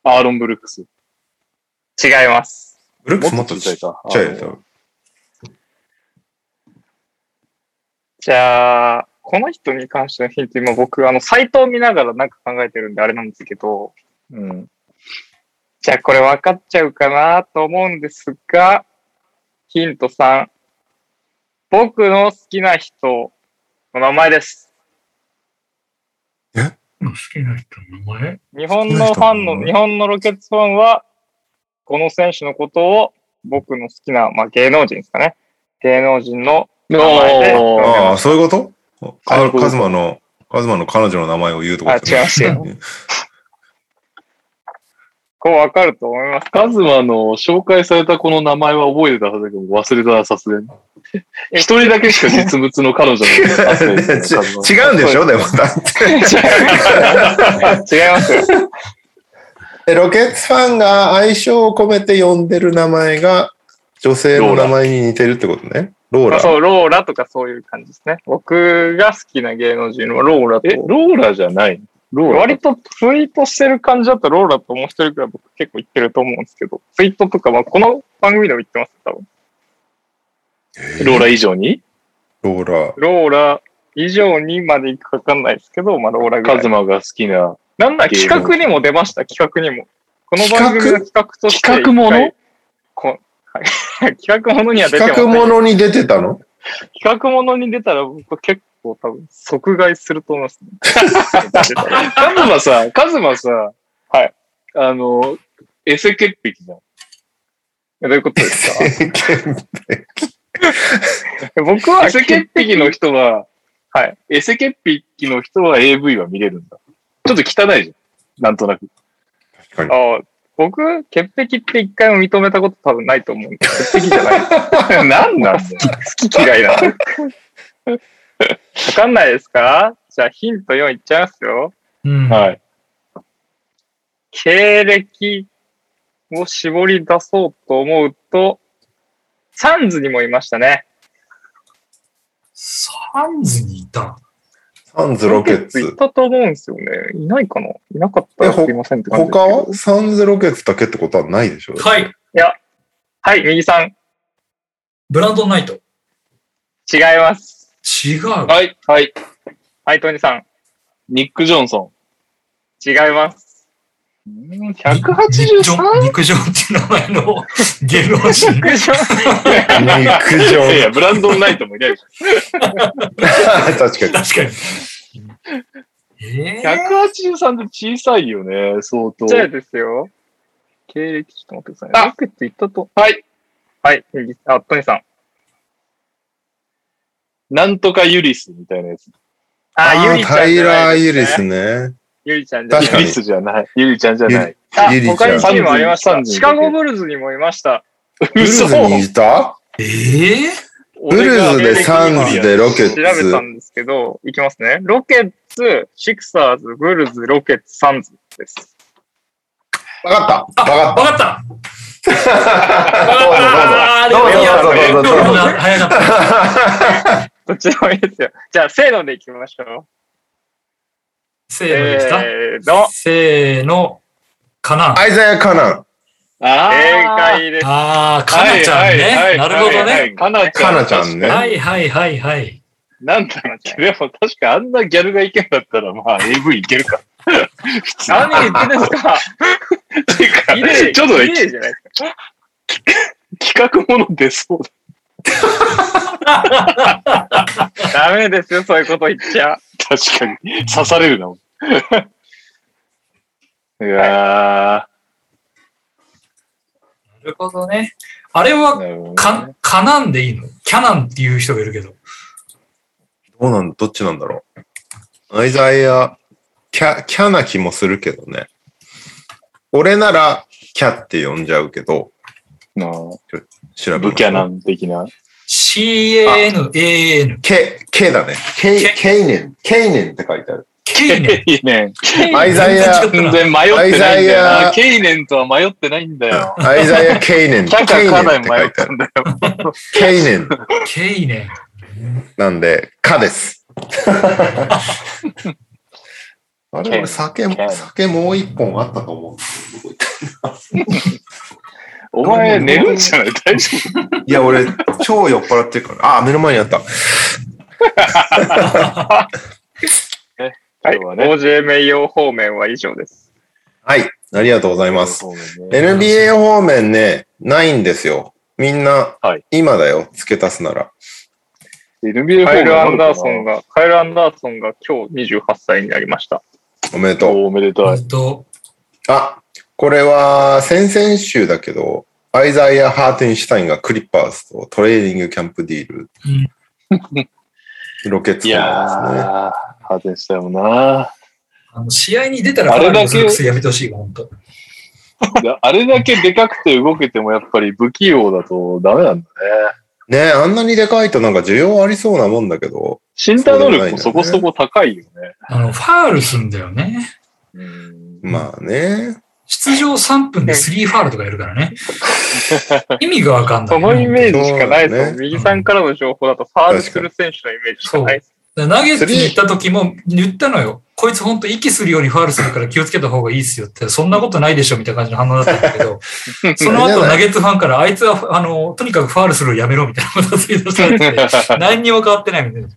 S2: アーロン・ブルックス。
S1: 違います。
S3: ブルックスもっとちっち
S2: か。
S3: ゃいよ、多分。
S1: じゃあ、この人に関してのヒント、今僕、あの、サイトを見ながらなんか考えてるんであれなんですけど、
S2: うん。
S1: じゃあこれ分かっちゃうかなと思うんですが、ヒント3。僕の好きな人の名前です。
S4: 好きな人の名前
S1: 日本
S3: 好きな
S1: のファン
S3: 人なの
S1: の、日本のロケッツファンは、この選手のことを、僕の好きな、まあ、芸能人ですかね。芸能人の名前で、
S2: おー
S3: ああ、そういうこと
S2: そう
S3: か
S2: いうこと
S3: カズマの、カズマの彼女の名前を言うとこ
S1: あ、違
S3: とじゃ
S1: い
S3: な
S1: ますよ。 こう分かると思 います。
S2: カズマの紹介されたこの名前は覚えてたはずだけど、忘れたな、さすがに。一人だけしか実物の 彼女の汗
S3: い
S2: で
S3: ち
S2: すねカズ
S3: 違うんでしょでも、だって。
S1: 違いますよ。
S3: えロケッツファンが愛称を込めて呼んでる名前が、女性の名前に似てるってことね。ロー
S1: まあ、
S3: ラ。
S1: そう、ローラとかそういう感じですね。僕が好きな芸能人はローラ
S2: マえ、
S1: と、
S2: ローラじゃないローラ。
S1: 割とツイートしてる感じだったらローラともう一人くらい僕結構言ってると思うんですけど、ツイートとか、まあ、この番組でも言ってます、多分。
S2: ローラ以上に
S3: ロー ラ。
S1: ローラ以上にまでいくかわかんないですけど、まあ、ローラぐらい
S2: カズマが好きな。
S1: なんだ、企画にも出ました、企画にも。この番組の企画として。
S2: 企画もの
S1: 一回こ 企画ものには出て
S3: 企
S1: ます、
S3: 画ものに出てたの
S1: 企画ものに出たら僕は結構多分即買いすると思い ます、ね。
S2: カズマさ、カズマさ、
S1: はい。
S2: あの、エセ潔癖じゃん。
S1: どういうことですか 僕
S2: エ
S1: は
S2: セ潔癖の人は、
S1: はい。
S2: エセ潔癖の人は AV は見れるんだ。ちょっと汚いじゃん。なんとなく。
S3: 確かに。
S1: あ僕、潔癖って一回も認めたこと多分ないと思うんで、潔癖じゃない。
S2: なんなんだ よ。
S1: 好き嫌いな。わかんないですかじゃあヒント4いっちゃいますよ。
S4: うん。
S2: はい。
S1: 経歴を絞り出そうと思うと、サンズにもいましたね。
S4: サンズにいた。
S3: サンズロケッ
S1: い
S3: ツ。
S1: たと思うんですよね。いないかないなかった
S3: え
S1: ら
S3: ほ
S1: すいませんって感じですけ
S3: 他
S1: ど
S3: はサンズロケッツだけってことはない でしょ
S4: はい。
S1: はい、右さん。
S4: ブランドンナイト。
S1: 違います。
S4: 違う。
S2: はい。はい。
S1: はい、トニーさん。
S2: ニック・ジョンソ
S1: 違います。
S2: ン。
S4: 肉肉ジョンっていう名前の芸能人。
S1: 陸上
S3: 肉
S2: いやい
S3: 上。
S2: や、ブランドン・ナイトもいないでしょ。
S3: 確かに。
S4: 確かに。えー、
S2: 183で小さいよね、相当。
S1: じゃあですよ。経歴ちょっと待ってくださいね。
S2: あ
S1: ロケット行ったと。
S2: はい。
S1: はい、右あ、トニーさん。
S2: なんとかユリスみたいなやつ。
S1: あ、ゆりちゃん
S3: タイ
S1: じゃ
S3: ラ
S1: な
S3: ー・
S1: い
S3: ユ
S1: で
S3: リ
S1: す
S3: ス
S1: ね。
S3: ね。
S1: ゆりちゃんじゃない
S2: ユ
S3: 確かに
S2: リスじゃない。ユリちゃんじゃない。
S1: あ
S3: ゆりちゃん
S1: 他にチームありまし
S2: サ
S1: た。
S2: ンズ
S1: シカゴブルズにもいました。
S3: ブルーズにいた
S4: えー、
S3: ブルーズでサンズでロケッ
S1: 調べた
S3: ツ。
S1: んですけど、いきますね。ロケッツ、シクサーズ、ブルーズ、ロケッツ、サンズです。
S3: わかった。わ
S4: あ、わ
S3: かっ
S4: かったあーでもいいや
S1: どうぞ
S3: どうぞどうぞ
S4: でもな早かった。
S1: どっちでもいいですよ。じゃあ、せーのでいきましょう。
S4: せーのでした、
S1: せーの。
S4: せーの、かな。
S3: アイザヤ・カナン。
S2: あ
S1: 正解です。
S4: ああ、かなちゃんね。なるほどね。。
S2: かなちゃ
S3: カ
S2: ん。
S3: ナちゃんね。
S4: はいはいはいはい。
S2: なんだっけ、でも確かあんなギャルがいけんだったら、まあ AV いけるか。
S1: 何言ってんですか
S2: ていうか
S1: 綺麗
S2: ちょっと
S1: 綺
S2: ね、
S1: 麗じゃないですか。
S2: 企画もの出そうだ。
S1: ダメですよ、そういうこと言っちゃ。
S2: 確かに。刺される な。いや
S4: なるほどね。あれ
S2: ー。
S4: は、
S2: なるほどね
S4: か、かなんでいいのキャナンっていう人がいるけど。
S3: どうなん、どっちなんだろう。アイザイア、キャ、キャな気もするけどね。俺なら、キャって呼んじゃうけど、
S2: の
S3: 調べましょう
S2: ブキャナ。ン的な。
S4: CANAN。
S3: ケ、ケだね。ケ、ケイネン。ケイネンって書いてある。
S4: ケイネ
S2: ケイネン。
S4: ン。
S3: アイザイア
S4: 全然
S2: 全
S4: 違ったな
S2: 然迷ってないんだ
S3: アイザ
S2: よ
S3: イ
S2: な
S3: ア。
S2: ケイネンとは迷ってないんだよ。
S3: アイザイア・ケイネン。
S2: キ
S3: ケ
S2: ャ
S3: イ
S2: カ
S3: ネ
S2: か
S3: ンっ
S2: なり
S3: て書
S2: 迷っ
S3: いて
S2: た
S3: ある。
S2: んだよ。
S3: ケイネン
S4: ケイネン。
S3: なんで、カ です。
S2: ケイネン
S3: あれ、俺酒
S2: ケイネン
S3: も、酒もう一本あったと思う。
S2: お前寝るんじゃない大丈夫
S3: いや、俺、超酔っ払ってる から。あ、目の前にあった。
S1: はい。
S2: 今日はね
S1: OJ 名誉方面は以上です。
S3: はい。ありがとうございます。
S2: そうね
S3: NBA 方面ね、ないんですよ。みんな
S2: はい、
S3: 今だよ。付け足すなら。
S2: NBA
S1: カイル・
S2: 方
S1: ア
S2: 面
S1: ンダーソンが、カイル・アンダーソンが今日28歳になりました。
S3: おめでとう。
S2: おめでたい。
S4: えっと、
S3: あ、これは先々週だけど、アイザイア・ハーテンシュタインがクリッパーズとトレーニングキャンプディール。 ロケッツ
S2: い
S3: と
S2: やー、
S3: なんですね。
S2: ハーテンしたよな。
S4: あの試合に出たらファウルをする癖やめてほしいわ、ほんと。
S2: あれだけでかくて動けてもやっぱり不器用だとダメなんだね。
S3: ねえあんなにでかいとなんか需要ありそうなもんだけど、
S2: 身体能力もそこそこ高いよね。
S4: あの、ファウルすんだよね。
S2: うん
S3: まあね。
S4: 出場3分で3ファウルとかやるからね。意味がわかんないね、
S1: そのイメージしかない
S3: そうだ
S1: です
S3: ね
S1: 右さんからの情報だと、ファールする選手のイメージしかないです。
S4: だからナゲッツに行った時も言ったのよ。こいつ本当息するようにファウルするから気をつけた方がいいっすよって、そんなことないでしょみたいな感じの反応だったんだけ ど、その後ナゲッツファンから、あいつは、あの、とにかくファウルするのやめろみたいなことをツイートされて、 何にも変わってないみたいな。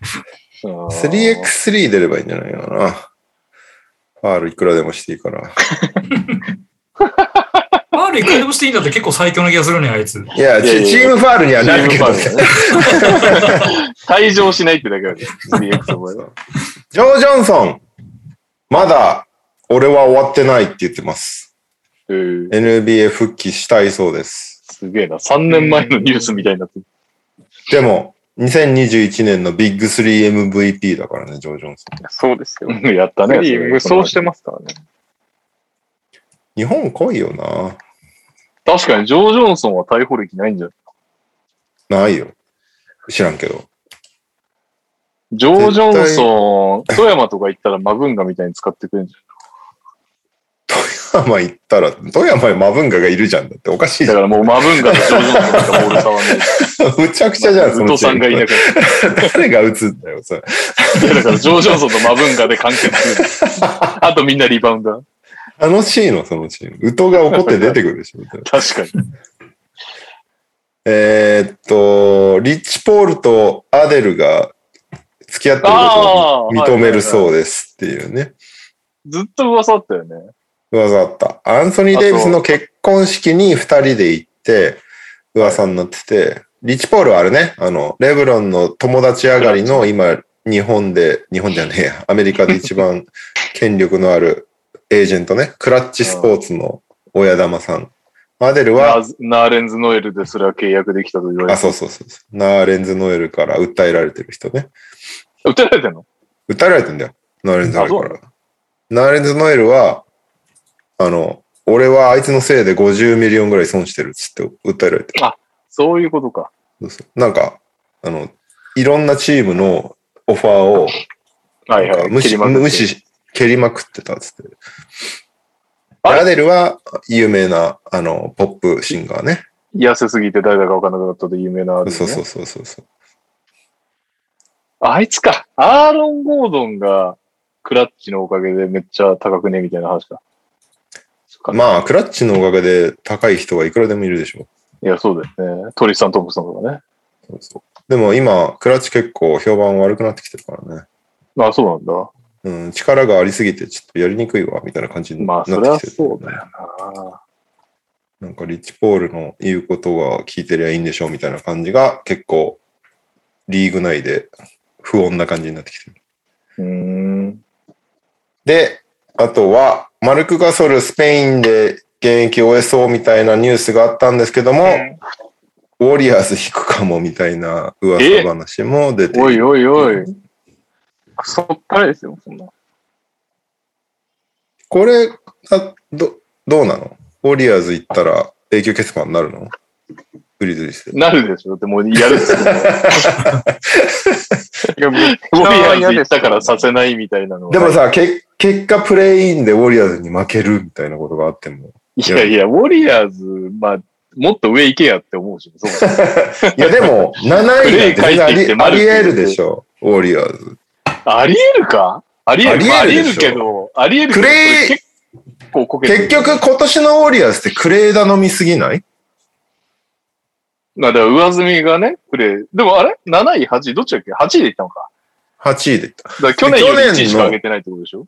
S3: 3x3 出ればいいんじゃないかな。ファールいくらでもしていいから。
S4: ファウルいくらでもしていいんだって結構最強な気がするね、あいつ。
S3: いや、
S2: いやいや
S3: チチームファールには
S2: チ
S3: な
S2: ー
S3: る
S2: ム
S3: け
S2: フ
S3: ど
S2: ァ
S3: ね。
S2: ウルだね。 退場しないってだけだね。3X 覚えた
S3: ジョー・ジョンソン、まだ俺は終わってないって言ってます。
S2: うん
S3: NBA 復帰したいそうです。
S2: すげえな。3年前のニュースみたいになってる。
S3: でも、2021年のビッグ 3MVP だからね、ジョー・ジョンソン。
S1: そうですよ。
S2: うんやったね。
S1: スリー無双してますからね。
S3: 日本来いよな。
S2: 確かに、ジョー・ジョンソンは逮捕歴ないんじゃない
S3: ないよ。知らんけど。
S2: ジョー・ジョンソン、富山とか行ったらマブンガみたいに使ってくれるんじ
S3: 富山行ったら、富山へマブンガがいるじゃんだっておかしい
S2: ゃん。だ
S3: じゃ
S2: からもうマブンガとジョー・ジョンソンしかボール触ん ない。
S3: ん。むちゃくちゃじゃん、
S2: 武藤さんがいなくて。
S3: 誰が打つんだよ、それ。
S2: だから、ジョー・ジョンソンとマブンガで完結す る。あとみんなリバウンダー。
S3: 楽しいの、そのチーム。ウトが怒って出てくるでしょ。
S2: 確かに。
S3: えーっと、リッチ・ポールとアデルが付き合ってることを認めるそうですっていうね。
S2: ずっと噂だったよね。
S3: 噂あった。アンソニー・デイビスの結婚式に二人で行って、噂になってて、リッチ・ポールはあれね、あの、レブロンの友達上がりの今、日本で、日本じゃねえや、アメリカで一番権力のあるエージェントね、クラッチスポーツの親玉さん。アデルは、
S2: ナーナーレンズ・ノエルですら契約できたと言われ
S3: あ、
S2: て。
S3: そうそうそうそう、ナーレンズ・ノエルから訴えられてる人ね。
S2: 打てられてんの
S3: 訴えられてんだよ。ナーレンズ・ノエルか
S2: あ
S3: ら。ナーレンズ・ノエルは、あの、俺はあいつのせいで50ミリオンぐらい損してるっつって訴えられてる
S2: そういうことか。
S3: そうそうなんか、あの、いろんなチームのオファーを
S2: はい
S3: な
S2: は
S3: んか
S2: い。
S3: 無
S2: 切り
S3: 視、
S2: まくって
S3: 無視し、蹴りまくってたっつって。
S2: あれ
S3: ラデルは有名な、あの、ポップシンガーね。
S2: 痩せすぎて誰だか分かんなくなったで有名なアーティスト
S3: そう
S2: ね
S3: そうそうそうそう。
S2: あいつか。アーロン・ゴードンがクラッチのおかげでめっちゃ高くねみたいな話だ。そっか
S3: まあ、クラッチのおかげで高い人はいくらでもいるでしょ
S2: いや、そうだよね。トリスタン・トンプソンとかね。
S3: そうそうでも今、クラッチ結構評判悪くなってきてるからね。
S2: まあ、そうなんだ。
S3: うん、力がありすぎてちょっとやりにくいわ、みたいな感じに
S2: ま
S3: な
S2: あ
S3: ってきて
S2: そ
S3: る、
S2: れはそうだよな。
S3: なんかリッチ・ポールの言うことが聞いてりゃいいんでしょうみたいな感じが結構リーグ内で不穏な感じになってきてる。
S2: うーん。
S3: で、あとはマルク・ガソルスペインで現役終えそうみたいなニュースがあったんですけども、
S1: うん
S3: ウォリアーズ引くかもみたいな噂話も出て
S2: おいおいおい。
S5: そっからですよ、そんな。
S3: これあど、どうなのウォリアーズ行ったら永久欠番になるのグリズリースで。
S2: なるでしょ。だってもうやるっすよ。
S5: いや、もう、
S2: ウォリアーズ行
S5: で
S2: ったからさせないみたいなのは。
S3: でもさ、け結果プレイインでウォリアーズに負けるみたいなことがあっても、
S2: いやいや、ウォリアーズ、まあ、もっと上行けやって思うし、 そうだね
S3: いや、で も、7位なんて全然あ
S2: プレイ帰ってきて
S3: り
S2: マ
S3: あ
S2: ル
S3: り
S2: チ
S3: 得るでしょ、ウォリアーズ。
S2: ありえるかありえるまあ
S3: あ
S2: あ
S3: り
S2: り
S3: え
S2: え
S3: るで
S2: る
S3: しょ
S2: けど、ありえるけど、
S3: クレイ
S2: 結構こけてる
S3: 結局、、今年のウォリアーズってクレーダ飲みすぎない
S2: まあ、だから上積みがね、プレイ。でもあれ ?7 位、8位、どっちだっけ ?8 位でいったのか。
S3: ?8 位でいった。
S2: だから去年より
S3: 去年の
S2: 1位しか上げてないってことでしょ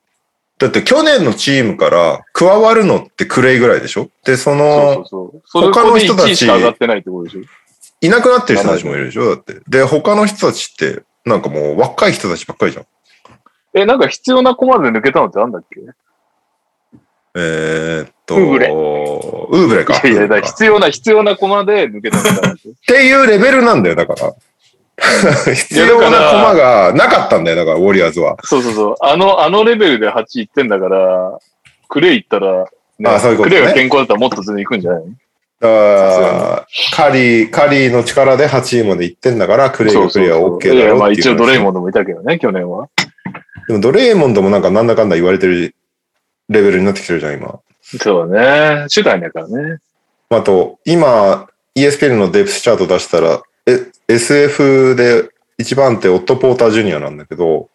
S3: だって去年のチームから加わるのってクレイぐらいでしょで、そ
S2: そうそ
S3: の
S2: う、そう。それ
S3: 他の人
S2: ここで
S3: たち
S2: 1位しか上がってないってことでしょ
S3: いなくなってる人たちもいるでしょだって。で、他の人たちって、なんかもう若い人たちばっかりじゃん。
S2: え、なんか必要な子まで抜けたのってなんだっけ
S3: えーっと、
S1: ウーブレ
S3: ウーブレか。
S2: いやいや、だから
S3: っ
S2: 必要な、必要な駒で抜けたんだなって。い
S3: ていうレベルなんだよ、だから。必要な駒がなかったんだよ、だから、ウォリアーズは。
S2: そうそうそう。あの、あのレベルで8位いってんだから、クレイ行ったら、ね
S3: あそういうことね
S2: クレイが健康だったらもっと全然行くんじゃない
S3: だ
S2: さ
S3: からカリー、カリーの力で8位まで行ってんだから、クレイ
S2: そ
S3: が
S2: う
S3: ク
S2: そう
S3: レイは
S2: そう
S3: OK だ
S2: いやいや
S3: よ
S2: まあ
S3: っていう
S2: 一応ドレイモンドもいたけどね、去年は。
S3: でもドレイモンドもなんかなんだかんだ言われてるレベルになってきてるじゃん、今。
S2: そうね。手段だからね。
S3: あと、今、ESPN のデプスチャート出したら、え SF で一番手、オット・ポーター・ジュニアなんだけど、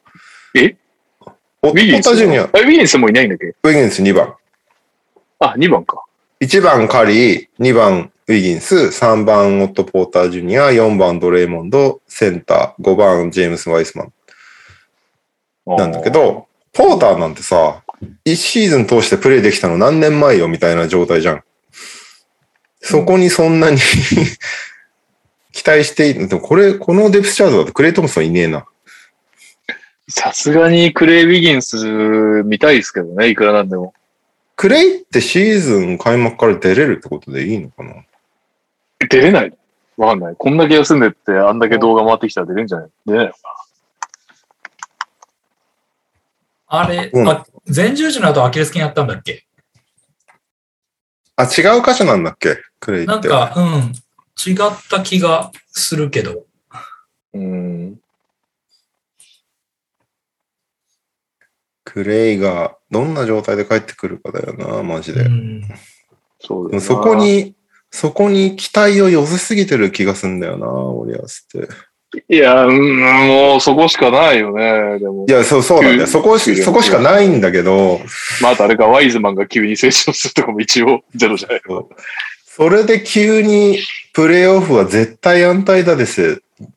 S2: え
S3: オット・
S2: ウ
S3: ポ
S2: ィギン
S3: ー
S2: ス
S3: ター・
S2: も。
S3: ジュニア、ウ
S2: えウィギンスもいないんだっけ
S3: ィギンス2番。
S2: あ、2番か。
S3: 1番カリー、2番ウィギンス、3番オット・ポーター・ジュニア、4番ドレイモンド、センター、5番ジェームス・ワイスマン。なんだけど、ポーターなんてさ、1シーズン通してプレイできたの何年前よみたいな状態じゃん。そこにそんなに 期待していい、でもこれ、このデプスチャートだとクレイ・トムソンいねえな。
S2: さすがにクレイ・ウィギンス見たいですけどね、いくらなんでも。
S3: クレイってシーズン開幕から出れるってことでいいのかな
S2: 出れないわかんない。こんだけ休んでって、あんだけ動画回ってきたら出れんじゃない出れないのか
S4: あれ、
S3: うん
S4: あ前十字の後アキレス腱やったんだっけ
S3: あ、違う箇所なんだっけクレイって。
S4: なんか、うん、違った気がするけど。
S2: うん。
S3: クレイがどんな状態で帰ってくるかだよな、マジ
S4: う
S3: で。
S4: ん、
S2: そうだ
S3: で
S2: よな
S3: もそこ。に、そこに期待を寄せすぎてる気がすんだよな、オリアスって。
S2: いや、うん、もうそこしかないよね。でも
S3: い。や、そう、そうなん
S2: う
S3: だよ。
S2: ん
S3: そこ
S2: う
S3: し、
S2: ん
S3: そこしかないんだけど、
S2: まあ、あとあれか、ワイズマンが急に成長するとかも一応ゼロじゃない。
S3: それで急にプレイオフは絶対安泰だですっ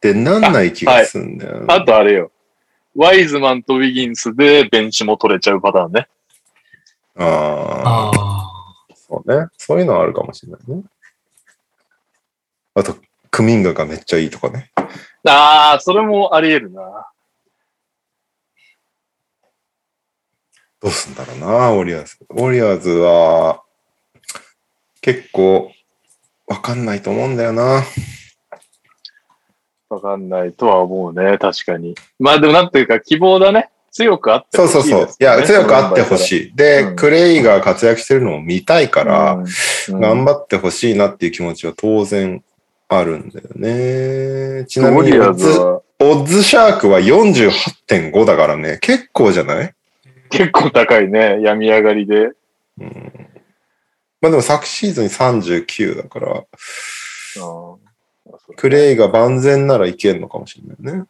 S3: てなんない気がすんだよ、ね
S2: あとあれよ。ワイズマンとウィギンスでベンチも取れちゃうパターンね。
S3: ああ、
S4: ああ。
S3: そうね。そういうのはあるかもしれないね。あと、クミンガがめっちゃいいとかね。
S2: ああ、それもあり得るな。
S3: どうすんだろうな、ウォリアーズ。ウォリアーズは、結構、わかんないと思うんだよな。
S2: わかんないとは思うね、確かに。まあでもなんていうか希望だね。強くあって
S3: そう
S2: ほしい
S3: そうそう。い
S2: ですね
S3: や、強くあってほ
S2: い
S3: しい。で、
S2: うん
S3: クレイが活躍してるのを見たいか、
S2: からうん
S3: 頑張ってほしいなっていう気持ちは当然あるんだよね。ち
S2: ウ
S3: な
S2: ォ
S3: みに
S2: リ
S3: オ
S2: アー
S3: ッ
S2: ズ
S3: ズ、
S2: は
S3: オッズシャークは48.5だからね。結構じゃない
S2: 結構高いね、病み上がりで
S3: うんまあでも昨シーズン39だから、クレイが万全ならいけんのかもしれないね。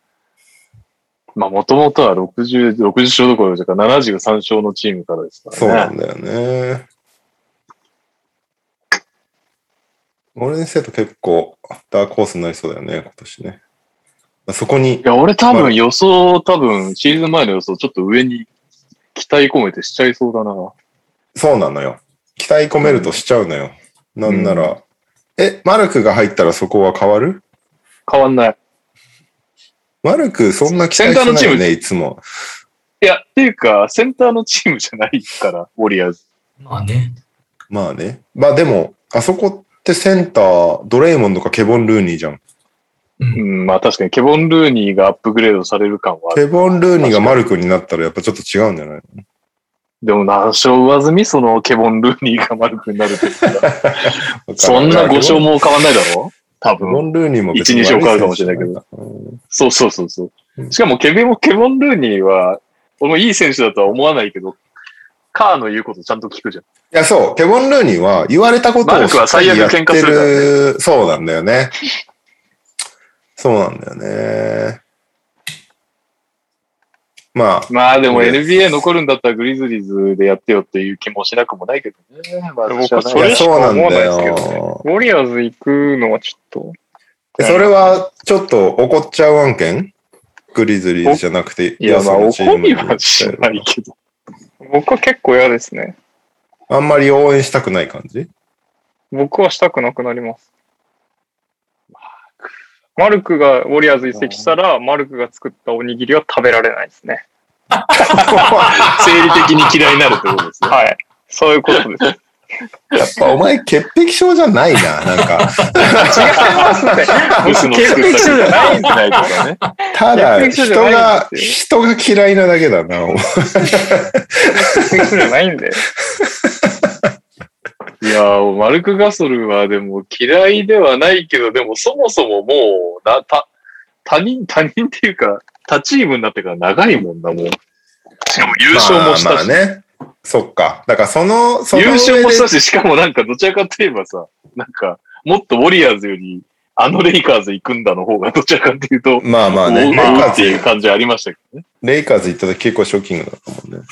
S2: まあ、もともとは60、60勝どころじゃか、73勝のチームからですからね。
S3: そうなんだよね。オールデンステート結構、ダークホースになりそうだよね、今年ね。まあそこに
S2: い、や、俺多分予想、多分シーズン前の予想、ちょっと上に期待込めてしちゃいそうだな。
S3: そうなのよ。期待込めるとしちゃうのよ。なんなら、え、マルクが入ったらそこは変わる
S2: 変わんない。
S3: マルク、そんな期待しないよね、いつも。
S2: いや、っていうか、センターのチームじゃないから、ウォリアーズ。
S4: まあね。
S3: まあね。まあでも、あそこってセンター、ドレイモンドかケボン・ルーニーじゃん。
S2: うん、まあ確かにケボン・ルーニーがアップグレードされる感はある。
S3: ケボン・ルーニーがマルクになったらやっぱちょっと違うんじゃない
S2: でも何勝上積み、そのケボン・ルーニーがマルクになるって言ったらそんな5勝。も変わんないだろ多
S3: ケボ
S2: 分。
S3: ン・ルーニーも別に
S2: 一二勝変わるかもしれないけど
S3: うん。
S2: そうそうそうそう。しかもケビン、ケボン・ルーニーは、俺もいい選手だとは思わないけど、カーの言うことちゃんと聞くじゃん。
S3: いや、そう。ケボン・ルーニーは言われたこと
S2: マ
S3: を
S2: ルクは最悪喧嘩するからね
S3: やってるそうなんだよね。そうなんだよね。まあ、
S2: まあでも
S3: ね
S2: NBA 残るんだったらグリズリーズでやってよっていう気もしなくもないけどね。まあ
S1: 僕
S2: 私はない
S3: いや
S1: それしか
S3: そうなんだ
S1: 思わないですけ
S3: よ。
S1: ウォリアーズ行くのはちょっと。
S3: えそれはちょっと怒っちゃう案件グリズリーズじゃなくて、
S2: いや、まあ
S3: よそのチ
S2: 怒
S3: ームに
S2: りはしないけど。
S1: 僕は結構嫌ですね。
S3: あんまり応援したくない感じ
S1: 僕はしたくなくなります。マルクがウォリアーズ移籍したら、マルクが作ったおにぎりは食べられないですね。
S2: 生理的に嫌いになるってことです ね。
S1: はい。そういうことです。違い
S3: やっぱお前潔癖症じゃないな、なんか。
S1: ますね。
S2: ブス
S1: 僕、
S2: の
S1: 潔
S2: 作
S1: 癖
S2: った
S1: 症じゃない
S2: りないとかね。
S3: ただ、
S1: 潔癖症
S3: 人
S1: じゃない
S3: が
S1: ん、です
S3: 人が嫌いなだけだな、お前
S1: 潔癖症じゃないん で。
S2: いやー、マルク・ガソルはでも嫌いではないけど、でもそもそももう、な、た、他人、他人っていうか、他チームになってから長いもんだもん。しかも優勝もした
S3: まあ
S2: し、
S3: まあね。そっか。だからその、その
S2: 優勝もし
S3: 上
S2: たし、しかもなんかどちらかといえばさ、なんか、もっとウォリアーズより、あのレイカーズ行くんだの方がどちらかっていうと、
S3: でまあまあね。
S2: お
S3: レ
S2: う
S3: イカ
S2: おう
S3: ー
S2: っていう
S3: ズ、
S2: 感じありましたけどね。
S3: レイカーズ行った時結構ショッキングだったもんね。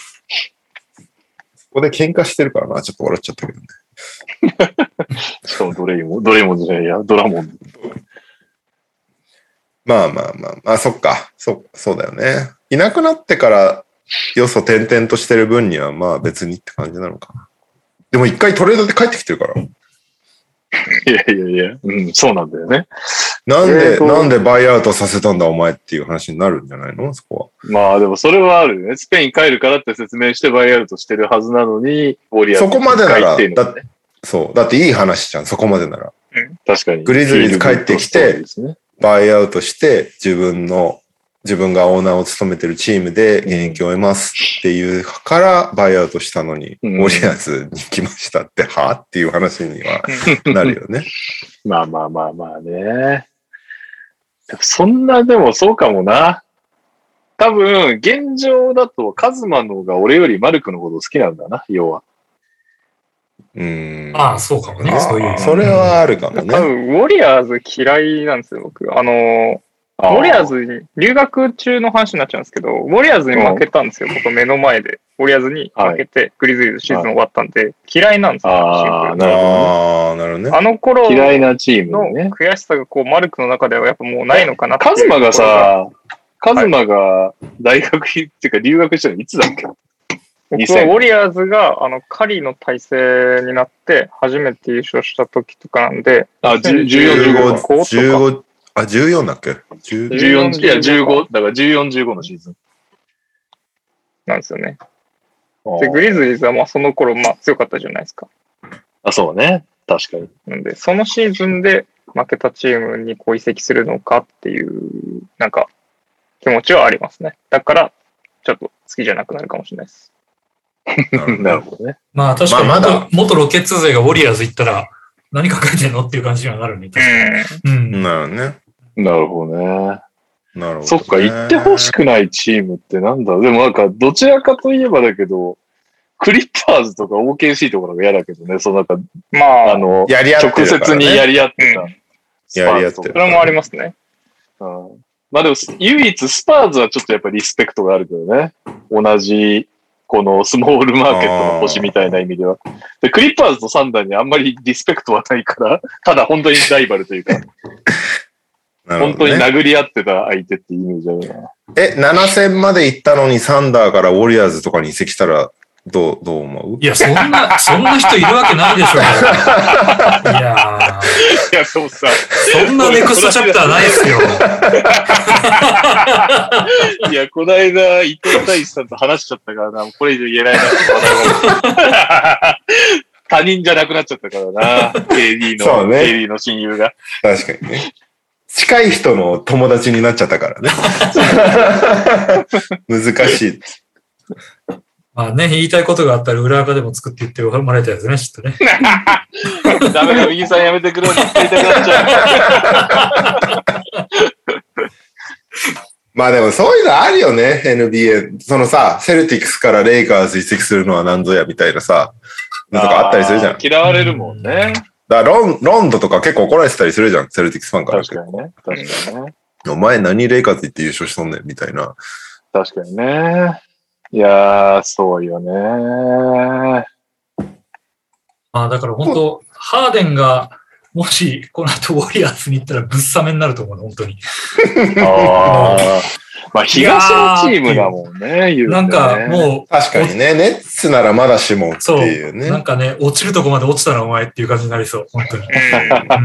S3: そこで喧嘩してるからな、ちょっと笑っちゃったけどね。
S2: しかもドレイモン、ドレイモンじゃないや、ドラモン。
S3: まあまあまあ、まあそっか。そ、そうだよね。いなくなってから、よそ転々としてる分には、まあ別にって感じなのかな。でも一回トレードで帰ってきてるから。
S2: いやいやいや、うん、そうなんだよね。
S3: なんで、
S2: えーと
S3: なんでバイアウトさせたんだお前っていう話になるんじゃないのそこ
S2: まあでもそれはあるよね。スペイン帰るからって説明してバイアウトしてるはずなのに、ウォリア
S3: は。
S2: ーズ
S3: そこまでな
S2: 帰っ
S3: ら、
S2: てんの
S3: だそう。だっていい話じゃん、そこまでなら。
S2: 確かに。
S3: グリズリーズ帰ってきて
S2: そうですね
S3: バイアウトして自分の、自分がオーナーを務めてるチームで現役を得ますっていうからバイアウトしたのに、
S2: うん
S3: オリアーズに来ましたって、はっていう話にはなるよね。
S2: まあまあまあまあね。でもそんな、でもそうかもな。多分、現状だと、カズマの方が俺よりマルクのこと好きなんだな、要は。
S3: うん。
S4: まあ、そうかもね。そういう。
S3: それはあるかも
S1: 多
S3: ね。
S1: 分、ウォリアーズ嫌いなんですよ、僕。あのー、ウォリアーズに、留学中の話になっちゃうんですけど、ウォリアーズに負けたんですよ、僕目の前で。ウォリアーズに負けて、グリズリーズシーズン終わったんで、嫌いなんですよ、
S2: ああ、
S1: シンプル
S2: なるほどね、
S3: ああ、なるほど
S1: に
S3: ね。
S1: あの頃
S2: 嫌いなチーム
S1: の
S2: ね。
S1: 悔しさが、こう、マルクの中ではやっぱもうないのかなっていう
S2: カズマが、さ、カズマが大学に、っていうか留学したのいつだっけ
S1: 僕
S2: 2000
S1: はウォリアーズが、あの、カリーの体制になって、初めて優勝した時とかなんで、
S2: あ、10 14、
S3: 15
S1: 15、とか。
S3: 15、あ、14だっけ ?10
S2: 15、14、いや、15、だから14、15のシーズン。
S1: なんですよね。で、グリズリーズはまあその頃、まあ強かったじゃないですか。
S2: あ、そうね。確かに。
S1: なんで、そのシーズンで負けたチームにこう移籍するのかっていう、なんか、気持ちはありますね。だから、ちょっと好きじゃなくなるかもしれないです。
S3: なるほど
S2: なるほどね。
S4: まあ、確かに
S3: まあ
S4: 元、
S3: まだ
S4: 元ロケッツ勢がウォリアーズ行ったら、何考えてんのっていう感じにはなるね。
S1: う
S4: うん。
S3: なるほどね。
S2: なるほどね。
S3: なるほどね。
S2: そっか、行ってほしくないチームってなんだでもなんか、どちらかといえばだけど、クリッパーズとか OKC とかのが嫌だけどね、そのなんか、
S1: まあ、
S2: あの、
S3: やり合って
S2: 直
S3: るから、ね。
S2: 接にやり合ってた。
S1: う
S2: スパーズ
S3: やり合って
S2: と
S3: る
S1: それもありますね。
S2: うんまあでも、唯一スパーズはちょっとやっぱリスペクトがあるけどね。同じ、このスモールマーケットの星みたいな意味では。で、クリッパーズとサンダーにあんまりリスペクトはないから、ただ本当にライバルと いうか、
S3: なる
S2: 本
S3: ほど
S2: 当に
S3: ね
S2: 殴り合ってた相手ってイメージあるな。
S3: え、7戦まで行ったのにサンダーからウォリアーズとかに移籍したら、どう、どう思う
S4: いや、そんな、そんな人いるわけないでしょうよ。いや
S2: いや、そうさ、
S4: ー、そんなネクストチャプターないで すよ。
S2: いや、こないだ伊藤大志さんと話しちゃったからな、もうこれ以上言えないな って話が他人じゃなくなっちゃったからな、KD
S3: そ
S2: の、
S3: うね
S2: KD の親友が。
S3: 確かにね。近い人の友達になっちゃったからね。難しい。
S4: まあね、言いたいことがあったら裏垢でも作って言ってもらいたいですね、ちょ っとね。
S2: ダメだ、右さんやめてくれって言いたくなっちゃう。
S3: まあでもそういうのあるよね、NBA。そのさ、セルティックスからレイカーズ移籍するのは何ぞやみたいなさ、のとかあったりするじゃん。だか
S2: 嫌われるもんね。
S3: らロン、ロンドとか結構怒られてたりするじゃん、セルティックスファンから
S2: 確。かにね。確かにね。
S3: お前何レイカーズ行って優勝しとんねんみたいな。
S2: 確かにね。いやー、そうよね。
S4: まあだから本当、ハーデンが、もしこの後ウォリアーズに行ったらぶっさめになると思うの、本当に。
S2: あーまあ、東のチームだもんね、言うてね
S4: なんかも
S3: 確かにね、ネッツならまだしもって
S4: う、そう、
S3: いうね。
S4: なんかね、落ちるとこまで落ちたらお前っていう感じになりそう、本当に。
S1: うん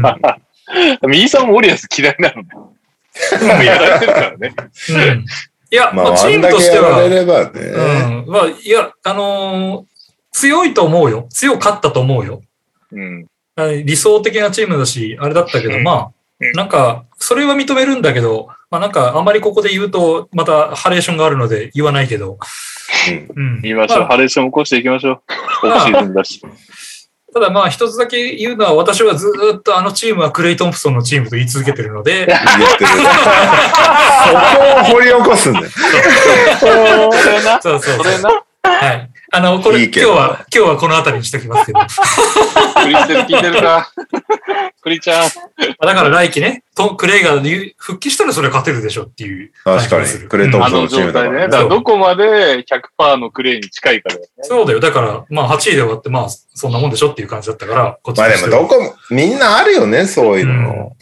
S4: うん
S2: 右さんもオリアス嫌いなのね。 やられてるからね。
S4: うんいや、
S3: ま
S4: まあ、
S3: あ、
S4: チ
S3: あ
S4: ー
S3: ん
S4: ム
S3: だ
S4: と
S3: け
S4: して
S3: や
S4: は、
S3: られればね。
S4: うん、まあ、いや、あのー強いと思うよ。強かったと思うよ。
S2: うん。
S4: あ理想的なチームだし、あれだったけど、
S1: うん
S4: まあ
S1: うん、
S4: なんか、それは認めるんだけど、まあなんか、あんまりここで言うと、またハレーションがあるので言わないけど、
S3: うん
S4: うん。
S2: 言いましょう。
S4: まあ
S2: ハレーション起こしていきまし ょう。オフシーズンだし。
S4: ただまあ、一つだけ言うのは、私はずーっとあのチームはクレイ・トンプソンのチームと言い続けてるので、
S3: 言ってる。そこを掘り起こすんだよ。
S2: それな。
S4: そうそう
S2: そ
S4: そ
S2: れ
S4: う。
S2: な。
S4: はい。あの、これ、
S3: いい
S4: 今
S3: け
S4: 日
S3: ど
S4: は、今日はこの辺りにしておきますけど、ま
S2: クリステル聞いてるか。クリちゃん。
S4: あだから来季ね、トンクレイが言う復帰したらそれ勝てるでしょっていう感
S3: 確
S4: じが
S3: か
S4: する。
S3: に。クレイトン
S2: あ
S3: プソン
S2: の
S3: のチー
S2: 状
S3: ムだ
S2: 態
S3: か
S2: ね。
S3: ら
S2: だ
S3: ね。
S2: からどこまで100%のクレイに近いかだよね。
S4: そうだよ。だから、まあ、8位で終わって、まあ、そんなもんでしょっていう感じだったから、こっち
S3: まあ
S4: と
S3: で
S4: して
S3: も
S4: は
S3: どこも、みんなあるよね、そういうの。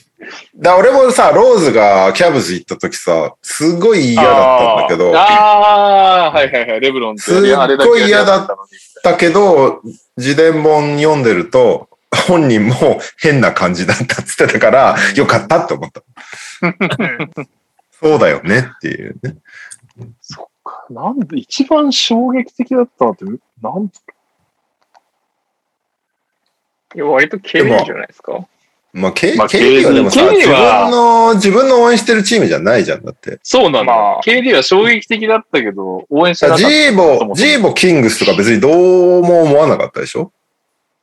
S3: だから俺もさ、ローズがキャブズ行った時さ、すごい嫌だったんだけど、だ
S2: あーあー、はいはいはい。レブロンってね、
S3: すっごい
S2: あれだけ
S3: 嫌だ
S2: やったのに。
S3: けど、自伝本読んでると、本人も変な感じだったっつってたから、よかったって思 った。そうだよねっていうね。
S2: そっか。なんで、一番衝撃的だったのって、なん
S1: いや割と軽いんじゃないですか。
S3: まあ、ケ
S2: まあ
S3: ケリーはでもさ、
S2: ケリ
S3: 自
S2: ーは
S3: 分の、自分の応援してるチームじゃないじゃん、だって。
S2: そうなんだ。
S1: まあ
S2: KD は衝撃的だったけど、応援してなかっ
S3: ジ
S2: た
S3: ー
S2: そもそ
S3: ボ、
S2: も
S3: ジーボキングスとか別にどうも思わなかったでしょ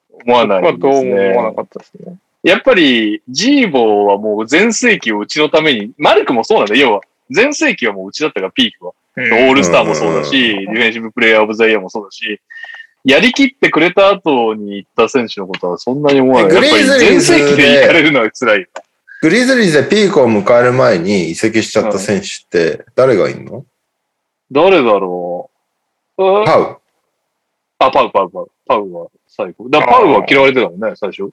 S2: と思わない
S1: 僕
S2: で
S1: は
S2: す、ね。
S1: どうも思わなかったですね。
S2: やっぱり、ジーボーはもう全盛期をうちのために、マルクもそうなんだよ。要は、全盛期はもううちだったから、ピークは。
S1: うん
S2: オールスターもそうだし、ディフェンシブプレイヤーオブザイヤーもそうだし、やりきってくれた後に行った選手のことはそんなに思わない。
S3: え
S2: やっぱり
S3: グリー
S2: 全
S3: ズリー
S2: 盛
S3: ズで
S2: 期で行かれるのは辛いよ。
S3: グリズリーズでピークを迎える前に移籍しちゃった選手って誰がいんの
S2: 誰だろうあ
S3: パウ。
S2: あ、パウ、パウ、パウ。パウは最高。だからパウは嫌われてたもんね、最初。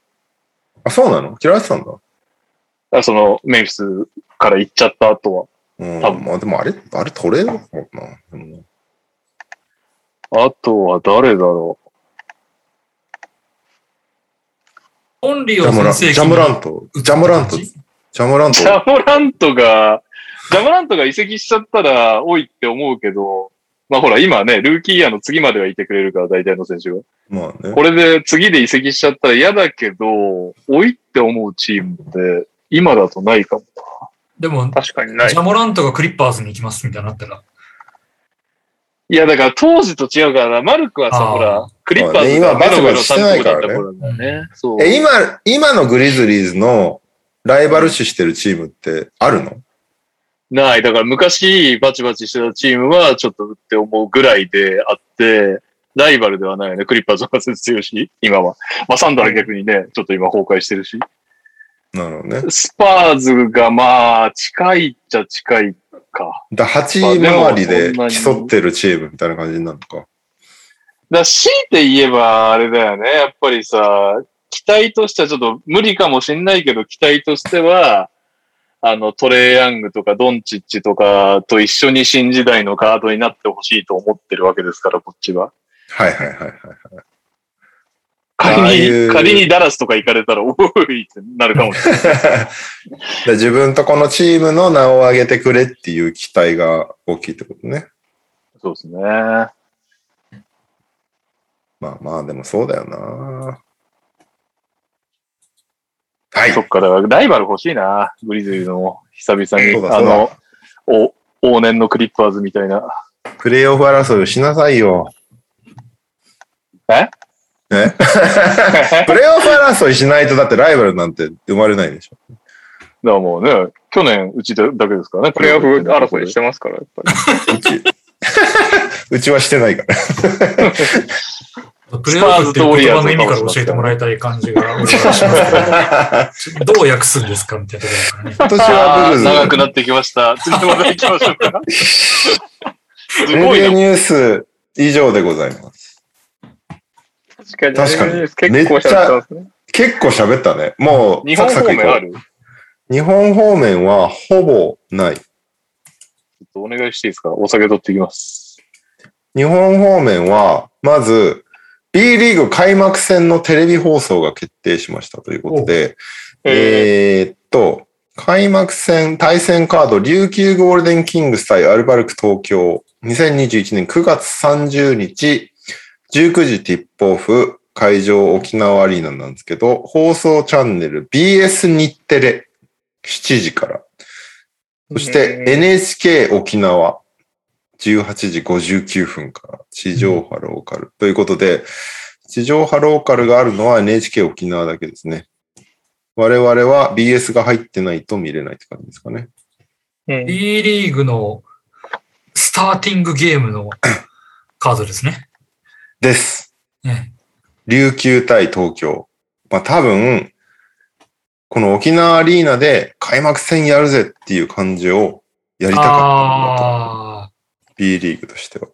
S3: あ、そうなの嫌われてたんだ。
S2: あその、メンフィスから行っちゃった後は。
S3: うん。
S2: 多分
S3: まあでもあれ、あれトレードだもんな。うん
S2: あとは誰だろう
S4: オンリ
S3: ジ
S4: ー
S3: ャ
S4: を
S3: ムラン、
S4: 先
S3: ジ
S4: 制
S3: ャムラント。ジャムラント。ジャムラン ト
S2: ジ。ャモラントが、ジャモラントが移籍しちゃったら多いって思うけど、まあほら今ね、ルーキーイヤーの次まではいてくれるから、大体の選手が。
S3: まあね。
S2: これで次で移籍しちゃったら嫌だけど、多いって思うチームって、今だとないかも。
S4: でも、
S1: 確かにない
S4: ジ。ャモラントがクリッパーズに行きますみたいになったら。
S2: いや、だから当時と違うからな、マルクはさ、
S4: あー
S2: ほら、クリッパーズ
S3: まあ
S2: が
S3: ね
S2: ベロベロ
S3: 今バチバチしてない
S2: 3
S3: か
S2: だっ
S3: らね
S2: た頃だね。そう。
S3: え、今、今のグリズリーズのライバル視してるチームってあるの
S2: ない。だから昔、バチバチしてたチームは、ちょっとって思うぐらいであって、ライバルではないよね。クリッパーズは全然強いし、今は。まあ、サンダーは逆にね、ちょっと今崩壊してるし。
S3: なるほどね。
S2: スパーズがまあ、近いっちゃ近いか。
S3: だ8周りで競ってるチームみたいな感じになるのか。
S2: だ強いて言えば、あれだよね。やっぱりさ、期待としてはちょっと無理かもしんないけど、期待としては、あの、トレイヤングとかドンチッチとかと一緒に新時代のカードになってほしいと思ってるわけですから、こっちは。
S3: はいはいはいはい。ああ
S2: 仮
S3: い
S2: に、
S3: う
S2: 仮にダラスとか行かれたら、おいってなるか もしれない。
S3: で自分とこのチームの名を上げてくれっていう期待が大きいってことね。
S2: そうですね。
S3: まあまあ、でもそうだよな。はい。
S2: そっか、だからライバル欲しいな、グリズリーズも。久
S3: そう
S2: 々に、
S3: だ
S2: あ
S3: そうだ
S2: の、お往年のクリッパーズみたいな。
S3: プレイオフ争いをしなさいよ。
S2: え
S3: え プレイオフ争いしないとだってライバルなんて生まれないでしょ。
S2: だからもうね、去年、うちだだけですからね。
S1: プレイオフ争いしてますから、やっぱ り。
S3: うち うちはしてないから。
S4: プレイオフっていう言葉の意味から教えてもらいたい感じが、俺はし ますねどう訳すんですかみたいなところだからね。
S3: 今年
S2: あ
S3: はブル
S2: ー
S3: ズ。
S2: 長くなってきました。次の話題行きましょう か。す
S3: レ
S2: ごい
S3: ビュー
S2: ね。
S3: ニュース以上でございます。
S1: 確かに。
S3: 確かに
S1: 結構しゃべってますね。
S3: 結構喋ったね。もう、
S2: 日本
S3: サ
S2: 方
S3: クサクいこう
S2: 面あるちょっ
S3: 日本方面はほぼない。
S2: とお願いしていいですかお酒取ってきます。
S3: 日本方面は、まず、B リーグ開幕戦のテレビ放送が決定しましたということで、えーっと、開幕戦、対戦カード、琉球ゴールデンキングス対アルバルク東京、2021年9月30日、19時ティップオフ、会場沖縄アリーナなんですけど、放送チャンネル BS 日テレ、7時から。そして
S1: うん
S3: NHK 沖縄、18時59分から地上波ローカル。ということで、地上波ローカルがあるのは NHK 沖縄だけですね。我々は BS が入ってないと見れないって感じですかね。
S1: うん。
S4: B リーグのスターティングゲームのカードですね。
S3: です。
S4: ね
S3: 琉球対東京。まあ多分、この沖縄アリーナで開幕戦やるぜっていう感じをやりたかったんだ
S4: ああ
S3: と。B リーグとしては。
S4: ー、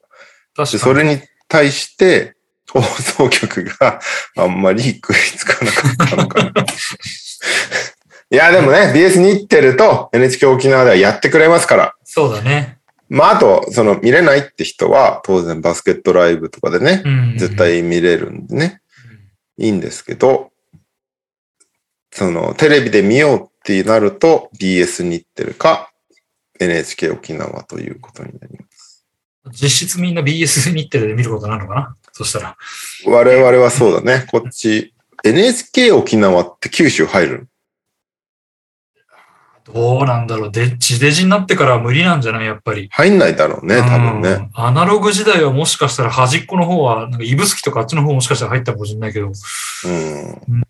S4: 確か
S3: で、
S4: に。
S3: それに対して、放送局が あんまり食いつかなかったのかな。 いや、でもね、BS 日テレと NHK 沖縄ではやってくれますから。
S4: そうだね。
S3: まあ、あと、その見れないって人は、当然バスケットライブとかでね、
S4: うん。
S3: 絶対見れるんでね、いいんですけど、その、テレビで見ようってなると、BS 日テレか NHK 沖縄ということになります。
S4: うん。実質みんな BS 日テレで見ることになるのかなそしたら。
S3: 我々はそうだね。こっち、NHK 沖縄って九州入る
S4: どうなんだろう。で、地デジになってからは無理なんじゃないやっぱり。
S3: 入んないだろうね、多分
S4: う
S3: ね。
S4: んアナログ時代はもしかしたら端っこの方は、なんか指宿とかあっちの方もしかしたら入ったかもしれないけど。
S3: うん。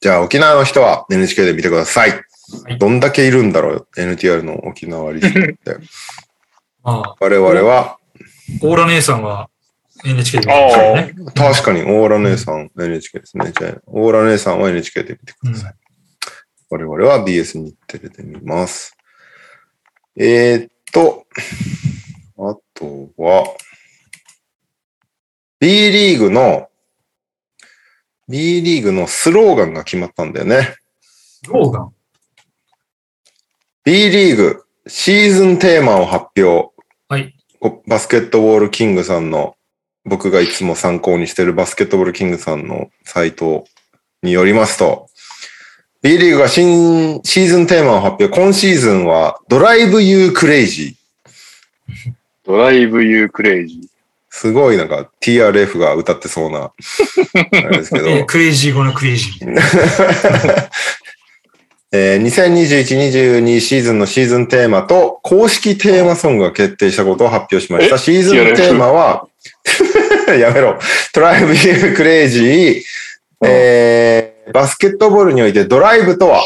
S3: じゃあ、沖縄の人は NHK で見てください。
S4: い
S3: どんだけいるんだろう ?NTR の沖縄リストって。
S4: まあ、
S3: 我々は、
S4: オーラ姉さんは NHK で見てるね。
S3: 確かにオーラ姉さん NHK ですね。じゃあ、オーラ姉さんは NHK で見てください。我々は BS 日テレで見ます。えーっと、あとは、B リーグの、B リーグのスローガンが決まったんだよね。
S4: ローガン。
S3: B リーグシーズンテーマを発表。
S4: はい。
S3: こバスケットボールキングさんの、僕がいつも参考にしてるバスケットボールキングさんのサイトによりますと、B リーグが新シーズンテーマを発表。今シーズンはドライブユークレイジー。
S2: ドライブユークレイジー。
S3: すごいなんか TRF が歌ってそうな、あれですけ ど。
S4: えクレイジー後のクレイジー。
S3: えー、2021-22シーズンのシーズンテーマと公式テーマソングが決定したことを発表しました。シーズンテーマは、 やめろ。トライブユークレイジー、えー、バスケットボールにおいてドライブとは、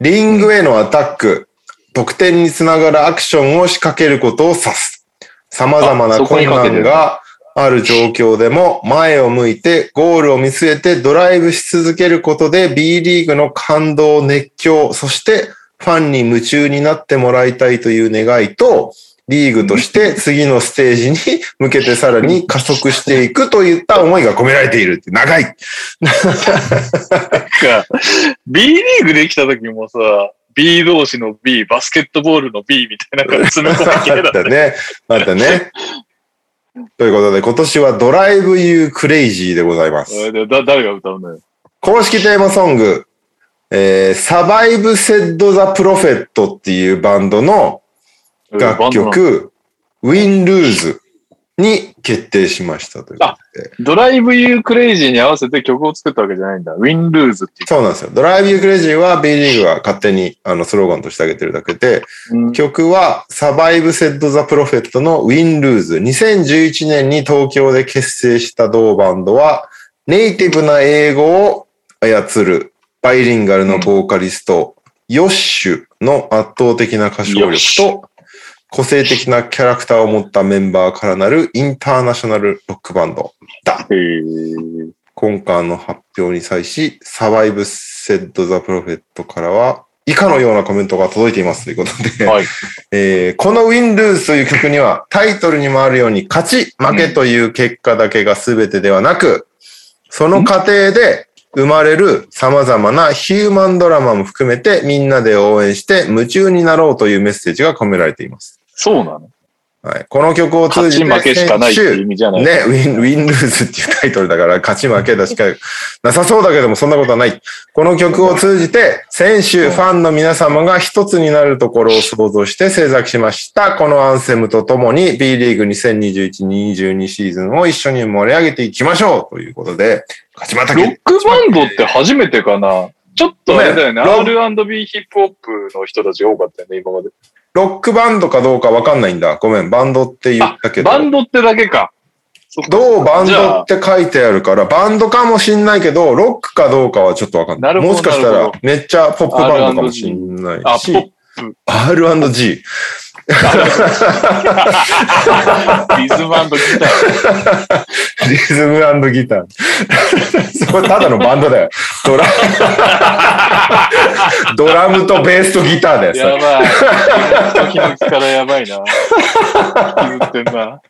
S3: リングへのアタック、得点につながるアクションを仕掛けることを指す。様々な
S5: あそこ
S3: 困
S5: にかけて
S3: 難
S5: る
S3: がある状況でも前を向いてゴールを見据えてドライブし続けることで B リーグの感動、熱狂、そしてファンに夢中になってもらいたいという願いと、リーグ として次のステージに向けてさらに加速していくといった思いが込められているって長い。
S2: か、B リーグできた時もさ、B 同士の B、バスケットボールの B みたいな感じ詰め込みきれ
S3: あ
S2: だ
S3: ったね。あったね。ということで、今年はドライブユークレイジーでござい ます。
S2: えだ誰が歌うのよ。
S3: 公式テーマソング、えー、サバイブ・セッド・ザ・プロフェットっていうバンドの楽
S2: バンドの
S3: 曲、ウィン・ルーズに決定しましたということで。
S2: ドライブ・ユー・クレイジーに合わせて曲を作ったわけじゃないんだ。ウィン・ルーズってい
S3: そうなんですよ。ドライブ・ユー・クレイジーは B リーグが勝手にあのスローガンとしてあげてるだけで、
S2: う。
S3: 曲はサバイブ・セッド・ザ・プロフェットのウィン・ルーズ。2011年に東京で結成した同バンドは、ネイティブな英語を操るバイリンガルのボーカリスト、ヨッシュの圧倒的な歌唱
S2: ヨッ
S3: 力
S2: シュ
S3: と、個性的なキャラクターを持ったメンバーからなるインターナショナルロックバンドだ。
S2: へー
S3: 今回の発表に際し、サバイブ・セッド・ザ・プロフェットからは、以下のようなコメントが届いていますということで、
S2: はい
S3: えーこのウィン・ルーズという曲には、タイトルにもあるように、勝ち、負けという結果だけが全てではなく、その過程で生まれる様々なヒューマンドラマも含めて、みんなで応援して夢中になろうというメッセージが込められています。
S2: そうなの
S3: はい、この曲を通
S2: 勝
S3: じて
S2: ち負けしかないってい
S3: 先週
S2: う意味じゃない。
S3: ね、ウィン、ウィンルーズっていうタイトルだから、勝ち負けだしかなさそうだけども、そんなことはない。この曲を通じて、選手、ファンの皆様が一つになるところを想像して制作しました。このアンセムとともに、B リーグ2021-22シーズンを一緒に盛り上げていきましょうということで、勝ち負
S2: ロ
S3: け。
S2: ックバンドって初めてかなちょっとあれだよね。
S3: ごめ
S2: R&B ヒップホップの人たちが多かったよね、今まで。
S3: ロックバンドかどうかわかんないんだ。ごめん、バンドって言ったけど。
S2: バンドってだけか。そっか
S3: どうバン
S2: じゃ
S3: ド
S2: あ
S3: って書いてあるから、バンドかもしんないけど、ロックかどうかはちょっとわかんな。
S2: ないるほど
S3: もしかした
S2: なる
S3: ら
S2: ほど、
S3: めっちゃポップバンドかもしんな
S2: あ、
S3: い
S2: ポッ
S3: し、R&G。
S2: プ、リズムギター。
S3: リズムギター。 そこただのバンドだよ。ドラ ドラムとベースとギターだよそ
S2: や
S3: れ。
S2: ばい。時々からやばいな。削ってんな。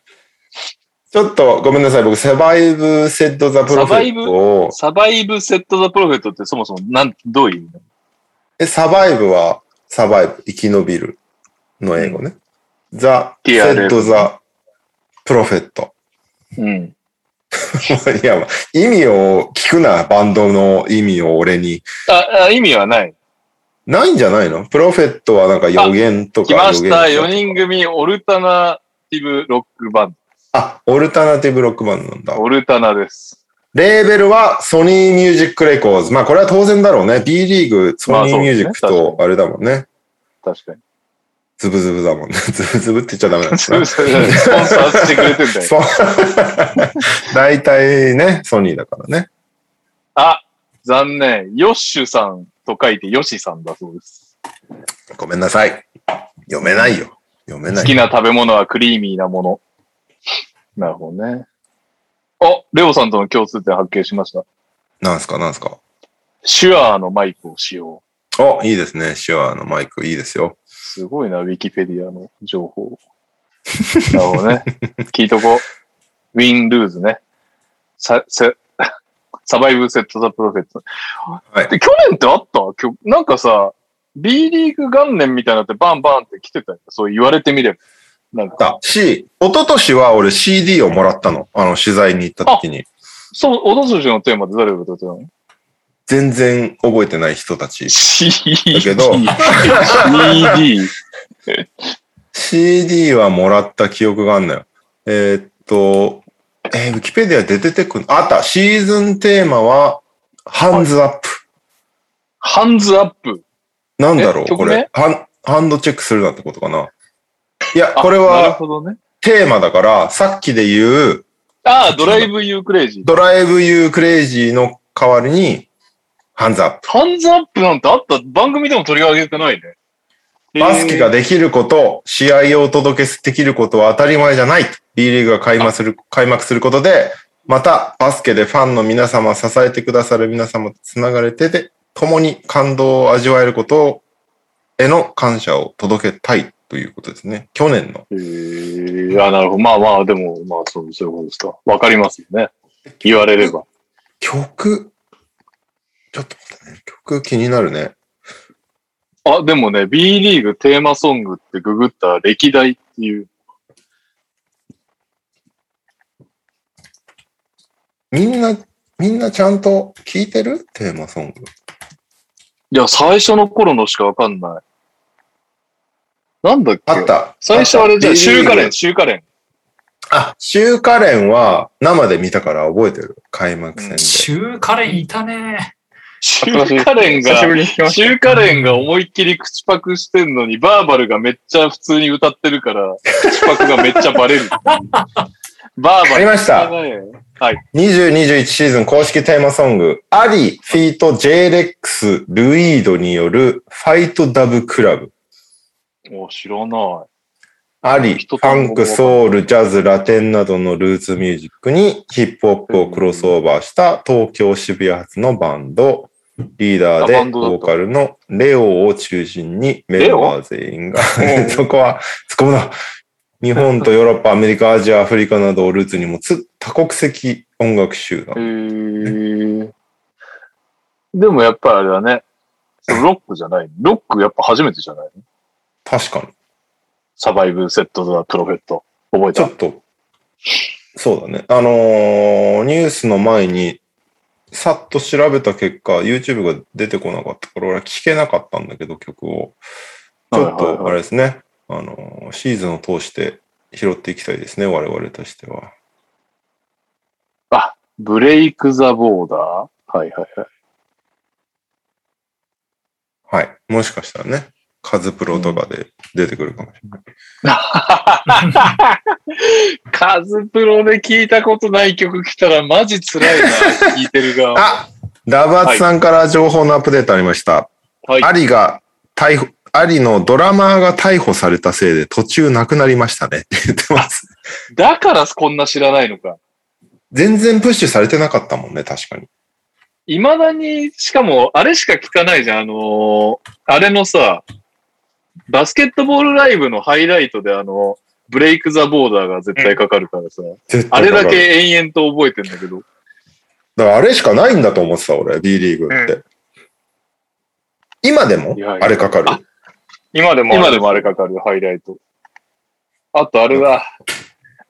S3: ちょっとごめんなさい。僕、サバイブ・セット・ザ・プロフェットを、
S2: サバイブ・セット・ザ・プロフェットってそもそもなんどういう意味なの
S3: え、サバイブは、サバイブ、生き延びるの英語ね。ザ・セ
S2: TRL
S3: ット・ザ・プロフェット。
S2: うん。
S3: いや、まあ意味を聞くな、バンドの意味を俺に。
S2: あ、あ意味はない。
S3: ないんじゃないのプロフェットはなんか予言とか。
S2: 来ました。
S3: 予言とか
S2: 4人組オルタナティブ・ロックバン
S3: あ、オルタナティブロックバンドなんだ
S2: ド。。オルタナです。
S3: レーベルはソニーミュージックレコーズ。まあこれは当然だろうね。B リーグ、ソニーミュージック
S2: まあそうですね
S3: とあれだもんね。
S2: 確かに。
S3: ズブズブだもんね。 ズブズブって言っちゃダメなんです
S2: そう
S3: ね。
S2: そうスポンサーしてくれてんだよ。
S3: そう大体ね、ソニーだからね。
S2: あ、残念。ヨッシュさんと書いてヨシさんだそうです。
S3: ごめんなさい。読めないよ。読め
S2: 好
S3: ない。
S2: きな食べ物はクリーミーなもの。なるほどね。あ、レオさんとの共通点発見しました。
S3: なんすかなんすか。
S2: シュアーのマイクを使用。
S3: お、いいですね。手話のマイク、いいですよ。
S2: すごいな、ウィキペディアの情報。なるほど ね。聞いとこう。ウィン・ルーズね。さ、さ、サバイブ・セット・ザ・プロフェット。
S3: はい
S2: で去年ってあったきょなんかさ、B リーグ元年みたいなのってバンバンって来てたよ。そう言われてみれば。なんか、
S3: だし、一昨年は俺 CD をもらったの。あの、取材に行った時に。
S2: そう、おとすじのテーマで誰が歌ってたの
S3: 全然覚えてない人た ち。
S2: ?CD。
S3: だけど
S2: CD。
S3: CD はもらった記憶があんのよ。えーっと、えーウィキペディアで出てくる。あったシーズンテーマは、ハンズアップ。
S2: ハンズアップ。
S3: なんだろ
S2: え
S3: う
S2: 曲
S3: こ
S2: 名
S3: れハン。ハンドチェックするなってことかな。いや、
S2: あ
S3: これ
S2: なる
S3: は
S2: ほどね。
S3: テーマだから、さっきで言う、
S2: ああ、ドライブ・ユー・クレイジー。
S3: ドライブ・ユー・クレイジーの代わりに、ハンズアップ。
S2: ハンズアップなんてあった番組でも取り上げてないね。
S3: バスケができること、試合をお届けできることは当たり前じゃない。B リーグが開幕する、開幕することで、またバスケでファンの皆様、支えてくださる皆様と繋がれてて、共に感動を味わえることへの感謝を届けたいということですね。去年の。
S2: えー、あ、なるほど。まあまあ、でも、まあ、そう、そういうことですか。わかりますよね。言われれば。
S3: 曲、ちょっと待ってね。曲気になるね。
S2: あ、でもね、B リーグテーマソングってググったら歴代っていう。
S3: みんな、みんなちゃんと聴いてるテーマソング。
S2: いや、最初の頃のしかわかんない。なんだっけ
S3: あった。
S2: 最初あれじゃ
S3: あ
S2: ん、
S3: った
S2: シューカレ
S3: B
S2: ン、シューカレン。
S3: あ、中華連は生で見たから覚えてる。開幕戦で。
S4: 中華レンいたね。
S2: シューカレン
S1: 久しぶ
S2: が、
S1: りに聞きまし
S2: シューカレンが思いっきり口パクしてんのに、バーバルがめっちゃ普通に歌ってるから、口パクがめっちゃバレる っていう。バー
S3: あ
S2: バ
S3: り
S2: ル。
S3: ました。2021シーズン公式テーマソング、アリ、フィート、J レックス、ルイードによるファイトダブクラブ。
S2: もう知らない。
S3: アリ、フ
S2: 一つも
S3: ァンク、ソウル、ジャズ、ラテンなどのルーツミュージックにヒップホップをクロスオーバーした東京渋谷発のバンド、リーダーで
S2: あバンドだった
S3: ボーカルのレオを中心にメンバー全員が、
S1: レオ
S3: そこは突っ込むな。日本とヨーロッパ、アメリカ、アジア、アフリカなどをルーツに持つ多国籍音楽集団
S2: へ。ーでもやっぱりあれだね。そのロックじゃない。ロックやっぱ初めてじゃない
S3: 確かに。
S2: サバイブセット・ザ・プロフェット。覚え
S3: ちょ
S2: た
S3: っと、そうだね。あのーニュースの前に、さっと調べた結果、YouTube が出てこなかったから、俺は聞けなかったんだけど、曲を。ちょっ
S2: はいはい
S3: と、
S2: はい
S3: あれですね。あのーシーズンを通して拾っていきたいですね、我々としては。
S2: ブレイク・ザ・ボーダーはいはいはい。
S3: はい。もしかしたらね、カズプロとかで出てくるかもしれない。
S2: カズプロで聞いたことない曲来たらマジ辛いな、聞いてる側。
S3: あラバーツさんから情報のアップデートありました。
S2: はい
S3: アリが逮捕、アリのドラマーが逮捕されたせいで途中なくなりましたねって言ってます。
S2: だからこんな知らないのか。
S3: 全然プッシュされてなかったもんね、確かに。
S2: いまだに、しかも、あれしか聞かないじゃん。あのーあれのさ、バスケットボールライブのハイライトであの、ブレイク・ザ・ボーダーが絶対かかるからさ、
S3: 絶
S2: あ
S3: 対
S2: れだ
S3: かか
S2: け
S3: る。
S2: 延々と覚えてんだけど、
S3: だからあれしかないんだと思ってた、俺、B リーグって。今でも
S2: いやいや
S3: あれかかる。
S1: 今でも
S2: 今でもあれかかる、ハイライト。あとあれだ。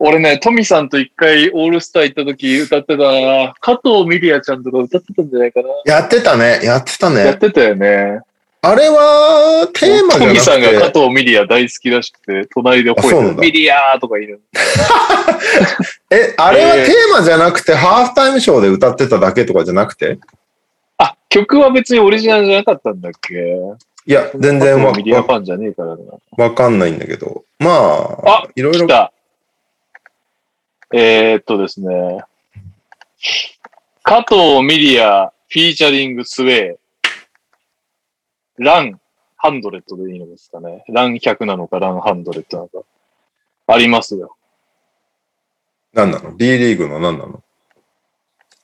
S2: 俺ね、トミさんと一回オールスター行った時歌ってたな加藤ミリアちゃんとか歌ってたんじゃないかな。
S3: やってたね、やってた
S2: やっ
S3: ね。
S2: てたよね。
S3: あれは、テーマじ
S2: ト
S3: ゃ
S2: ミ
S3: な
S2: さんが加
S3: くて、
S2: 藤ミリア大好きらしくて、隣で
S3: あそうな
S2: 吠え
S3: ん
S2: て、
S3: だ
S2: ミリアーとか言うの。
S3: え、あれは
S2: えー
S3: テーマじゃなくて、ハーフタイムショーで歌ってただけとかじゃなくて
S2: あ、曲は別にオリジナルじゃなかったんだっけ
S3: いや、全然わ
S2: ミディアファンじゃねえからな。
S3: わかんないんだけど。まあ
S2: あ、
S3: いろい
S2: 来
S3: ろ。
S2: た。えー、っとですね。加藤ミリア、フィーチャリングスウェイ、ラン、ハンドレットでいいのですかね。ラン100なのか、ランハンドレットなのか。ありますよ。
S3: なんなの ?B リーグの何なの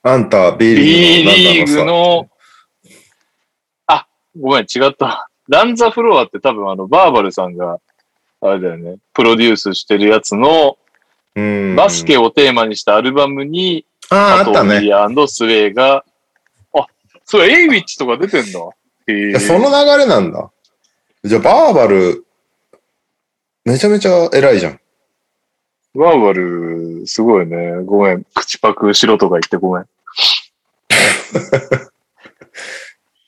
S3: あんた B リ
S2: B リ
S3: ー
S2: ーグ
S3: グの何なのさ
S2: の、あ、ごめん、違った。ランザフロアって多分あの、バーバルさんが、あれだよね、プロデュースしてるやつの、
S3: うん
S2: バスケをテーマにしたアルバムに、
S3: ああ、あった
S2: ミ
S3: ね。
S2: リアスウェイが、あ、そう、エイウィッチとか出てんだ。へ
S3: い
S2: え
S3: やその流れなんだ。じゃあ、バーバル、めちゃめちゃ偉いじゃん。
S2: ワーワル、すごいね。ごめん。口パクしろとか言ってごめん。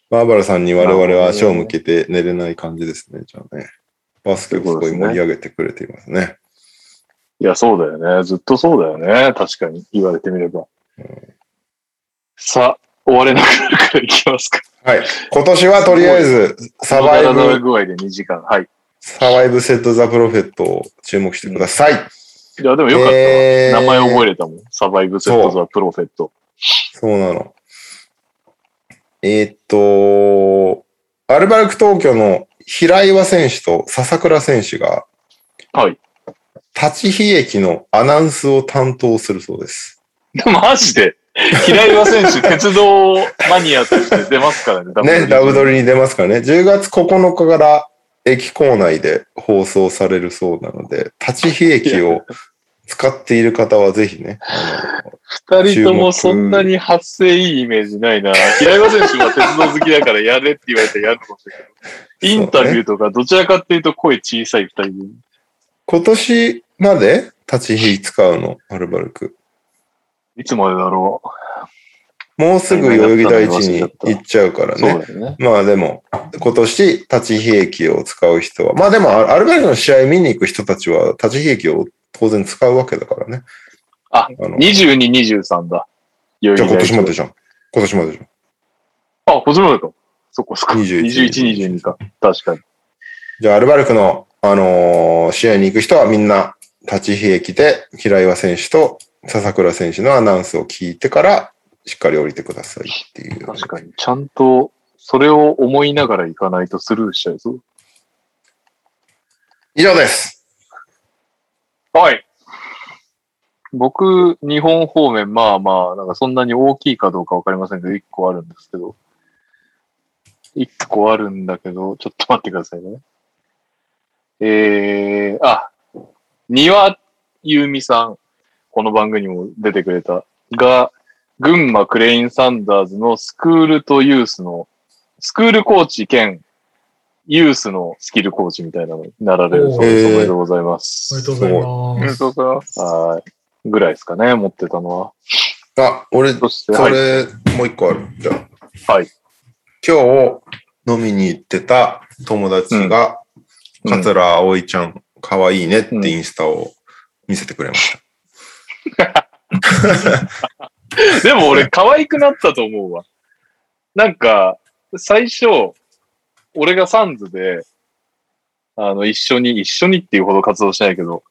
S3: バーバルさんに我
S2: な
S3: 々
S2: るほど
S3: は
S2: ね
S3: 足を向けて寝れない感じですね、じゃあね。バスケをすごい盛り上げてくれていますね。
S2: いや、そうだよね。ずっとそうだよね。確かに。言われてみれば。さあ、終われなくなるからいきますか。
S3: はい。今年はとりあえず、サバイ
S2: このダラダラ
S3: ブ、
S2: 具合で2時間。はい。
S3: サバイブセットザプロフェットを注目してください。
S2: いや、でもよかったわ。
S3: えー
S2: 名前覚えれたもん。サバイブセットザ・プロフェット。
S3: そうなの。えーっと、アルバルク東京の平岩選手と笹倉選手が、
S2: はい。
S3: 立ち日駅のアナウンスを担当するそうです。
S2: マジで平岩選手、鉄道マニアとして出ますからね、
S3: ね、ダブ
S2: ド
S3: ドリに出ますからね。10月9日から駅構内で放送されるそうなので、立ち日駅を使っている方はぜひね、あの
S2: 二人ともそんなに発声いいイメージないな。平岩選手は鉄道好きだからやれって言われたらやるかもしれないけど。インタビューとか、どちらかっていうと声小さい二人組
S3: 今年まで立ち日使うの、アルバルク。
S2: いつまでだろ
S3: もうすぐ代々木第一に行っちゃうから
S2: う。そう
S3: ね。
S2: だよね。
S3: まあでも、今年、立ち比駅を使う人は、まあでも、アアルバルクの試合見に行く人たちは、立ち比駅を当然使うわけだからね。
S2: あ
S3: のじ
S2: 22、23だ。代
S3: ゃあ
S2: 々木
S3: 今
S2: 大学
S3: 年までじゃん。今年までじゃん。
S2: あ、今年までか。そっかそっか。
S3: 21
S2: 21、22か。確かに。
S3: じゃあ、アルバルクの、あのー試合に行く人はみんな、立ち比駅で、平岩選手と笹倉選手のアナウンスを聞いてから、しっかり降りてくださいっていう。
S2: 確かに。ちゃんと、それを思いながら行かないとスルーしちゃうぞ。
S3: 以上です。
S2: はい。僕、日本方面、まあまあ、なんかそんなに大きいかどうかわかりませんけど、1個あるんですけど。1個あるんだけど、ちょっと待ってくださいね。えー、あ、庭由美さん、この番組にも出てくれた、が、群馬クレインサンダーズのスクールとユースの、スクールコーチ兼ユースのスキルコーチみたいなのになられるそうです。
S3: おー
S2: おめでとうございます。
S4: おめでとうございます。
S2: うございます。はい。ぐらいですかね、持ってたのは。
S3: あ、俺、
S2: そして、
S3: そ
S2: はい。
S3: れ、もう一個ある。じゃあ。
S2: はい。
S3: 今日、飲みに行ってた友達が、
S2: うん
S3: 桂葵ちゃん、かわいいねってインスタを見せてくれました。
S2: でも俺、可愛くなったと思うわ。なんか、最初、俺がサンズで、あの、一緒に、一緒にっていうほど活動してないけど、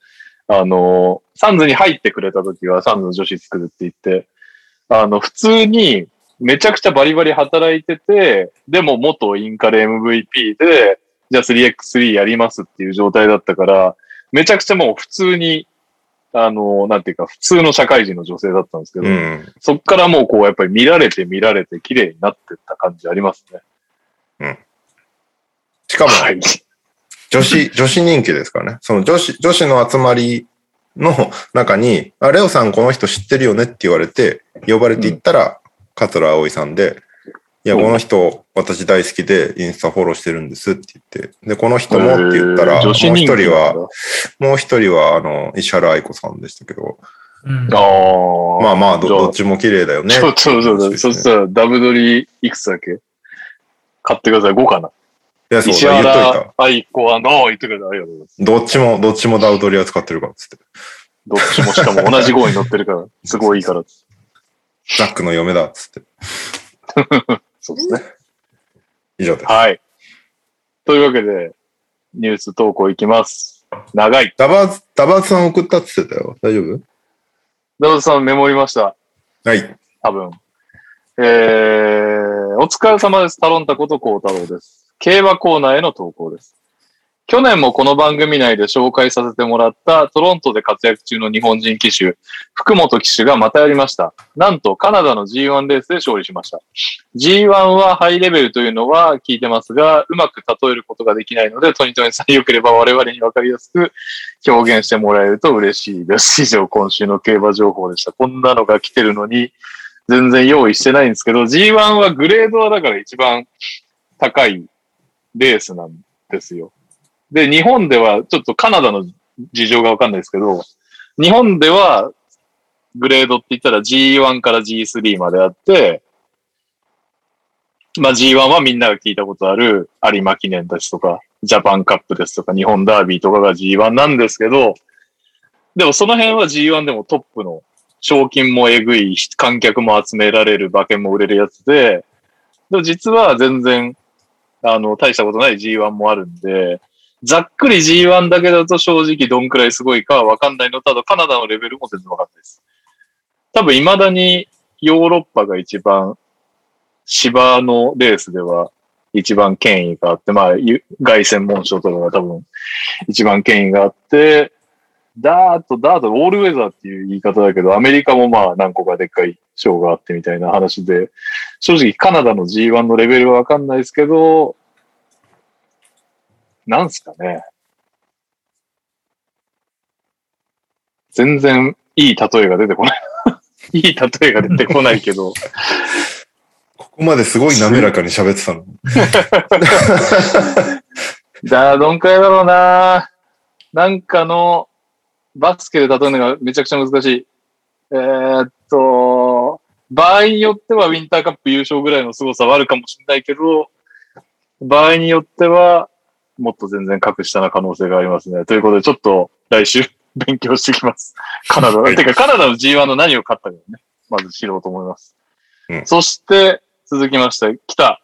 S2: あの、サンズに入ってくれた時は、サンズの女子作るって言って、あの、普通に、めちゃくちゃバリバリ働いてて、でも元インカレ MVP で、じゃあ 3x3 やりますっていう状態だったから、めちゃくちゃもう普通に、あの、なんていうか、普通の社会人の女性だったんですけど、
S3: うん。
S2: そっからもうこう、やっぱり見られて見られて綺麗になってった感じありますね。
S3: しかも、
S2: はい。
S3: 女子、 女子人気ですからね。その女子、女子の集まりの中に、あ、レオさんこの人知ってるよねって言われて、呼ばれていったら、桂葵さんで、いや、
S2: うん
S3: この人、私大好きで、インスタフォローしてるんですって言って、で、この人もって言ったら、
S2: えー
S3: もう
S2: 女子
S3: 一
S2: 人気
S3: 人
S2: なん
S3: は
S2: だ、
S3: もう一人は、あの、石原愛子さんでしたけど、
S4: うん
S2: ああ。
S3: まあまあど、
S2: じゃあ
S3: どっちも綺麗だよね。
S2: そうそうそうだ。そしたら、ダブドリいくつだっけ買ってください。5かな。
S3: いや、そう
S2: 石
S3: だ、言っとい
S2: 原
S3: た。
S2: 愛子は、の言ってくれた。ありがとうございます。
S3: どっちも、どっちもダウドリア使ってるからっつって。
S2: どっちもしかも同じ号に乗ってる から、すごいいいから。
S3: ザックの嫁だっつって。
S2: そうですね。
S3: 以上です。
S2: はい。というわけで、ニュース投稿いきます。長い。
S3: ダバーズ、ダバーズさん送ったっつってたよ。大丈夫
S2: ダブさんメモりました。
S3: はい。
S2: 多分。えー、お疲れ様です。タロンタことコウタロウです。競馬コーナーへの投稿です。去年もこの番組内で紹介させてもらったトロントで活躍中の日本人騎手、福本騎手がまたやりました。なんとカナダの G1 レースで勝利しました。G1 はハイレベルというのは聞いてますが、うまく例えることができないので、トニトニさん良ければ我々にわかりやすく表現してもらえると嬉しいです。以上、今週の競馬情報でした。こんなのが来てるのに、全然用意してないんですけど、G1 はグレードはだから一番高いレースなんですよ。で、日本では、ちょっとカナダの事情がわかんないですけど、日本ではグレードって言ったら G1 から G3 まであって、まあ G1 はみんなが聞いたことある有馬記念ですとか、ジャパンカップですとか、日本ダービーとかが G1 なんですけど、でもその辺は G1 でもトップの賞金もえぐいし、観客も集められる、馬券も売れるやつで、でも実は全然、あの、大したことない G1 もあるんで、ざっくり G1 だけだと正直どんくらいすごいかはわかんないのと、あとカナダのレベルも全然わかんないです。多分未だにヨーロッパが一番芝のレースでは一番権威があって、まあ、ゆ外専門賞とかが多分一番権威があって、ダート、ダート、オールウェザーっていう言い方だけど、アメリカもまあ何個かでっかい賞があってみたいな話で、正直カナダの G1 のレベルはわかんないですけど、なんすかね。全然いい例えが出てこない。 いい例えが出てこないけど、
S3: ここまですごい滑らかに喋ってたの。
S2: だどんくらいだろうななんかの、バスケで例えるのがめちゃくちゃ難しい。えーっと、場合によってはウィンターカップ優勝ぐらいの凄さはあるかもしれないけど、場合によっては、もっと全然格下な可能性がありますね。ということで、ちょっと来週 勉強してきます。カナダ。てか、カナダの G1 の何を勝ったかをね、まず知ろうと思います。
S3: うん
S2: そして、続きまして、北。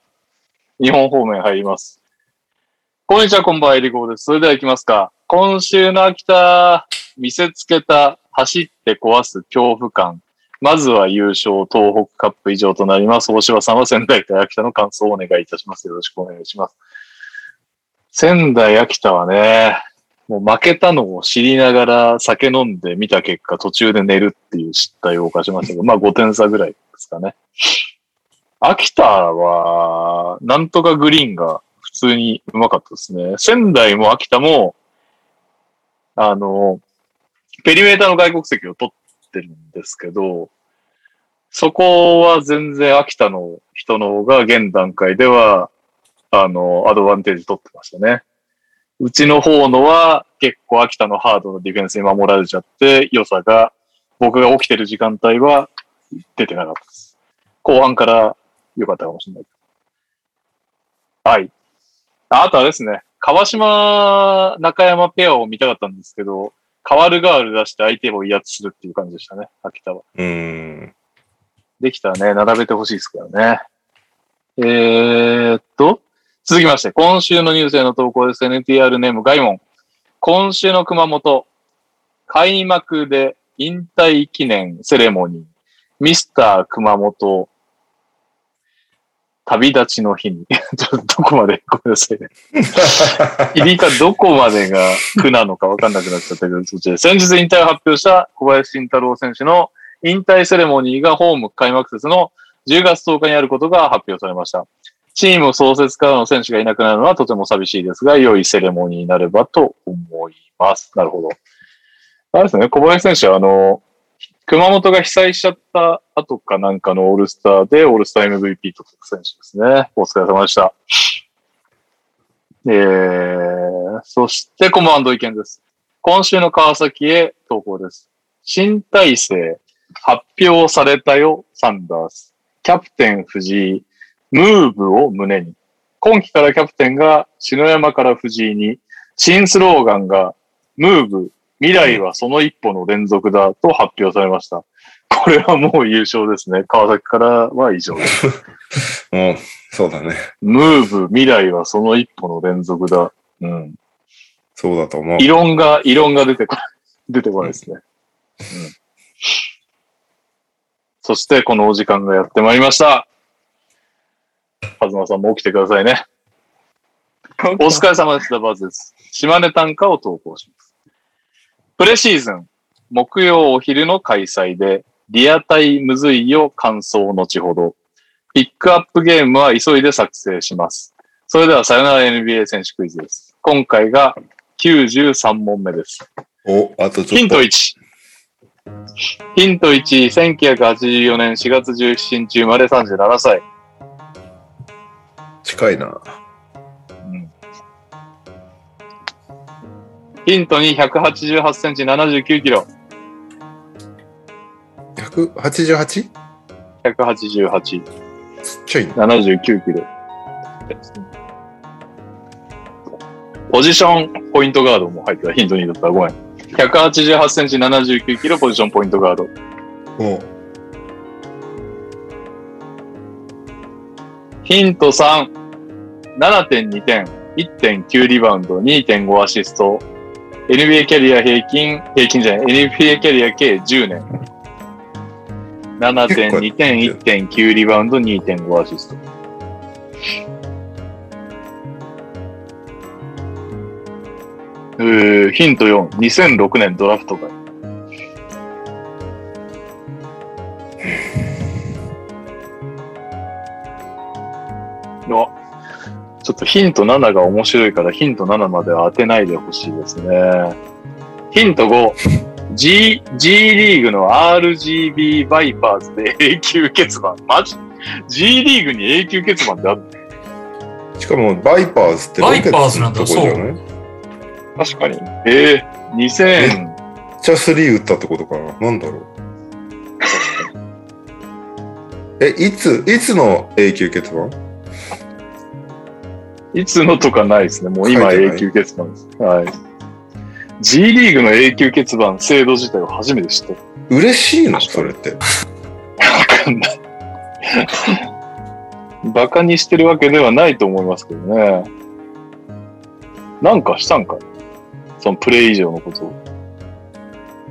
S2: 日本方面入ります。こんにちは、こんばんは、エリゴーです。それでは行きますか。今週の秋田、見せつけた、走って壊す恐怖感。まずは優勝、東北カップ以上となります。大柴さんは仙台対秋田の感想をお願いいたします。よろしくお願いします。仙台、秋田はね、もう負けたのを知りながら酒飲んで見た結果、途中で寝るっていう失態を犯しましたけど、まあ5点差ぐらいですかね。秋田は、なんとかグリーンが普通にうまかったですね。仙台も秋田も、あの、ペリメーターの外国籍を取ってるんですけど、そこは全然秋田の人の方が現段階では、あの、アドバンテージ取ってましたね。うちの方のは結構秋田のハードのディフェンスに守られちゃって、良さが、僕が起きてる時間帯は出てなかったです。後半から良かったかもしれない。はい。ああとはですね、川島、中山ペアを見たかったんですけど、変わるガール出して相手を威圧するっていう感じでしたね、秋田は。
S3: うーん。
S2: できたらね、並べてほしいですからね。えーっと、続きまして、今週のニュースへの投稿です。NTR ネームガイモン。今週の熊本、開幕で引退記念セレモニー、ミスター熊本、旅立ちの日に。 ちょっとどこまで、ごめんなさいね。入りかどこまでが苦なのか分かんなくなっちゃったけど、そっちで先日引退を発表した小林慎太郎選手の引退セレモニーがホーム開幕節の10月10日にあることが発表されました。チーム創設からの選手がいなくなるのはとても寂しいですが、良いセレモニーになればと思います。なるほど。あれですね、小林選手はあの、熊本が被災しちゃった後かなんかのオールスターでオールスター MVP 取った選手ですね。お疲れ様でした。えー、そしてコマンド意見です。今週の川崎へ投稿です。新体制、発表されたよ、サンダース。キャプテン藤井、ムーブを胸に。今季からキャプテンが篠山から藤井に、新スローガンが、ムーブ、未来はその一歩の連続だと発表されました。これはもう優勝ですね。川崎からは以上です。
S3: うん、そうだね。
S2: ムーブ、未来はその一歩の連続だ。うん。
S3: そうだと思う
S2: 異。論が、異論が出てこない、出てこないですね。うんそして、このお時間がやってまいりました。はずまさんも起きてくださいね。お疲れ様です。ダバーズです。島根短歌を投稿します。プレシーズン、木曜お昼の開催で、リアタイむずいよ感想を後ほど。ピックアップゲームは急いで作成します。それではさよなら NBA 選手クイズです。今回が93問目です。
S3: お、あとち
S2: ヒ
S3: ょっ
S2: ント
S3: と。
S2: 1。ヒント1、1984年4月17日生まれ37歳。
S3: 近いな。
S2: ヒント2、188センチ79キロ。
S3: 188? ちっ
S2: 188。
S3: ちゃいな。
S2: 79キロ。ポジション、ポイントガードも入ってた。ヒント2だったらごめん。188センチ79キロ、ポジション、ポイントガード。
S3: お
S2: ヒント3、7.2点、1.9リバウンド、2.5アシスト。NBA キャリア平均、平均じゃない、NBA キャリア計10年。7.2点、1.9リバウンド、2.5アシスト。えーヒント4、2006年ドラフト会。あちょっとヒント7が面白いからヒント7までは当てないでほしいですね。ヒント5、G、G リーグの RGB バイパーズで永久欠番。マジ ?G リーグに永久欠番ってある
S3: しかも、バイパーズって
S4: バイパーズなんだ
S3: ロケットのとこじゃない
S1: 確かに。
S2: えー、2000、
S3: めっちゃスリー打ったってことかな。なんだろう。え、いつ、いつの永久欠番
S2: いつのとかないですね。もう今
S3: 書いてな
S2: 永
S3: い
S2: 久欠番です。はい。G リーグの永久欠番制度自体を初めて知った。
S3: 嬉しいのそれって。
S2: バカにしてるわけではないと思いますけどね。なんかしたんかそのプレイ以上のことを。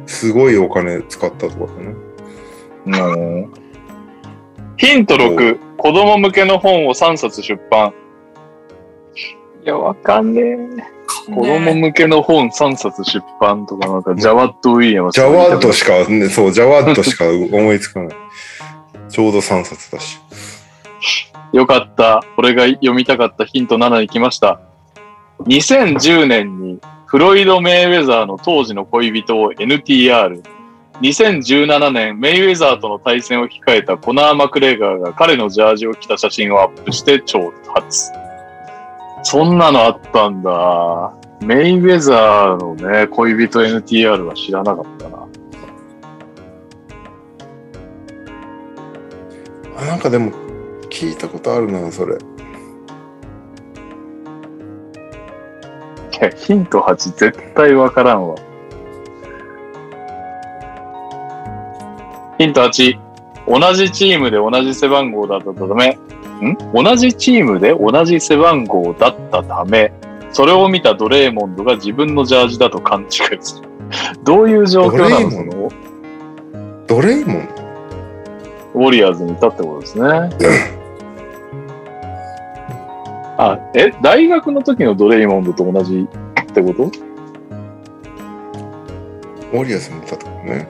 S3: すごいお金使ったとかだね。
S2: うんヒント6、子供向けの本を3冊出版。
S1: いや、わかんねえ。
S2: 子供向けの本3冊出版とか、なんかジャワット・ウィリアムス
S3: ジャワードしか、ね、そう、ジャワードしか思いつかない。ちょうど3冊だし。
S2: よかった。俺が読みたかったヒント7に来ました。2010年にフロイド・メイウェザーの当時の恋人を NTR。2017年、メイウェザーとの対戦を控えたコナー・マクレガーが彼のジャージを着た写真をアップして挑発。そんなのあったんだ。メイウェザーのね、恋人 NTR は知らなかったな。
S3: あなんかでも、聞いたことあるな、それ。
S2: いや、ヒント8、絶対わからんわ。ヒント8、同じチームで同じ背番号だったため、ん同じチームで同じ背番号だったため、それを見たドレーモンドが自分のジャージだと勘違いする。 どういう状況な
S3: ドレ
S2: の
S3: ーモ
S2: そ
S3: ンド
S2: の
S3: ドレイモン
S2: ウォリアーズにいたってことですね。あ、え、大学の時のドレイモンドと同じってこと
S3: ウォリアスにいたとかね。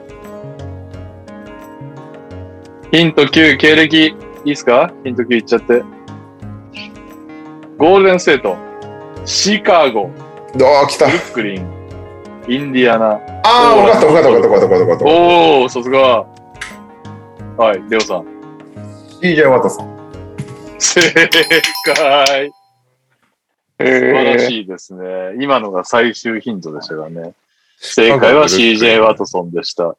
S2: ヒント9、経歴。いいっすかヒント9いっちゃって。ゴールデンステート、シカゴ、
S3: ああ、来た
S2: ブル。ックリン、インディアナ。
S3: ああ、わかったわかったわかったわかったわかったわかっ
S2: おー、さすが。はい、レオさん。
S3: た。DJ ワトソン。
S2: 正解。素
S1: え
S2: 晴ら
S1: ー、
S2: しいですね。今のが最終ヒントでしたからね。正解は CJ ワトソンでした。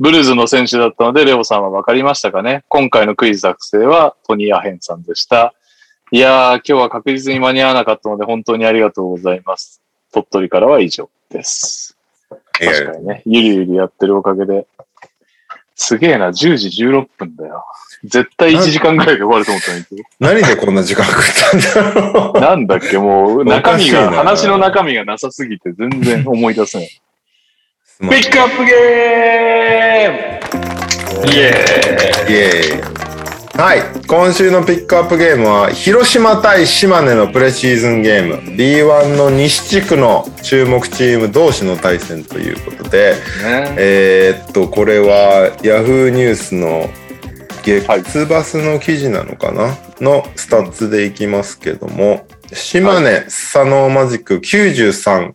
S2: ブルーズの選手だったので、レオさんは分かりましたかね今回のクイズ作成はトニー・アヘンさんでした。いやー、今日は確実に間に合わなかったので、本当にありがとうございます。鳥取からは以上です。
S3: いやい
S2: 確
S3: や
S2: かにね、ゆりゆりやってるおかげで。すげえな、10時16分だよ。絶対1時間ぐらいで終わると思ったのに。
S3: 何でこんな時間食ったんだろ う。
S2: なんだっけ、もう、
S3: お
S2: 中
S3: か
S2: 身
S3: しいな
S2: が、話の中身がなさすぎて、全然思い出せない。
S3: まあ
S2: ピックアップゲームイエ
S3: イエーイはい今週のピックアップゲームは広島対島根のプレシーズンゲーム B1 の西地区の注目チーム同士の対戦ということで
S2: ーイね
S3: えーっとこれは Yahoo ニュースの月バスの記事なのかな、のスタッツでいきますけども島根佐野マジック93
S2: うん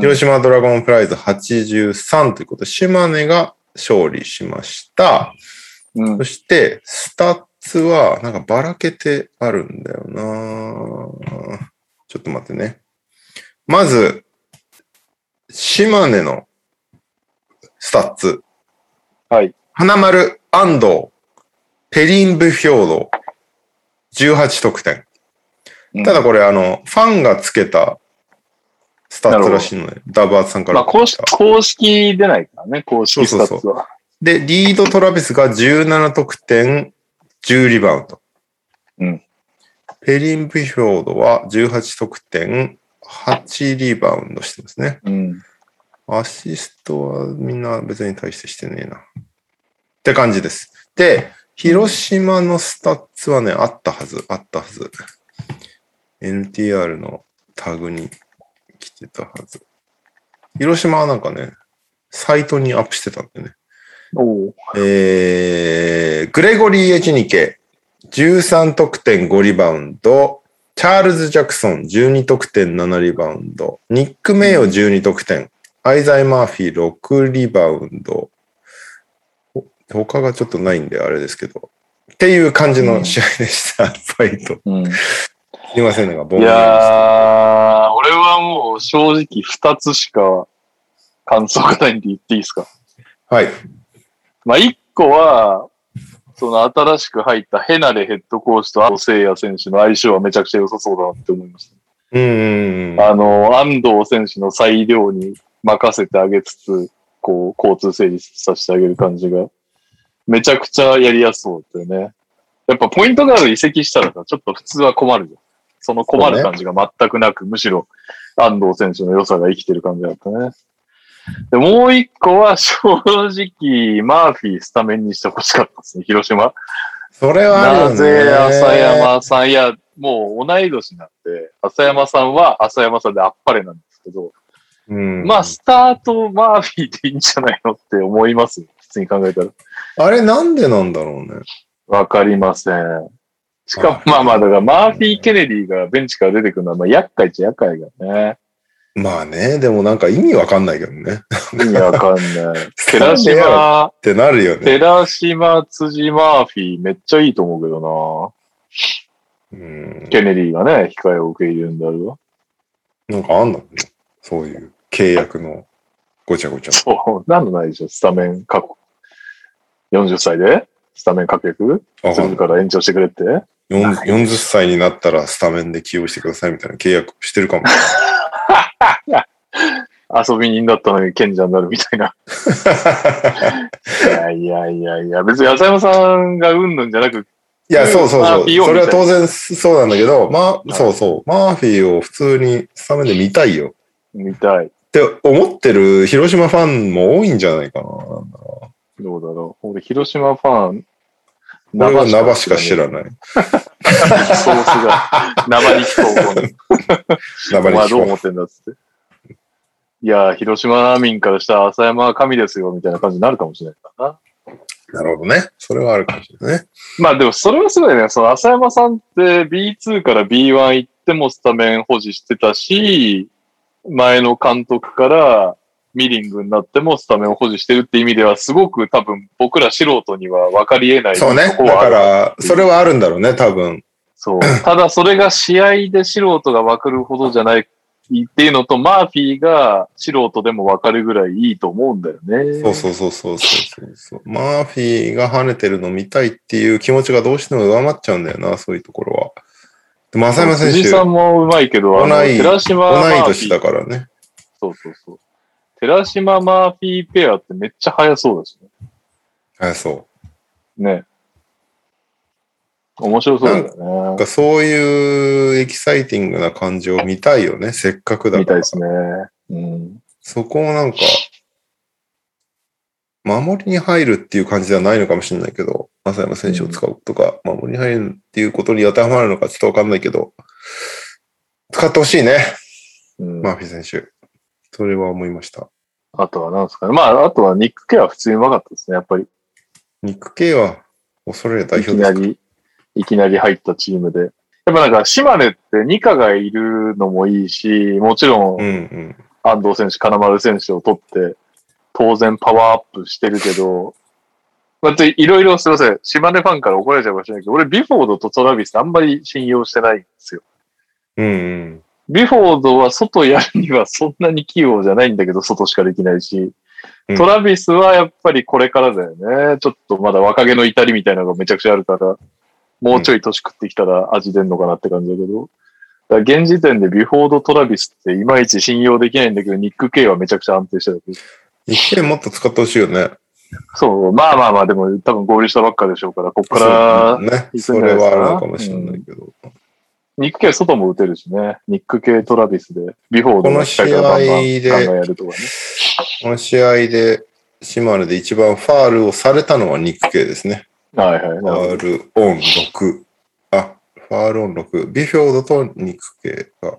S3: 広島ドラゴンフライズ83ということで島根が勝利しました。
S2: うん
S3: そして、スタッツは、なんかばらけてあるんだよなちょっと待ってね。まず、島根のスタッツ。
S2: はい。
S3: 花丸、安藤、ペリン・ブフィョード、18得点
S2: うん。
S3: ただこれ、あの、ファンがつけたスタッツらしいので、ダブアツさんから。
S2: まあ、公式、公式出ないからね、公式スタッツは。
S3: で、リード・トラビスが17得点、10リバウンド。
S2: うん
S3: ペリン・ピフォードは18得点、8リバウンドしてますね。
S2: うん。
S3: アシストはみんな別に対してしてねえな。って感じです。で、広島のスタッツはね、あったはず、あったはず。NTR のタグに来ててたはず。広島はなんかね、サイトにアップしてたんだよね。
S2: おう
S3: えー、グレゴリー・エチニケ、13得点5リバウンド、チャールズ・ジャクソン、12得点7リバウンド、ニック・メイヨ、12得点、アイザイ・マーフィー、6リバウンド、ほ他がちょっとないんで、あれですけど。っていう感じの試合でした、 サイト。
S2: うん
S3: すいません、なんか、ボ
S2: い
S3: ンボン
S2: やー、俺
S3: で
S2: はもう正直二つしか感想がないんで言っていいですか。
S3: したはい。
S2: まあ一個は、その新しく入ったヘナレヘッドコーチと安藤聖也選手の相性はめちゃくちゃ良さそうだなって思いました。
S3: うーん。
S2: あの、安藤選手の裁量に任せてあげつつ、こう、交通整理させてあげる感じが、めちゃくちゃやりやすそうだったよね。やっぱポイントガード移籍したらさ、ちょっと普通は困るじゃん。その困る感じが全くなく、むしろ安藤選手の良さが生きてる感じだったね。で、もう一個は正直、マーフィースタメンにしてほしかったですね、広島。
S3: それはあるよね。
S2: なぜ浅山さん、いや、もう同い年なんで、浅山さんは浅山さんであっぱれなんですけど、
S3: うん、
S2: まあ、スタートマーフィーでいいんじゃないのって思います。普通に考えたら。
S3: あれなんでなんだろうね。
S2: わかりません。しかも、まあまあ、だから、マーフィー・ケネディがベンチから出てくるのは、まあ、厄介っちゃ厄介だ ね。
S3: まあね、でもなんか意味わかんないけどね。っ
S2: 意味わかんない。寺
S3: なんでや
S2: 島、
S3: てなるよね。
S2: 寺島、辻、マーフィー、めっちゃいいと思うけど
S3: うん
S2: な。ケネディがね、控えを受け入れるんだろ
S3: なんかあんだね。そういう契約のごちゃごちゃ。
S2: そう、なんのないでしょ、スタメン確保。40歳でスタメン確約
S3: わ
S2: す
S3: か
S2: る
S3: んない
S2: から延長してくれって
S3: よん40歳になったらスタメンで起用してくださいみたいな契約してるかも。
S2: 遊び人だったのに賢者になるみたいな。いやいやいやいや、別に浅山さんがうんぬんじゃなく、
S3: いや、そうそう
S2: マ
S3: そ
S2: ーフィ
S3: う。
S2: ーを
S3: そ
S2: 見
S3: れ
S2: たい
S3: は当然そうなんだけど、まあ、そうそう。マーフィーを普通にスタメンで見たいよ。
S2: 見たい。
S3: って思ってる広島ファンも多いんじゃないかな。なんだろ
S2: どうだろう。俺、広島ファン、
S3: う俺はナバしか知ら
S2: い。
S3: ない。
S2: ソースが、ナバリキ高 校の。
S3: ナ
S2: お
S3: バリ
S2: 前
S3: キ
S2: どう思ってんだっつって。いや、広島民からしたら浅山は神ですよ、みたいな感じになるかもしれないからな。
S3: なるほどね。それはあるかもしれないね。
S2: まあでもそれはすごいね。その浅山さんって B2 から B1 行ってもスタメン保持してたし、前の監督からミリングになってもスタメンを保持してるって意味では、すごく多分僕ら素人には分かり得ない
S3: そうね。だ
S2: とこはあ
S3: か
S2: る
S3: ら、それはあるんだろうね、多分。
S2: そう。ただそれが試合で素人が分かるほどじゃないっていうのと、マーフィーが素人でも分かるぐらいいいと思うんだよね。
S3: そうそうそうそうそうそう。マーフィーが跳ねてるの見たいっていう気持ちがどうしても上回っちゃうんだよな、そういうところは。でも、浅山選
S2: 辻
S3: 手、
S2: さ
S3: 同
S2: んもうまいけど、あの、
S3: 同い
S2: 寺島マーフィ
S3: い
S2: ー
S3: 年だからね。
S2: そうそうそう。寺島マーフィーペアってめっちゃ速そうだしね。
S3: はい、そ
S2: ね。面白そうだよ
S3: う。なん
S2: ね。
S3: かそういうエキサイティングな感じを見たいよね、せっかくだ
S2: みた
S3: か
S2: い
S3: ら
S2: で。すね。うん。
S3: そこをなんか、守りに入るっていう感じではないのかもしれないけど、浅山選手を使うとか、守りに入るっていうことに当てはまるのかちょっとわかんないけど、使ってほしいね、
S2: うん、
S3: マーフィー選手。それは思いました。
S2: あとは何ですかね。まあ、あとはニック・ケアは普通にうまかったですね。やっぱり。
S3: ニック系は、恐れる代
S2: いき
S3: 表
S2: な
S3: ですか
S2: り、いきなり入ったチームで。やっぱなんか、島根ってニカがいるのもいいし、もちろん
S3: うんうん。
S2: 安藤選手、金丸選手を取って、当然パワーアップしてるけど、まあ、いろいろすいません。島根ファンから怒られちゃうかもしれないけど、俺ビフォードとトラビスあんまり信用してないんですよ。
S3: うんうん。
S2: ビフォードは外やるにはそんなに器用じゃないんだけど、外しかできないし
S3: うん、
S2: トラビスはやっぱりこれからだよね。ちょっとまだ若気の至りみたいなのがめちゃくちゃあるから、もうちょい年食ってきたら味出んのかなって感じだけど、だから現時点でビフォード・トラビスっていまいち信用できないんだけど、ニック・ケイはめちゃくちゃ安定してる。
S3: ニック系もっと使ってほしいよね。
S2: そう、まあまあまあ、でも多分合流したばっかでしょうから、こっか
S3: そう
S2: ら、
S3: ね。
S2: 行く
S3: そ
S2: んじゃない
S3: れ
S2: ですか
S3: はあるのかもしれないけど。
S2: ニック・ケイは外も打てるしね。ニック・ケイ・トラビスで、ビフォードもしっかりとバンバン
S3: この試合で
S2: ガンガンやるとかね。
S3: この試合で、島根で一番ファールをされたのはニック系ですね。
S2: はいはい。なるほ
S3: フ
S2: ど
S3: ァールオン6。あ、ファールオン6。ビフォードとニック系が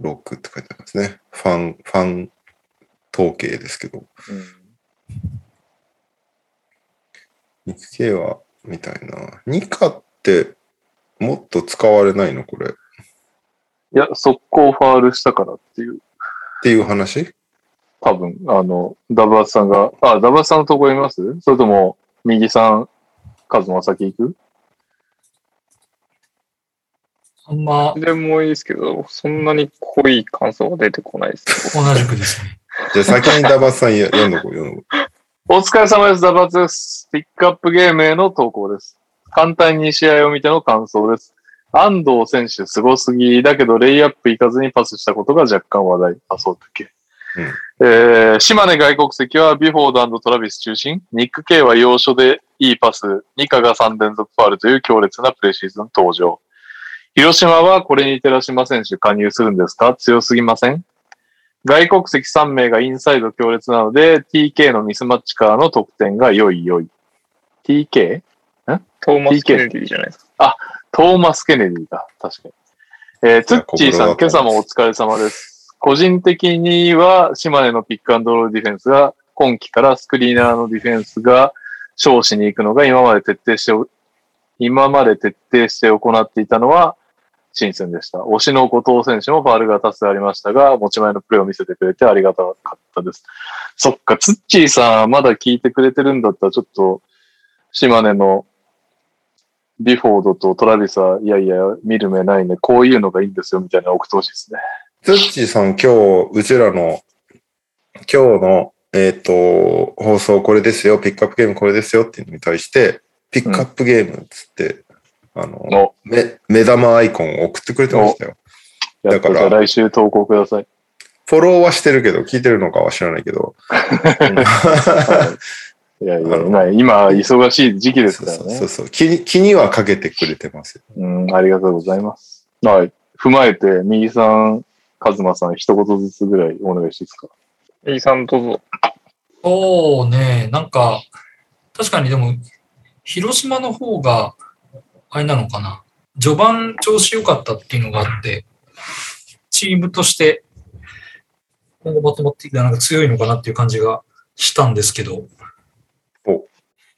S3: ロックって書いてありますね。ファン、ファン統計ですけど。日系は、みたいな。ニカって、もっと使われないのこれ。っ
S2: いや、速攻ファールしたからっていう、
S3: ていう話
S2: 多分、あの、ダブアツさんが、あ、ダブアツさんのとこいますそれとも、右さん、カズマ先行く
S4: あんま
S1: でもいいですけど、そんなに濃い感想は出てこないです。
S4: 同じくですね。
S3: じゃあ先にダバスさんや読んどこう、読んどこ
S2: お疲れ様です。ダバツです。ピックアップゲームへの投稿です。簡単に試合を見ての感想です。安藤選手すごすぎ、だけどレイアップ行かずにパスしたことが若干話題。あ、そうだっけ。えー島根外国籍はビフォードトラビス中心。ニック・ケイは要所でいいパス。ニカが3連続ファールという強烈なプレシーズン登場。広島はこれに寺島選手加入するんですか強すぎません外国籍3名がインサイド強烈なので、TK のミスマッチからの得点が良い良い。TK?
S1: トーマス・ケネディじゃないですか。
S2: トーマス・ケネディだ。確かに。えー、ツッチーさん、今
S3: ここだと
S2: 朝
S3: 思
S2: も
S3: いま
S2: お疲れ様です。個人的には、島根のピックアンドロールディフェンスが、今季からスクリーナーのディフェンスが、勝しに行くのが今まで徹底してお、今まで徹底して行っていたのは、新鮮でした。推しの後藤選手もファールが多数ありましたが、持ち前のプレーを見せてくれてありがたかったです。そっか、ツッチーさん、まだ聞いてくれてるんだったら、ちょっと、島根のビフォードとトラビスは、いやいや、見る目ないね。こういうのがいいんですよ、みたいなの送ってほしいですね。
S3: う。ズッチーさん、今日、うちらの、今日の、えっ、と、放送これですよ、ピックアップゲームこれですよっていうのに対して、ピックアップゲームっつって、あの
S2: お、
S3: め目玉アイコンを送ってくれてましたよ。
S2: やっと
S3: だ
S2: じ
S3: か
S2: ゃ
S3: ら
S2: あ来週投稿ください。
S3: フォローはしてるけど、聞いてるのかは知らないけど。
S2: いやい
S3: あ
S2: や、
S3: の
S2: ない今、忙しい時期です
S3: そう
S2: から
S3: そう
S2: ね
S3: そう。そう気に。気にはかけてくれてますよ。
S2: うん、ありがとうございます。はい。踏まえて、右さん、カズマさん、一言ずつぐらいお願いしていいですか。
S1: イーさんどうぞ。
S4: そうね、なんか、確かにでも、広島の方が、あれなのかな、序盤調子良かったっていうのがあって、チームとして、今後まとまっていったらなんか強いのかなっていう感じがしたんですけど。
S3: お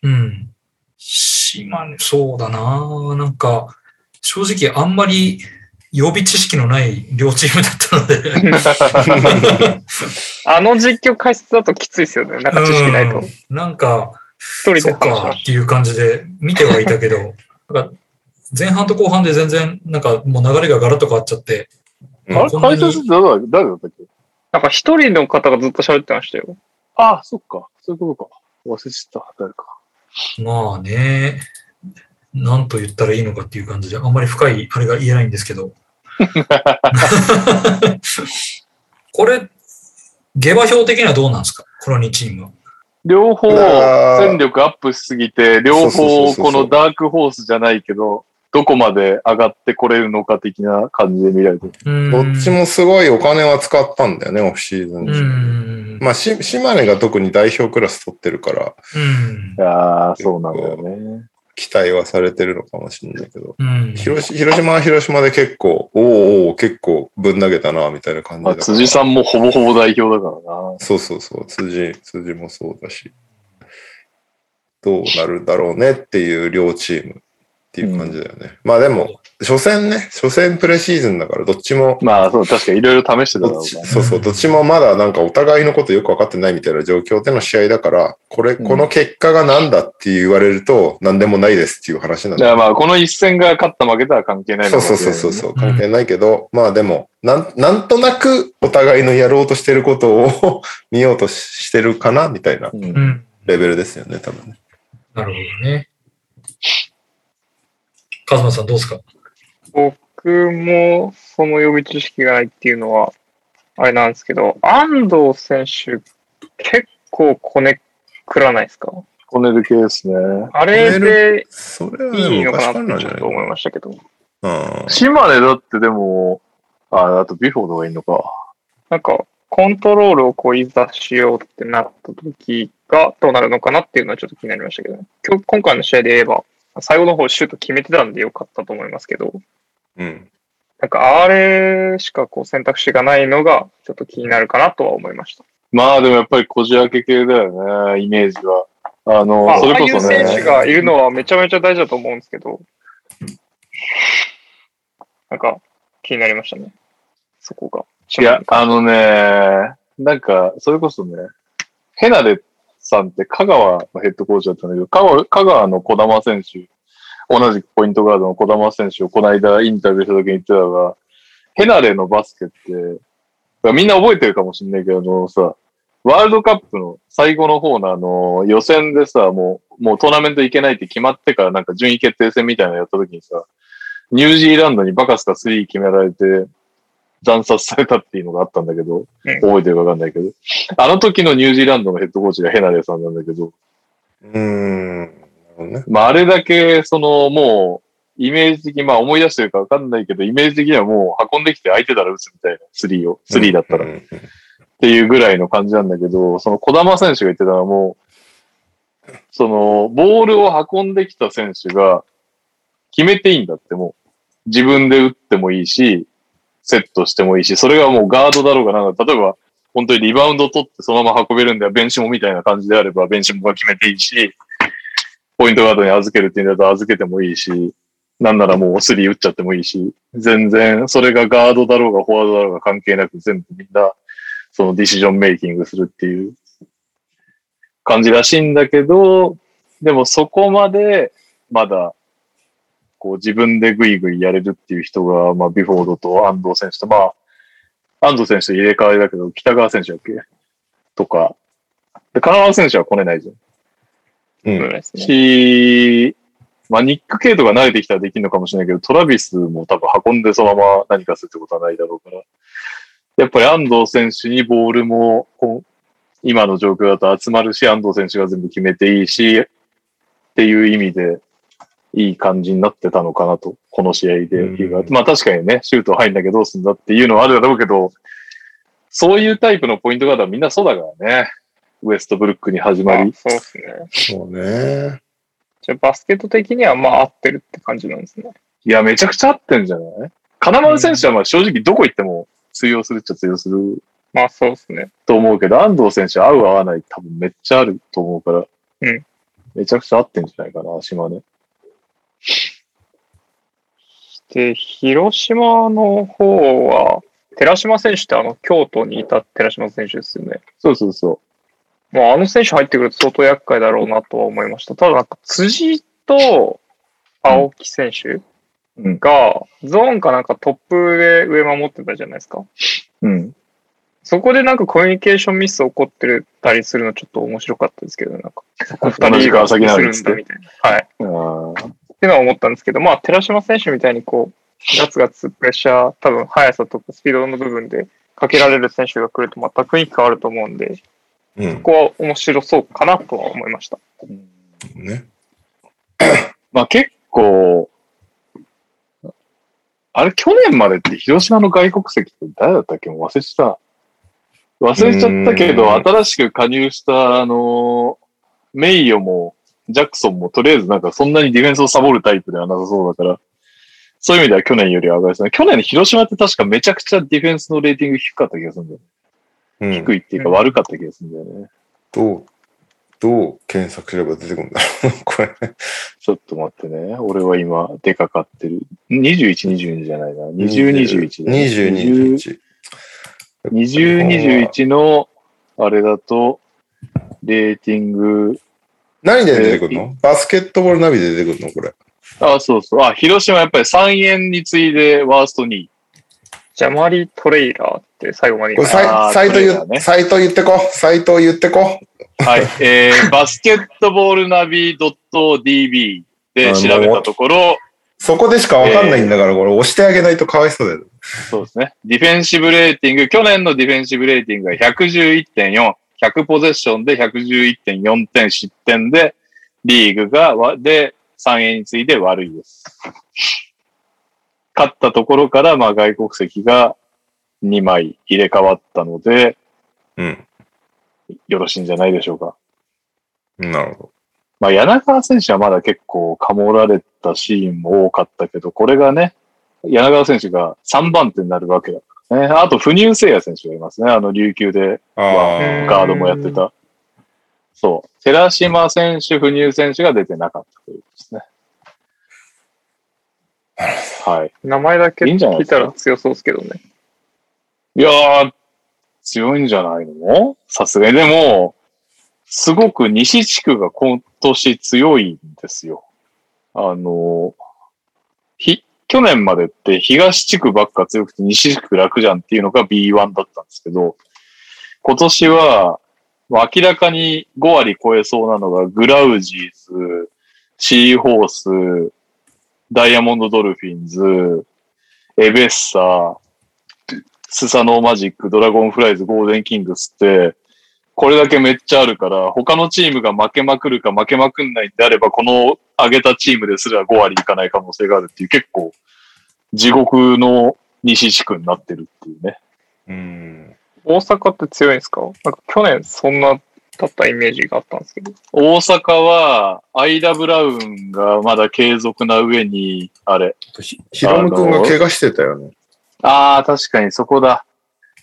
S4: うん。島根、そうだななんか、正直あんまり予備知識のない両チームだったの で。
S1: あの実況解説だときついですよね。なんか知識ないと。
S4: うんなんか、
S1: 一人で
S4: そっ
S1: 話しま
S4: か
S1: す。
S4: っていう感じで見てはいたけ ど、なんか前半と後半で全然、なんかもう流れがガラッと変わっちゃって、
S3: うん
S2: あれ、
S4: こんな
S2: 解
S4: に
S2: 説誰だ誰だったっけ
S1: なんか一人の方がずっと喋ってましたよ。
S2: あ、そっか。そういうことか。忘れてた。誰か。
S4: まあね、なんと言ったらいいのかっていう感じで、あんまり深いあれが言えないんですけ ど。これ、下馬評的にはどうなんですかこの2チームは。
S2: 両方、
S3: あー
S2: 戦力アップしすぎて、両
S3: そうそうそう
S2: 方、
S3: そう
S2: このダークホースじゃないけど、どこまで上がってこれるのか的な感じで見られてる。
S4: うん
S3: どっち。もすごいお金は使ったんだよね、オフシーズン
S4: う
S3: 中。
S4: ん。
S3: まあ、し島根が特に代表クラス取ってるから、
S4: うん
S2: い。やー、そうなんだよね。
S3: 期待はされてるのかもしれないけど。
S4: うん。
S3: 広し広島は広島で結構、おーおー結構ぶん投げたな、みたいな感じ
S2: ま
S3: だ
S2: あ、
S3: から
S2: 辻さんもほぼほぼ代表だからな。
S3: そうそうそう、辻、辻もそうだし、どうなるだろうねっていう両チームっていう感じだよね。まあでも、初戦ね、初戦プレシーズンだから、どっちも、
S2: まあ、そう、確かにいろいろ試してただ
S3: ど
S2: ろ
S3: っち
S2: う
S3: そうそう、どっちもまだなんかお互いのことよく分かってないみたいな状況での試合だから、これ、
S2: うん
S3: この結果がなんだって言われると、何でもないですっていう話なん
S2: な。だからまあ、この一戦が勝った負けたら関係ないのか
S3: そう
S2: もしれな
S3: そう
S2: い
S3: そ
S2: ね
S3: うそうそう、関係ないけど、まあでも、なん、なんとなくお互いのやろうとしてることを 見ようとししてるかな、みたいな
S2: うん
S4: うん。
S3: レベルですよね、多分ね。
S4: なるほどね。カズマさんどうですか
S1: 僕もその予備知識がないっていうのは、あれなんですけど、安藤選手、結構こねくらないですか
S2: こねる系ですね。
S1: あれで
S3: それはいで
S1: い
S3: も
S1: の
S3: 昔
S1: か
S3: から
S1: な
S3: なん
S1: って
S3: じゃ
S1: ちょっ
S3: ない
S1: と思い
S3: の
S1: ましたけど、
S3: うん
S2: 島根だってでも、あ、あとビフォードがいいのか。
S1: なんか、コントロールをこういざしようってなった時がどうなるのかなっていうのはちょっと気になりましたけど、ね、今日今回の試合で言えば、最後の方シュート決めてたんでよかったと思いますけど、
S3: うん。
S1: なんかあれしかこう選択肢がないのがちょっと気になるかなとは思いました。
S2: まあでもやっぱりこじ開け系だよね、イメージは。あ
S1: ま
S2: の、
S1: あ、
S2: そ
S1: あ
S2: れ
S1: あい
S2: こ
S1: う
S2: そ
S1: 選手
S2: ね、
S1: がいるのはめちゃめちゃ大事だと思うんですけど、なんか気になりましたね。そこが。
S2: いや、あのね、なんか、それこそね、ヘナレさんって香川のヘッドコーチだったんだけど、香川香川の児玉選手、同じくポイントガードの児玉選手をこの間インタビューした時に言ってたのが、ヘナレのバスケって、みんな覚えてるかもしんないけど、あのさ、ワールドカップの最後の方のあの、予選でさ、もう、もうトーナメント行けないって決まってからなんか順位決定戦みたいなのやった時にさ、ニュージーランドにバカスカ3決められて、惨殺されたっていうのがあったんだけど、
S1: うん
S2: 覚えてるかわかんないけど、あの時のニュージーランドのヘッドコーチがヘナレさんなんだけど、
S3: うーん。なるほどね。
S2: まああれだけ、そのもう、イメージ的に、まあ思い出してるかわかんないけど、イメージ的にはもう運んできて空いてたら打つみたいな、スリーを、スリーだったら
S3: う。ん
S2: っていうぐらいの感じなんだけど、その小玉選手が言ってたのはもう、その、ボールを運んできた選手が決めていいんだってもう、自分で打ってもいいし、セットしてもいいし、それがもうガードだろうがなんだ、例えば、本当にリバウンド取ってそのまま運べるんだよ、ベンシモみたいな感じであれば、ベンシモが決めていいし、ポイントガードに預けるって言うんだと預けてもいいし、なんならもうスリー打っちゃってもいいし、全然、それがガードだろうがフォワードだろうが関係なく全部みんな、そのディシジョンメイキングするっていう感じらしいんだけど、でもそこまでまだこう自分でグイグイやれるっていう人が、まあビフォードと安藤選手と、まあ安藤選手と入れ替わりだけど、北川選手だっけとか、で、金川選手は来れないじゃん。
S3: うん
S1: そうですね
S2: し、まあニック・ケイトが慣れてきたらできるのかもしれないけど、トラビスも多分運んでそのまま何かするってことはないだろうから、やっぱり安藤選手にボールも、こう今の状況だと集まるし、安藤選手が全部決めていいし、っていう意味で、いい感じになってたのかなと、この試合で言うが
S3: うん
S2: まあ確かにね、シュート入んなきゃどうすんだっていうのはあるだろうけど、そういうタイプのポイントガードはみんなそうだからね。ウエストブルックに始ま
S1: まあ
S2: り。
S1: そうですね。
S3: そうね。
S1: じゃあバスケット的にはまあ合ってるって感じなんですね。
S2: いや、めちゃくちゃ合ってんじゃない金丸選手はまあ正直どこ行っても通用するっちゃ通用する
S1: まあそうですね。
S2: と思うけど、安藤選手合う合わない多分めっちゃあると思うから、
S1: うん
S2: めちゃくちゃ合ってんじゃないかな、島根。
S1: で、広島の方は、寺島選手ってあの、京都にいた寺島選手ですよね。
S2: そうそうそ
S1: もうあの選手入ってくると相当厄介だろうなとは思いました。ただなんか辻と青木選手
S2: うん
S1: がゾーンかなんかトップで上守ってたじゃないですか。
S2: う。うん。
S1: そこでなんかコミュニケーションミス起こってたりするのちょっと面白かったですけどね。なんか、
S2: 同じ川崎なのにっつ
S1: す
S2: っ
S1: るんだ
S2: て。
S1: みたいな。はい。
S2: あー
S1: っていうのは思ったんですけど、まあ、寺島選手みたいにこう、ガツガツプレッシャー、多分速さとスピードの部分でかけられる選手が来るとまた雰囲気変わると思うんで、
S3: うん。
S1: ここは面白そうかなとは思いました。
S3: ね。
S2: まあ結構、あれ去年までって広島の外国籍って誰だったっけもう忘れてた。忘れちゃったけ
S3: う
S2: ど、
S3: ーん
S2: 新しく加入した、あのー、メイヨも、ジャクソンも、とりあえずなんかそんなにディフェンスをサボるタイプではなさそうだから、そういう意味では去年よりは上がりですね。去年の広島って確かめちゃくちゃディフェンスのレーティング低かった気がするんだよ。
S3: うん
S2: 低いっていうか
S1: うん
S2: 悪かった気がするんだよね。
S3: どう、どう検索すれば出てくるんだろう これ。
S2: ちょっと待ってね。俺は今、でかかってる。21、22じゃないな。20、21だね。
S3: 20、21。
S2: 20、21の、あれだと、レーティング、
S3: 何で出てくるのバスケットボールナビで出てくるのこれ。
S2: あ、そうそう。あ、広島やっぱり3円に次いでワースト2位。
S1: ジャマリー・トレイラーって最後まで
S3: こ
S1: 言
S3: れ
S1: いまし
S2: あ
S3: サ
S2: ー
S3: イサイト
S2: これだ
S3: 言、
S2: ね
S3: サイト言ってこ。サイト言ってこ。
S2: はい。えー、バスケットボールナビ .db で調べたところ、
S3: そこでしかわかんないんだから、これ押してあげないとかわいそうだよ。
S2: そうですね。ディフェンシブレーティング、去年のディフェンシブレーティングが111.4、100ポゼッションで111.4点失点で、リーグがわ、で、3円に次いで悪いです。勝ったところから、まあ外国籍が2枚入れ替わったので、
S3: うん。
S2: よろしいんじゃないでしょうか。
S3: なるほ
S2: まあ、柳川選手はまだ結構かもられたシーンも多かったけど、これがね、柳川選手が3番手になるわけだからね。あと、不入聖也選手がいますね。あの、琉球で
S3: あ
S1: うん
S2: ガードもやってた。そう。寺島選手、不入選手が出てなかったということですね。はい。
S1: 名前だけ
S2: いいんじゃない
S1: 聞
S2: で
S1: い
S2: すか
S1: たら強そうですけどね。
S2: いやー、強いんじゃないのさすがに。でも、すごく西地区が今年強いんですよ。あの、ひ、去年までって東地区ばっか強くて西地区楽じゃんっていうのが B1 だったんですけど、今年は、まあ明らかに5割超えそうなのがグラウジーズ、シーホース、ダイヤモンドドルフィンズ、エベッサー、スサノーマジック、ドラゴンフライズ、ゴールデンキングスって、これだけめっちゃあるから、他のチームが負けまくるか負けまくんないんであれば、この上げたチームですら5割いかない可能性があるっていう、結構、地獄の西地区になってるっていうね。
S3: ーうん。
S1: 大阪って強いんですかなんか去年そんなだったイメージがあったんですけど。
S2: 大阪は、アイダ・ブラウンがまだ継続な上に、あれ、
S3: ひひろむくんが怪我してたよね。
S2: ああ、確かにそこだ。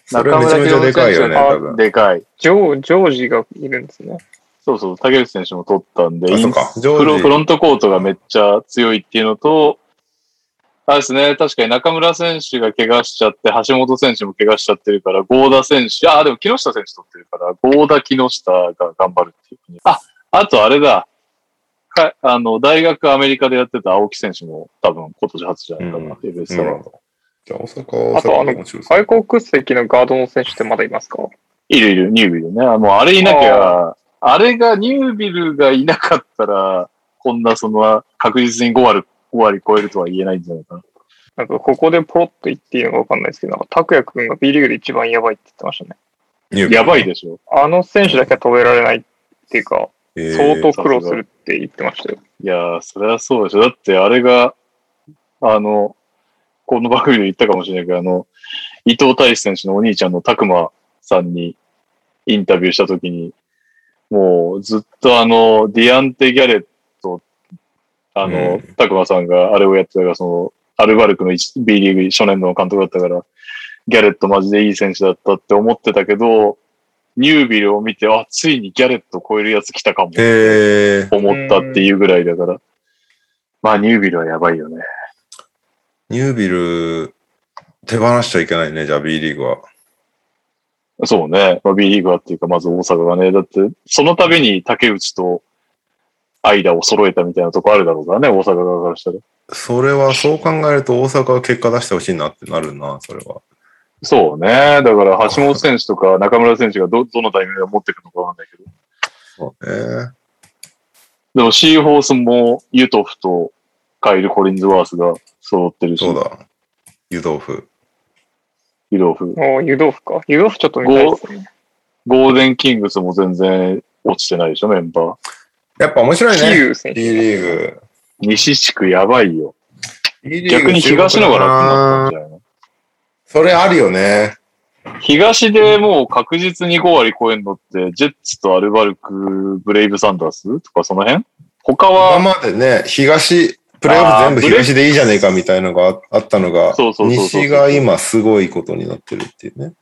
S3: それめちゃめちゃでかいよね、
S2: 中村
S3: 多
S2: 選手が
S3: 分。
S2: でかい。
S1: ジョージョージがいるんですね。
S2: そうそう、竹内選手も取ったんで、
S3: あ、そうか。ジ
S2: フ
S3: ョ
S2: ロフロ
S3: ージ。
S2: ントコートがめっちゃ強いっていうのと、あれですね、確かに中村選手が怪我しちゃって、橋本選手も怪我しちゃってるから、合田選手、あ、でも木下選手取ってるから、合田木下が頑張るっていう、ね。あ、あとあれだ。かあの、大学アメリカでやってた青木選手も多分今年初じゃないか
S3: うん
S2: な、エベレス
S3: な
S2: ト
S3: る
S2: は
S3: ほど。じゃあ大阪は
S1: あとあの
S3: 大阪も強いですね
S1: 外国籍のガードの選手ってまだいますか
S2: いるいる、ニュービルね。あもうあれいなきゃ、あれがニュービルがいなかったら、こんなその、確実に5割、5割超えるとは言えないんじゃないかな。
S1: なんかここでポロッと言っていいのかわかんないですけど、なんか拓也くんが B リーグで一番やばいって言ってましたね。
S3: ニュービル
S2: やばいでしょ。
S1: あの選手だけは止められないっていうか、
S3: えー
S1: 相当苦労するって言ってましたよ。
S2: いやー、そりゃそうでしょ。だって、あれが、あの、この番組で言ったかもしれないけど、あの、伊藤大志選手のお兄ちゃんの拓磨さんにインタビューしたときに、もうずっとあの、ディアンテ・ギャレット、あ
S3: う
S2: の
S3: ん、
S2: 拓、磨、さんがあれをやってたから、その、アルバルクの一 B リーグ初年度の監督だったから、ギャレットマジでいい選手だったって思ってたけど、ニュービルを見て、あ、ついにギャレット超えるやつ来たかも。
S3: えー
S2: 思ったっていうぐらいだから。まあ、ニュービルはやばいよね。
S3: ニュービル、手放しちゃいけないね、じゃあ B リーグは。
S2: そうね。まあ、B リーグはっていうか、まず大阪がね。だって、その度に竹内と間を揃えたみたいなとこあるだろうからね、大阪側からしたら。
S3: それは、そう考えると大阪は結果出してほしいなってなるな、それは。
S2: そうね。だから、橋本選手とか 中村選手がど、どのタイミングで持ってくのかわかんないけど。
S3: えー、
S2: でも、シーホースもユトフとカイル・コリンズワースが揃ってるし、
S3: そうだ。湯豆腐。
S2: ユトフ。
S1: もう湯豆腐か。湯豆腐ちょっと見たいですね。
S2: ゴールデン・キングスも全然落ちてないでしょ、メンバー。
S3: やっぱ面白い
S1: キ
S3: ね。
S1: ーウ選
S3: B
S1: 手。
S3: リーグ。
S2: 西地区やばいよ。
S3: B リーグ
S2: 逆に東の方が楽になったん
S3: 注目だな
S2: じゃないの
S3: それあるよね。
S2: 東でもう確実に5割超えんのって、ジェッツとアルバルク、ブレイブサンダースとかその辺他
S3: 今
S2: は、
S3: までね、東、プレイオフ全部東でいいじゃねえかみたいのがああったのが
S2: そう、そうそうそうそう
S3: 西が今すごいことになってるっていうね。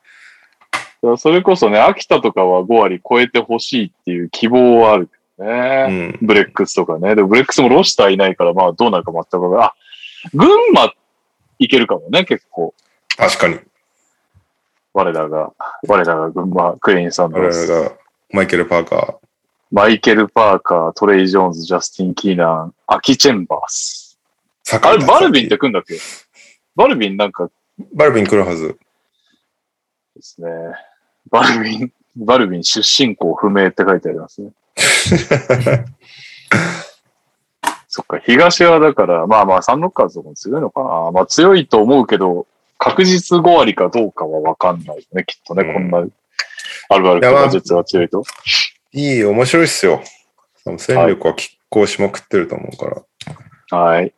S2: それこそね、秋田とかは5割超えてほしいっていう希望はあるけど
S3: う
S2: ね。
S3: ん。
S2: ブレックスとかね。でもブレックスもロシターいないから、まあどうなるか全くわかんない。あ、群馬いけるかもね、結構。
S3: 確かに。
S2: 我らが、我らが群馬、クレインサンダ
S3: 我
S2: ー
S3: 々
S2: ス。
S3: がマイケル・パーカ
S2: マイケル・パーカー、トレイ・ジョーンズ、ジャスティン・キーナン、アキ・チェンバース。
S3: ー、
S2: あ
S3: あ
S2: れ、バルビンって来んだっけバルビンなんかで
S3: バルビン来るはず。
S2: すね。バルビン、バルビン出身校不明って書いてあります ね。そっか、東はだから、まあまあ、サンロッカーズとかも強いのかな。まあ強いと思うけど、確実5割かどうかはわかんないよね、きっとね、
S3: うん
S2: こんな、アルバルク
S3: いやま
S2: の
S3: あ
S2: 術が強いと。
S3: いい、面白いっすよ。その戦力は拮抗しまくってると思うから。
S2: はい。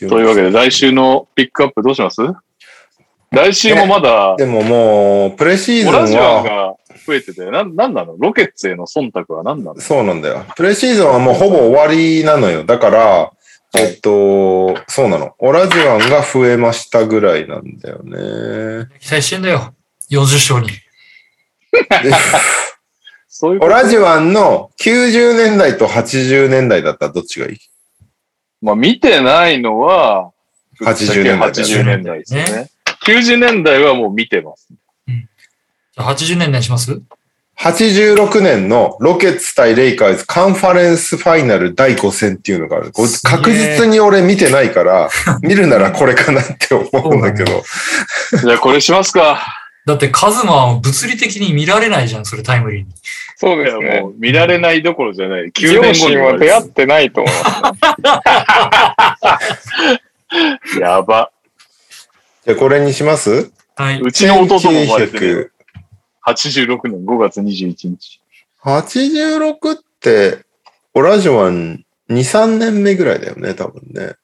S3: と
S2: というわけで、来週のピックアップどうします来週もまだ、
S3: でももう、プレシーズン
S2: オラジアン
S3: は、
S2: が増えてて、な、なんなのロケッツへの忖度は何なの
S3: そうなんだよ。プレシーズンはもうほぼ終わりなのよ。だから、えっと、そうなの。オラジワンが増えましたぐらいなんだよね。
S4: 期待してんだよ。40勝に。
S3: で
S2: そういうこ
S3: オ
S2: と。
S3: ラジワンの90年代と80年代だったらどっちがいい
S2: まあ見てないのは、
S3: 80年代だよ
S2: 80年代ですよね。90年代はもう見てます。
S4: じゃあ80年代にします
S3: 86年のロケッツ対レイカーズカンファレンスファイナル第5戦っていうのがある。これ
S4: すげえ
S3: 確実に俺見てない から、見るならこれかなって思うんだけど。
S2: じゃあこれしますか。
S4: だってカズマは物理的に見られないじゃん、それタイムリーに。
S1: そう
S2: い
S1: です
S2: や
S1: ね
S2: も。う見られないどころじゃない。9
S1: 両
S2: 年後に
S1: 親
S2: は
S1: は出会ってないと思います。
S2: やば。。
S3: じゃあこれにします
S4: はいう
S2: ちの弟も生まれてる。86年5月21日。
S3: 1986って、オラジワン2、3年目ぐらいだよね、多分ね。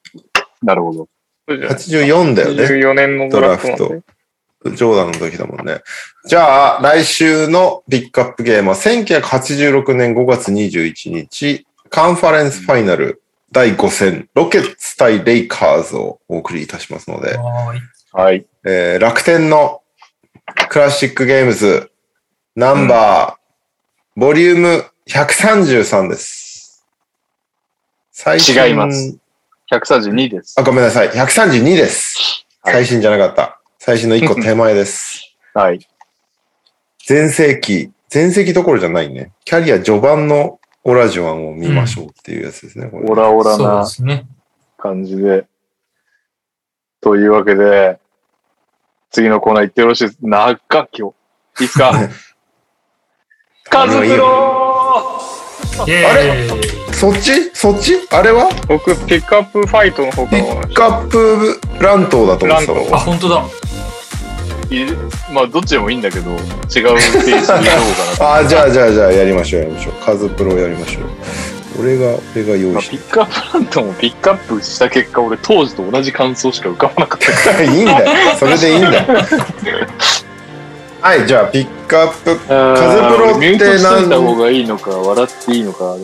S2: なるほど。
S1: そう じゃない
S3: 84だよね。
S1: 14年のドラフト
S3: ド
S1: なん
S3: ラ
S1: で。
S3: ジョーダンの時だもんね。じゃあ、来週のピックアップゲームは1986年5月21日、カンファレンスファイナル第5戦、ロケッツ対レイカーズをお送りいたしますので、
S4: はーい
S2: はい。
S3: えー楽天のクラシックゲームズ、ナンバー、ボリューム133です。最
S2: 違います。132です
S3: あ、。ごめんなさい。132です。
S2: はい
S3: 最新じゃなかった。最新の1個手前です。
S2: はい。
S3: 全盛期、全盛期どころじゃないね。キャリア序盤のオラジュアンを見ましょうっていうやつですね、これ。
S2: オラオラ
S4: そうで
S2: な
S4: すね。
S2: 感じで。というわけで、次のコーナー行ってよろしいです。長っ今日。いいですかカズプロ
S4: イェーイ
S3: そっちそっちあれは
S1: 僕、ピックアップファイトの方か
S3: ピ
S1: ら思いま
S3: ッ
S1: し
S3: クアップ乱闘だと思ってた
S1: 乱
S4: あ、
S3: わ。。
S4: 本当だ。
S2: いまあ、どっちでもいいんだけど、違うページに行こうかな
S3: あー、じゃあじゃあじゃあやりましょうやりましょう。カズプロやりましょう。俺が、俺が用
S2: ま
S3: 意
S2: あ、
S3: し
S2: ピックアップなんともピックアップした結果、俺当時と同じ感想しか浮かばなかっ た。
S3: た。いいんだよ。それでいいんだよ。はい、じゃあピックアップ。
S2: カ
S3: ズプロって
S2: ミュートしといた方がいいのか、笑っていいのか、あれ。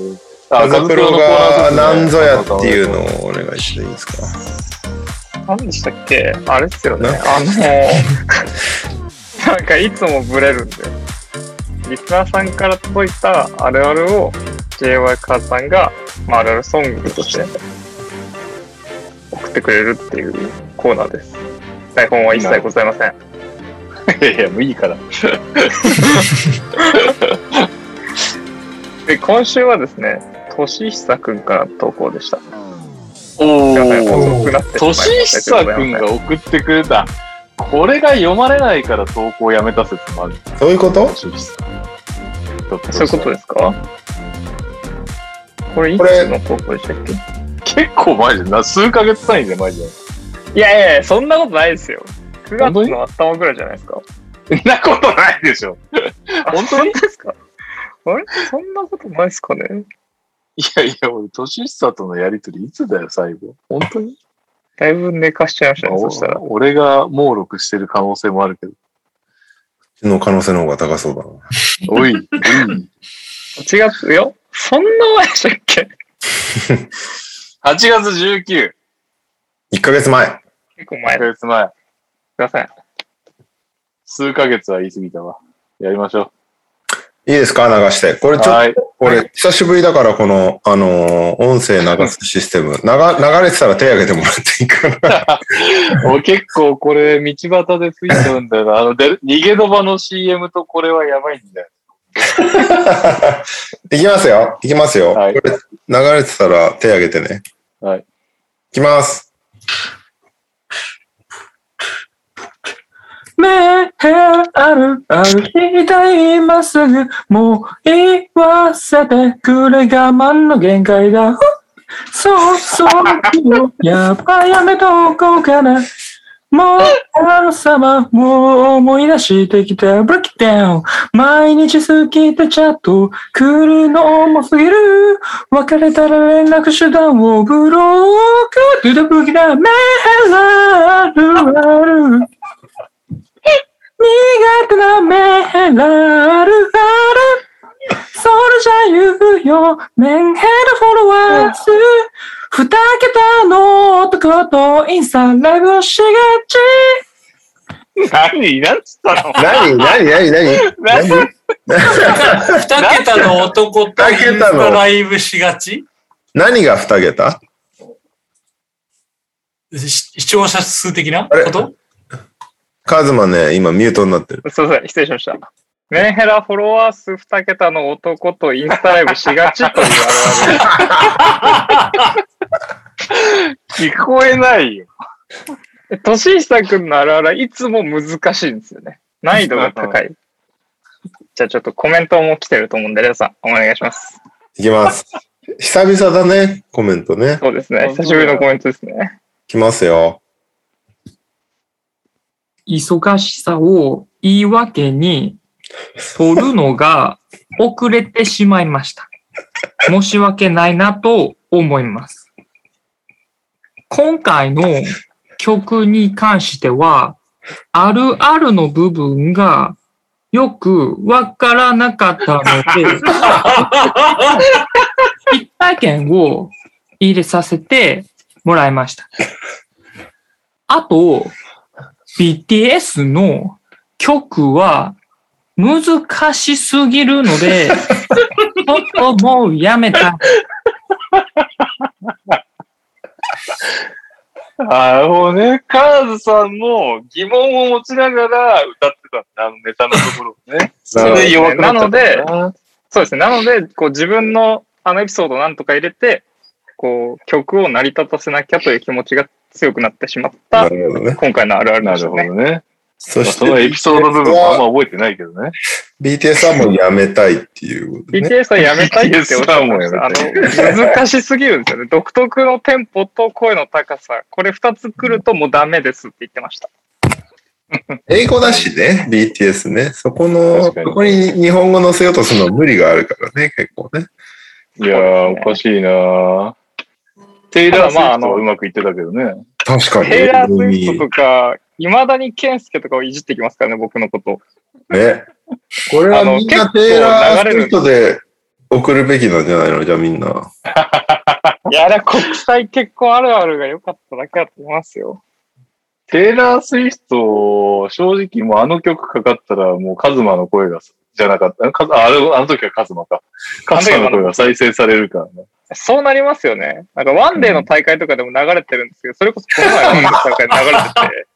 S2: あ
S3: カズプロ
S2: カズのコーナ
S3: が
S2: ー。
S3: 何ぞやっていううのをお願いしていいですか。
S1: た。何でしたっけあれっすよね。
S3: な
S1: あの、 なんかいつもブレるんで。リスナーさんから届いたあるあるを JY カーさんが、まあ、あるあるソングとして送ってくれるっていうコーナーです。台本は一切ございません。
S2: いやいや、もういいから。
S1: で、今週はですね、としひさくんからの投稿でした。す い
S2: お
S1: ません
S2: ー。
S1: 遅くなってし
S2: と
S1: まいま
S2: しひ
S1: した
S2: さ
S1: けど
S2: くんが送ってくれた。これが読まれないから投稿やめた説もある。
S3: そういうこと
S2: としひさん
S1: そういうことですかこれいつ
S3: これ
S1: の高校でしたっけ
S2: 結構前じゃんな。数ヶ月単位で 前じゃん。
S1: いやいやいや、そんなことないですよ。9
S2: 本当
S1: 月
S2: に
S1: の頭ぐらいじゃないですか。
S2: そんなことないでしょ。
S1: 本当にですかあれそんなことないですかね
S2: いやいや、俺、年下とのやりとりいつだよ、最後。本当に、
S1: だいぶ寝かしちゃいました
S2: まあ
S1: ね、そしたら。
S2: お俺が猛録してる可能性もあるけど。
S3: の可能性の方が高そうだな。
S2: おい、おい。
S1: 8月よそんな前でしたっけ
S2: 8月19、
S3: 1ヶ月前。
S1: 結構
S2: 1
S1: 前。す
S2: ヶ
S1: い
S2: 月前。
S1: ません。
S2: 数ヶ月は言い過ぎたわ。やりましょ
S3: いいですか流して。これ
S2: う。
S3: ちょっと
S2: はい。
S3: 俺、久しぶりだから、この、あのー音声流すシステム。なが流れてたら手挙げてもらっていいかな。
S2: 俺結構これ、道端でついてるんだよな。あの、で逃げ場の CM とこれはやばいん だよ。
S3: いきますよ。いきますよ。
S2: はい
S3: これ、流れてたら手挙げてね。
S2: はい
S3: いきます。
S7: 目あるある言いたいまっすぐもう言わせてくれ我慢の限界だそうそうやばいやめとこうかなもうあの様もう思い出してきたブレイクダウン毎日好きでチャット来るの重すぎる別れたら連絡手段をブロックドゥダブギだ目あるある苦手なメールあるある。それじゃ言うよ。メンヘラフォロワー数。二桁インスタライブをしがち。
S5: 何なんつったの
S3: 何何何何
S5: 何
S4: 二桁の男とインスタライブしがち
S3: 何が二桁
S4: し視聴者数的な
S3: あれ
S4: こと
S3: カズマね、今ミュートになってる。
S1: すいません、失礼しました。メンヘラフォロワー数2桁の男とインスタライブしがちというあれは
S5: 聞こえないよ。
S1: ね、年下くんのあるあるはいつも難しいんですよね。難易度が高い。じゃあちょっとコメントも来てると思うんで、レオさん、お願いします。
S3: いきます。久々だね、コメントね。
S1: そうですね。久しぶりのコメントですね。
S3: きますよ。
S7: 忙しさを言い訳に取るのが遅れてしまいました。申し訳ないなと思います。今回の曲に関しては、あるあるの部分がよくわからなかったので、実体験を入れさせてもらいました。あと、BTS の曲は難しすぎるので、 ちょっともうやめた。
S5: あのね、カーズさんも疑問を持ちながら歌ってたんだ、あのネタのところをね。それで弱くなっちゃったんだな
S1: そうですね。なので、こう自分のあのエピソードをなんとか入れて、こう曲を成り立たせなきゃという気持ちが強くなってしまった
S3: な、るほどね。
S1: 今回のあるある
S5: な
S1: で
S5: る
S1: し
S5: ほ
S1: た
S5: ど
S1: ね。
S5: ね。
S3: そ
S5: まあ
S3: し
S5: その
S3: て、
S5: エピソード部分はあんま覚えてないけどね。
S3: BTS はもうやめたいっていうことね。
S1: BTS はやめたいっておっしゃって
S5: BTS はもう
S1: ま
S5: や
S1: した。あ
S5: めたい
S1: の、難しすぎるんですよね。独特のテンポと声の高さ。これ2つ来るともうダメですって言ってました。
S3: 英語だしね、BTS ね。そこの、
S5: 確かに
S3: ここに日本語載せようとするのは無理があるからね、結構ね。
S5: いやー、おかしいなーテイラー・スウィフトはうまくいってたけどね。
S3: 確かに。
S1: テイラー・スウィフトとか、いまだにケンスケとかをいじってきますからね、僕のこと。
S3: ね。これは
S1: あの
S3: みんなテイラー・ス
S1: 結構流れ
S3: ウ
S1: る
S3: ィフトで送るべきなんじゃないのじゃあみんな。
S1: いや、あれは国際結婚あるあるが良かっただけだと思いますよ。
S5: テイラー・スウィフト、正直もうあの曲かかったらもうカズマの声が、じゃなかった。カズああれあの時はカズマか。カズマの声が再生されるからね。
S1: そうなりますよね。なんかワンデーの大会とかでも流れてるんですけど、それこそこの前ワンデーの大会で流れ てて、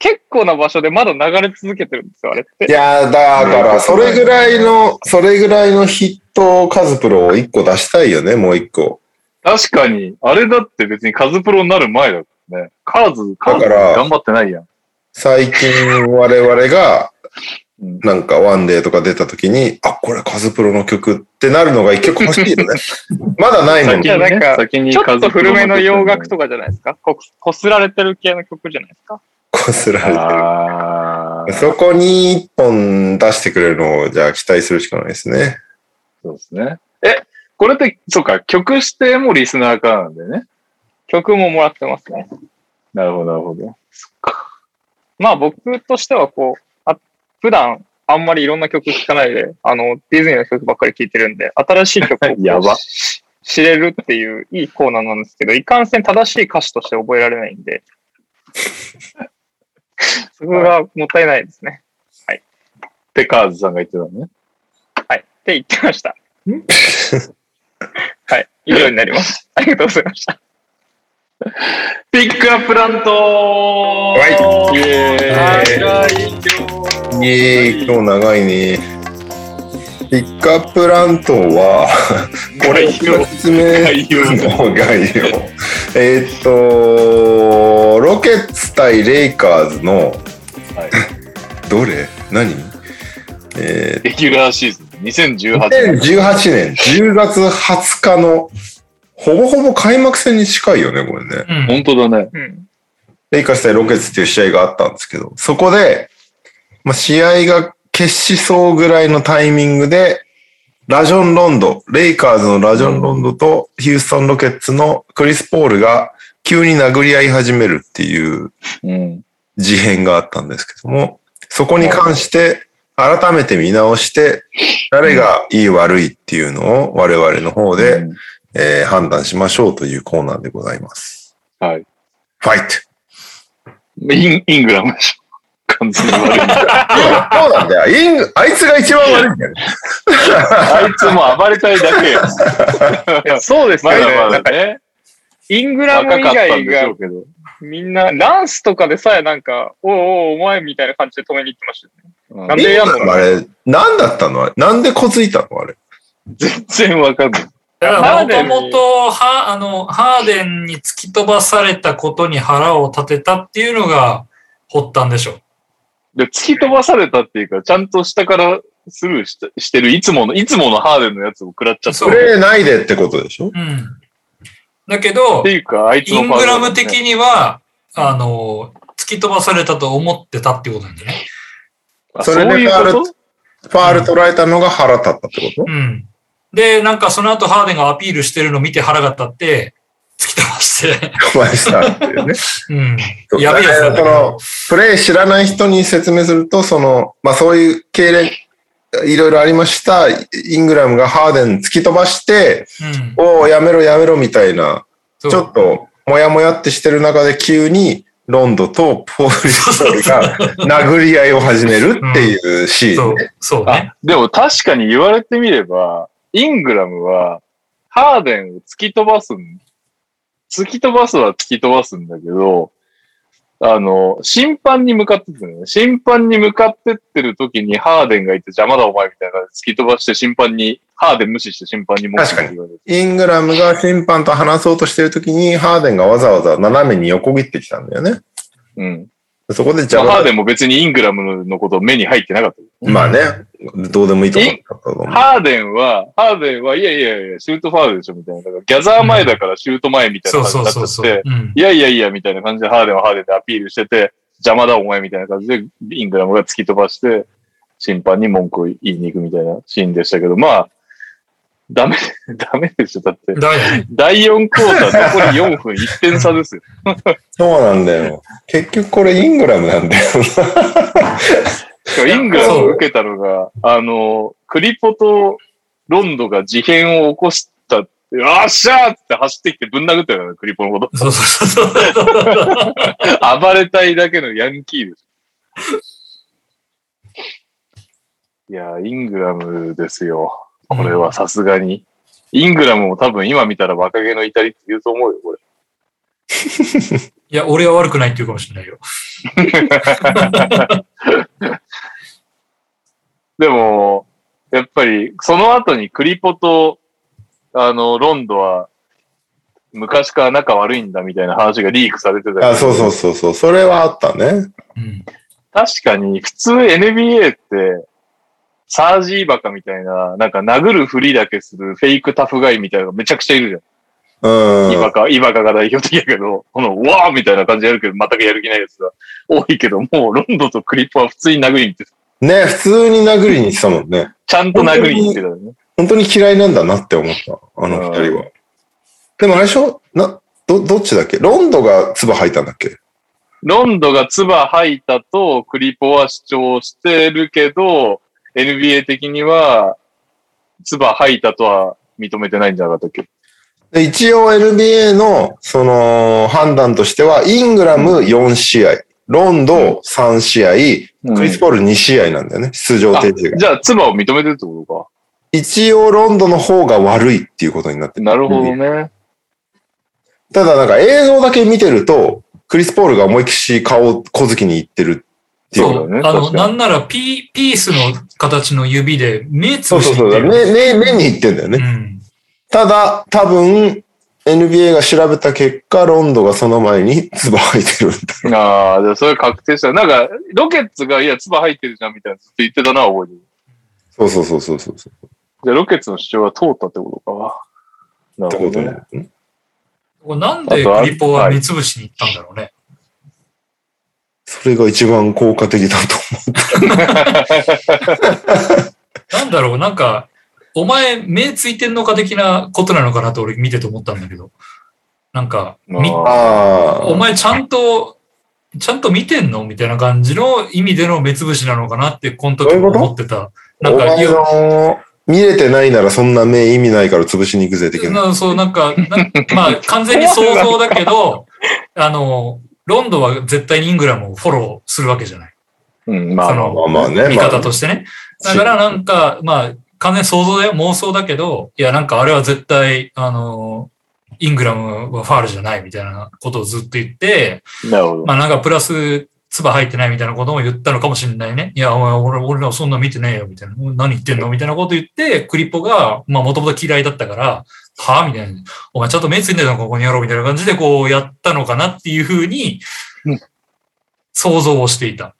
S1: 結構な場所でまだ流れ続けてるんですよ、あれって
S3: い。やーだから、それぐらいの、それぐらいのヒットをカズプロを一個出したいよね、もう一個。
S5: 確かに、あれだって別にカズプロになる前だからね。カーズ、カーズ
S3: から
S5: 頑張ってないやん。
S3: 最近我々が、
S5: うん
S3: なんかワンデーとか出た時に、あ、これカズプロの曲ってなるのが一曲欲しいよね。 まだないもん
S5: 先
S3: ね。
S1: いや
S5: に
S1: なん
S5: ね、
S1: か
S5: 先に
S1: ちょ
S5: カ
S1: っ
S5: ズ
S1: と
S5: プロの
S1: 古めの洋楽
S5: か。
S1: とかじゃないですかここすられてる系の曲じゃないですか
S3: こすられてる。
S5: ああ、
S3: そこに一本出してくれるのを、じゃあ期待するしかないですね。
S5: そうですね。え、これって、そうか、曲指定もリスナーからなんだよね。
S1: 曲ももらってますね。
S5: なるほど、なるほど。
S1: まあ僕としてはこう、あ普段あんまりいろんな曲聴かないで、あの、ディズニーの曲ばっかり聴いてるんで、新しい曲を こう
S5: やば
S1: し知れるっていういいコーナーなんですけど、いかんせん正しい歌詞として覚えられないん で、そこがもったいないですね。
S5: ってカーズさんが言ってたのね。
S1: はい。って言ってま した。はい。以上になります。ありがとうございました。
S5: ピックアップラント
S3: はい
S5: イエーイ
S3: はイエーイ今日長いね。ピックアップラントは、これ説明
S5: 概要
S3: の概要。えーっと、ロケッツ対レイカーズの、
S5: はい
S3: どれ何え
S5: レギュラーシーズン2018
S3: ー、
S5: 年。
S3: 2018年10月20日の、ほぼほぼ開幕戦に近いよね、これね。
S4: うん。
S5: 本当だね。
S1: うん。
S3: レイカーズ対ロケッツっていう試合があったんですけど、そこで、まあ、試合が決しそうぐらいのタイミングで、ラジョン・ロンド、レイカーズのラジョン・ロンドとヒューストン・ロケッツのクリス・ポールが急に殴り合い始めるっていう
S5: うん。
S3: 事変があったんですけども、そこに関して改めて見直して、誰がいい悪いっていうのを我々の方で、
S5: うん
S3: えー判断しましょうというコーナーでございます。
S5: はい。
S3: ファイト
S2: イン、イングラムでしょ。完全に悪 い。
S3: そうなんだよ。イングあいつが一番悪いんだよね。
S2: あいつも暴れたいだけよ。
S1: そうですよ
S2: ま
S1: ね。
S2: だ
S1: な
S2: ま
S1: ん
S2: だ
S1: か
S2: ね。
S1: イングラム
S2: 若
S1: 以
S2: かったんで
S1: 外
S2: しょ
S1: が
S2: うけど。
S1: みんな、ダンスとかでさえなんか、おうおうお前みたいな感じで止めに行ってましたよね。
S2: うん
S1: なんでやんの
S3: イングラムあれ、なんだったのあれなんでこづいたのあれ。
S2: 全然わかんない。
S4: だから
S1: ハー
S4: も
S1: デ
S4: と
S1: ン
S4: もと、は、あの、ハーデンに突き飛ばされたことに腹を立てたっていうのが発端でしょ。
S2: で、突き飛ばされたっていうか、ちゃんと下からスルーしたしてる、いつもの、いつものハーデンのやつを食らっちゃった。
S4: そ
S3: プ
S2: っ
S3: レーないでってことでしょ
S4: うん。だけど
S2: て、いうか、あいつの
S4: イン
S2: ファウ
S4: グ
S2: ルだ
S4: ラ
S2: よね
S4: ム的には、あの、突き飛ばされたと思ってたってことなんだね。
S2: あ
S3: それ
S2: そう
S3: で
S2: い
S3: ファ
S2: う
S3: ー
S2: こ
S3: ル、ファール取られたのが腹立ったってこ
S4: うん。で、なんかその後ハーデンがアピールしてるの見て腹が立って、突き飛ばして、
S3: とお前したっていうね。
S4: うん
S3: そ。う
S4: やべえやつ
S3: だ
S4: だっ
S3: か
S4: た
S3: ら
S4: けど
S3: その、プレイ知らない人に説明すると、その、まあそういう経例、いろいろありました。イングラムがハーデン突き飛ばして、
S4: うん。
S3: おお、やめろやめろみたいな、
S4: そ
S3: ちょっと、もやもやってしてる中で急に、ロンドとポール・リストルが殴り合いを始めるっていうシー
S4: そ
S3: ン
S4: う
S3: ね。、
S4: そう
S2: と
S4: ね
S2: あ。でも確かに言われてみれば、イングラムは、ハーデンを突き飛ばすん、突き飛ばすは突き飛ばすんだけど、あの、審判に向かってってね、審判に向かってってる時にハーデンがいて邪魔だお前みたいな突き飛ばして審判に、ハーデン無視して審判に文句言われて。
S3: イングラムが審判と話そうとしてる時に、ハーデンがわざわざ斜めに横切ってきたんだよね。
S2: うん。
S3: そこでじ
S2: ま
S3: ゃ
S2: あ、ハー
S3: あ、
S2: デンも別にイングラムのことを目に入ってなかった。
S3: まあね、どうでもいいと思ったと思う。
S2: ハーデンは、ハーデンは、いやいやいや、シュートファウルでしょ、みたいな。だからギャザー前だからシュート前みたい
S4: そ
S2: な
S4: う
S2: 感じ
S4: そ
S2: にな
S4: う
S2: っち
S4: そ
S2: ゃ
S4: う
S2: っ
S4: そ
S2: て、
S4: う。うん
S2: いやいやいや、みたいな感じで、ハーデンはハーデンでアピールしてて、邪魔だお前みたいな感じで、イングラムが突き飛ばして、審判に文句を言いに行くみたいなシーンでしたけど、まあ、ダメ、 ダメでしょ。だって、
S4: ダメだね。
S2: 第4クォーター残り4分1点差ですよ。
S3: そうなんだよ。結局これイングラムなんだよ。
S2: しかもイングラムを受けたのが、あの、クリポとロンドが事変を起こしたって、よっしゃーって走ってきてぶん殴ったよね、クリポのこと。
S4: そうそうそうそう。
S2: 暴れたいだけのヤンキーです。いやー、イングラムですよ。これはさすがに。イングラムも多分今見たら若気の至りって言うと思うよ、これ。
S4: いや、俺は悪くないって言うかもしれないよ。
S2: でも、やっぱり、その後にクリポと、あの、ロンドは、昔から仲悪いんだみたいな話がリークされてた
S3: あ、そう
S2: う。
S3: そうそうそう。それはあったね。
S4: うん。
S2: 確かに、普通 NBA って、サージーバカみたいな、なんか殴るふりだけするフェイクタフガイみたいなのがめちゃくちゃいるじゃん。
S3: うん。
S2: イバカ、イバカが代表的やけど、この、わーみたいな感じでやるけど、全くやる気ないやつが多いけど、もうロンドとクリップは普通に殴りに行ってた、
S3: ね、普通に殴りに行ってたもんね。
S2: ちゃんと殴りに行ってたよね。
S3: 本当に嫌いなんだなって思った。あの二人は。でもあれでしょな、ど、どっちだっけロンドが唾吐いたんだっけ
S2: ロンドが唾吐いたとクリポは主張してるけど、NBA 的には、唾吐いたとは認めてないんじゃなかったっけ
S3: で一応 NBA の、その、判断としては、イングラム4試合、ロンド3試合、クリス・ポール2試合なんだよね。出場
S2: あ
S3: 停止が。
S2: じゃあ、唾を認めてるってこ
S3: 一応ロンドの方が悪いっていうことになって
S2: とか。なるほどね。
S3: ただなんか映像だけ見てると、クリス・ポールが思いっきり顔を小突きにいってるっていう
S4: そ
S2: こと
S4: う。
S2: だね
S4: あ
S2: 確
S4: の、
S2: かに
S4: なんならピー、ピースの形の指で目つ
S3: そ
S4: ぶ
S3: う
S4: し
S3: そう
S4: に
S3: そ
S4: 行
S3: う。
S4: って
S3: だ
S4: る。
S3: 目、目、目にいってんだよね。
S4: うん。
S3: ただ、多分、NBA が調べた結果、ロンドがその前に唾吐いてるんだ。
S2: ああ、じゃあそれ確定した。なんか、ロケッツが、いや、唾吐いてるじゃんみたいなずっと言ってたな、覚えてる。
S3: そうそうそうそうそう。っ
S2: じゃあ、ロケッツの主張は通ったってことか。な
S3: て
S2: る
S3: こ
S2: ほ
S3: と
S2: ど
S3: に
S2: ね
S3: な。るね。
S4: これなんでクリポは目つぶしに行ったんだろうね。
S3: それが一番効果的だと
S4: なんだろう、なんか、お前目ついてんのか的なことなのかなと俺見てて思ったんだけど。なんか、み
S2: あ
S3: 思う。あ
S4: お前ちゃんと、ちゃんと見てんのみたいな感じの意味での目つぶしなのかなって、この時
S3: どういう
S4: も
S3: こと
S4: 思ってた。
S3: あ。
S4: なん
S3: お
S4: か、い
S3: 前
S4: や
S3: の、見れてないならそんな目意味ないから潰しに行くぜ的な。
S4: なそう、なんか、なまあ、完全に想像だけど、あの、ロンドンは絶対にイングラムをフォローするわけじゃない。
S2: うん、まあ
S4: その
S3: まあまあね。
S4: 見
S3: まあ
S4: 方としてね。だからなんか、まあ、完全に想像だよ、妄想だけど、いや、なんかあれは絶対、あの、イングラムはファールじゃないみたいなことをずっと言って、
S2: なるほど。
S4: まあなんかプラス、唾入ってないみたいなことも言ったのかもしれないね。いや、お前俺、俺らそんな見てねえよ、みたいな。何言ってんのみたいなこと言って、クリポが、まあもともと嫌いだったから、はあみたいな。お前ちゃんと目ついてたのかここにやろうみたいな感じでこうやったのかなっていうふうに、想像をしていた。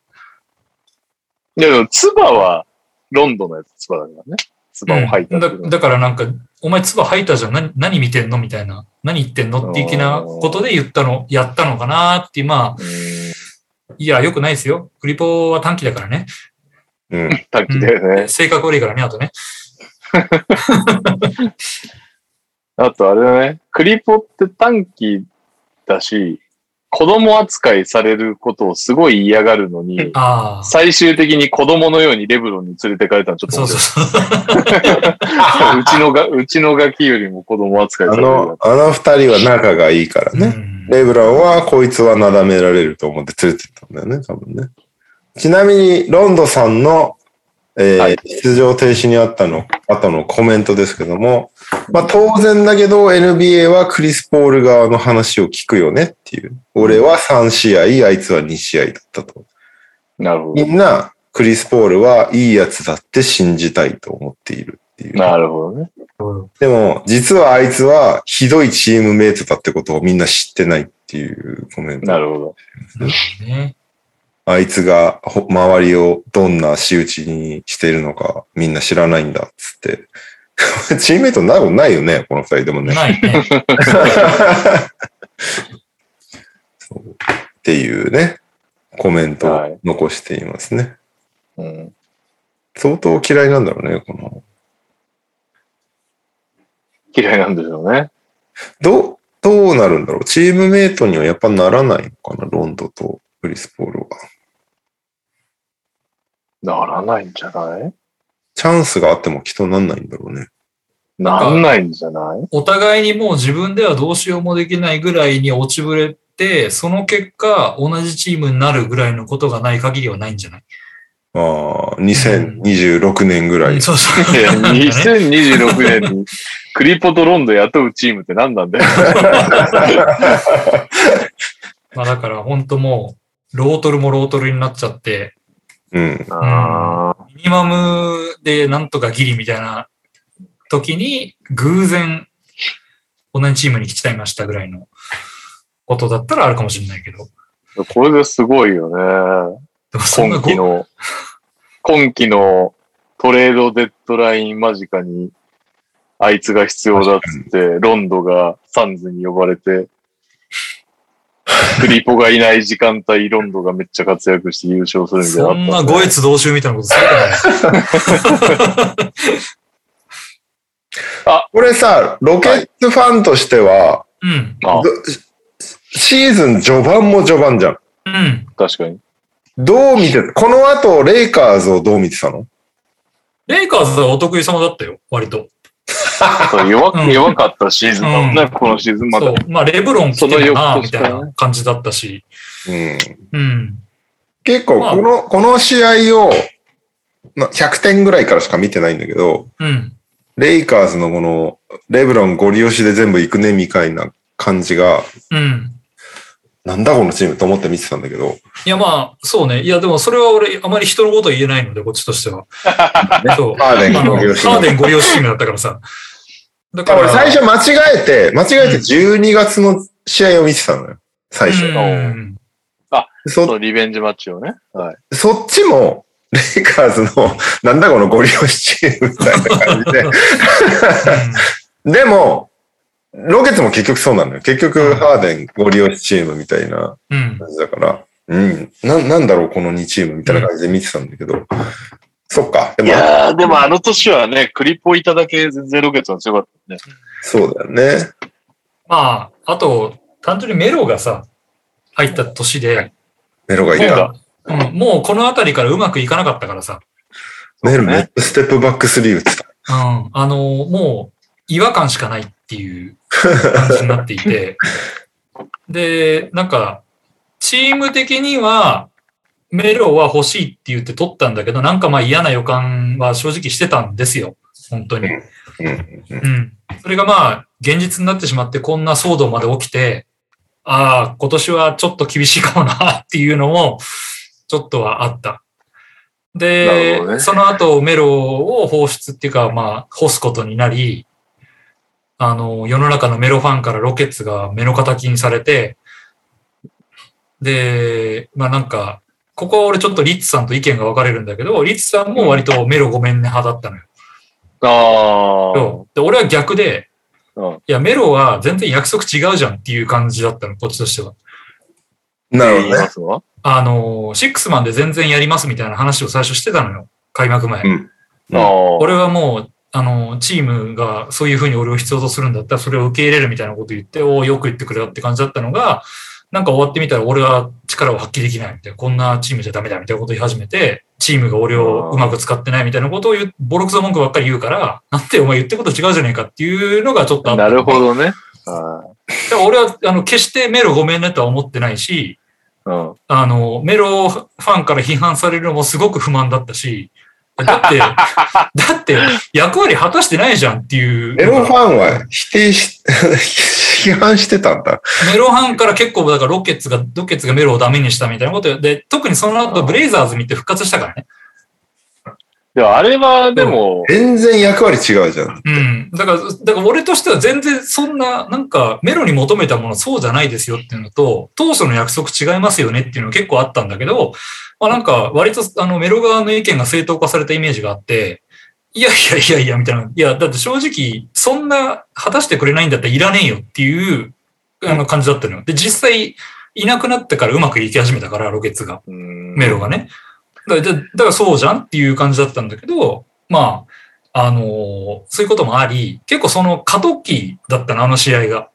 S2: いや、でも、ツバは、ロンドンのやつ、ツバだからね。ツバを吐いたっ
S4: う
S2: て
S4: んだ
S2: いうのは
S4: だからなんか、お前唾吐いたじゃん。何何見てんのみたいな。何言ってんのっていう気なことで言ったの、やったのかなっていう、ま
S2: う
S4: あ、いや、良くないですよ。クリポは短期だからね。
S3: うん。
S2: ん短期だよね。
S4: 性格悪いからね、あとね。
S2: あと、あれだね。クリポって短期だし、子供扱いされることをすごい嫌がるのに、
S4: ああ。
S2: 最終的に子供のようにレブロンに連れてかれたのちょっと
S4: そう
S2: 面
S4: そ
S2: 白
S4: う
S2: い
S4: そう。
S2: うちのが、うちのガキよりも子供扱いさ
S3: あ
S2: れるようにな
S3: の
S2: っ、
S3: あの二人は仲がいいから
S4: う
S3: ね。
S4: ん
S3: レブランはこいつはなだめられると思って連れてったんだよね、多分ね。ちなみに、ロンドさんの、えー
S2: はい
S3: 出場停止にあったの、後のコメントですけども、まあ当然だけど NBA はクリス・ポール側の話を聞くよねっていう。俺は3試合、あいつは2試合だったと。
S2: たなるほ
S3: み
S2: ど。
S3: んな、クリス・ポールはいいやつだって信じたいと思っているっていう。
S2: なるほどね。
S3: でも、実はあいつはひどいチームメイトだってことをみんな知ってないっていうコメント。
S2: なるほど。
S4: ね。
S3: あいつがほ周りをどんな仕打ちにしているのかみんな知らないんだっつって。 チームメイトになることないよね、この二人でもね。
S4: ないね。
S3: そうっていうね、コメント
S2: は
S3: を
S2: い
S3: 残していますね。
S2: うん。
S3: 相当嫌いなんだろうね、この。
S2: 嫌いなんでしょうね。
S3: どう、どうなるんだろう。チームメイトにはやっぱならないのかな、ロンドとクリス・ポールは。
S2: ならないんじゃない
S3: チャンスがあってもきっとなんないんだろうね。
S2: なんないんじゃない
S4: お互いにもう自分ではどうしようもできないぐらいに落ちぶれて、その結果、同じチームになるぐらいのことがない限りはないんじゃない
S3: ああ、2026年ぐらい。
S4: そうそう。
S2: いや、
S4: なんかね
S2: 2026年に クリポとロンド雇うチームって何なんだよ。
S4: まあだから本当もう、ロートルもロートルになっちゃって、
S3: うん。
S4: あミニマムでなんとかギリみたいな時に、偶然、同じチームに来ちゃいましたぐらいのことだったらあるかもしれないけど。
S2: これですごいよね。
S4: でもそんな
S2: 今
S4: ご
S2: 期の、今期のトレードデッドライン間近に、あいつが必要だっつって、ロンドがサンズに呼ばれて、クリポがいない時間帯、ロンドがめっちゃ活躍して優勝するみたいなのあ
S4: そ
S2: った
S4: ん
S2: ね。
S4: な五越同州みたいなことするから
S3: これさ、ロケットファンとしては、
S4: うん。
S2: あ
S3: どシーズン序盤も序盤じゃん。
S4: うん。
S2: 確かに。
S3: どう見て、この後、レイカーズをどう見てたの
S4: レイカーズはお得意様だったよ、割と。
S2: そう弱
S4: うん
S2: 弱かったシーズンだもんね、
S4: うん
S2: このシーズンま
S4: そ
S2: だ
S4: う。。まあ、レブロン来てるな、
S2: その翌年
S4: みたいな感じだったし。
S3: うん。
S4: うん。
S3: 結構、この、この試合を、ま100点ぐらいからしか見てないんだけど、
S4: うん。
S3: レイカーズのこの、レブロンゴリ押しで全部行くね、みたいな感じが、
S4: うん。
S3: なんだこのチームと思って見てたんだけど、
S4: いや、まあ、そうね。いや、でもそれは俺、あまり人のことは言えないので、こっちとし ては。そう。
S3: カーデン
S4: あの、
S3: ゴリ押し。
S4: カーデンゴリ押しチームだったからさ。だから、
S3: 俺最初間違えて、間違えて12月の試合を見てたのよ。最初。
S4: うん、
S2: そ
S3: そう
S2: リベンジマッチをね。はい。
S3: そっちも、レイカーズの、なんだこのゴリ押しチームみたいな 感じで。でも、ロケッツも結局そうなのよ。結局、ハーデンゴリ押しチームみたいな
S4: うん。うん。
S3: 感じだから、うん、な、なんだろう、この2チームみたいな感じで見てたんだけど、そっか。で
S2: い
S3: も、
S2: やー、でもあの年はね、クリポいただけ全然ロケットが強かったね。
S3: そうだよね。
S4: まあ、あと、単純にメロがさ、入った年で、
S3: メロがい
S2: そう
S3: た。
S2: だ。
S4: うん、もうこの辺りからうまくいかなかったからさ。
S3: メロめっちゃステップバックスリー打ってた。
S4: うん、あの もう違和感しかないっていう感じになっていて、で、なんか、チーム的には、メロは欲しいって言って取ったんだけど、なんかまあ嫌な予感は正直してたんですよ。本当に。うん。それがまあ、現実になってしまって、こんな騒動まで起きて、ああ、今年はちょっと厳しいかもなっていうのも、ちょっとはあった。
S2: なる
S4: で
S2: ほ、どね
S4: その後、メロを放出っていうか、まあ、干すことになり、あの、世の中のメロファンからロケッツが目の敵にされて、で、まあなんか、ここは俺ちょっとリッツさんと意見が分かれるんだけど、リッツさんも割とメロごめんね派だったのよ。
S2: ああ。
S4: そうで、俺は逆で、
S2: うん
S4: いや、メロは全然約束違うじゃんっていう感じだったの、こっちとしては。
S3: な
S2: 言
S3: るほ
S2: い
S3: ど
S2: ま
S3: ね。
S2: すわ。
S4: あのー、シックスマンで全然やりますみたいな話を最初してたのよ、開幕前。
S3: うん
S2: ああ。
S4: 俺はもう、あのー、チームがそういうふうに俺を必要とするんだったら、それを受け入れるみたいなこと言って、おお、よく言ってくれたって感じだったのが、なんか終わってみたら俺は力を発揮できないみたいな、こんなチームじゃダメだみたいなこと言い始めて、チームが俺をうまく使ってないみたいなことを言う、ボロクソ文句ばっかり言うから、なんてお前言ってること違うじゃねえかっていうのがちょっとあった
S2: なるほどね。は
S4: だから俺は、あの、決してメロごめんねとは思ってないし、
S2: いうん。
S4: あの、メロファンから批判されるのもすごく不満だったし、だっ て、だって、役割果たしてないじゃんっていう。
S3: メロファンは否定し、 批判してたんだ。
S4: メロファンから結構、だからロケッツが、ロケッツがメロをダメにしたみたいなことで、特にその後ブレイザーズ見て復活したからね。
S2: でもあれは、でも、
S3: 全然役割違うじゃん。
S4: うん。だから、だから俺としては全然そんな、なんか、メロに求めたものそうじゃないですよっていうのと、当初の約束違いますよねっていうのが結構あったんだけど、まあなんか、割とあのメロ側の意見が正当化されたイメージがあって、いやいやいやいや、みたいな。いや、だって正直、そんな果たしてくれないんだったらいらねえよっていう、あの感じだったのよ。で、実際、いなくなってからうまくいき始めたから、ロケッツが。メ
S2: メ
S4: ロがね。だから、だだからそうじゃんっていう感じだったんだけど、まあ、あのーそういうこともあり、結構その過渡期だったな、あの試合が。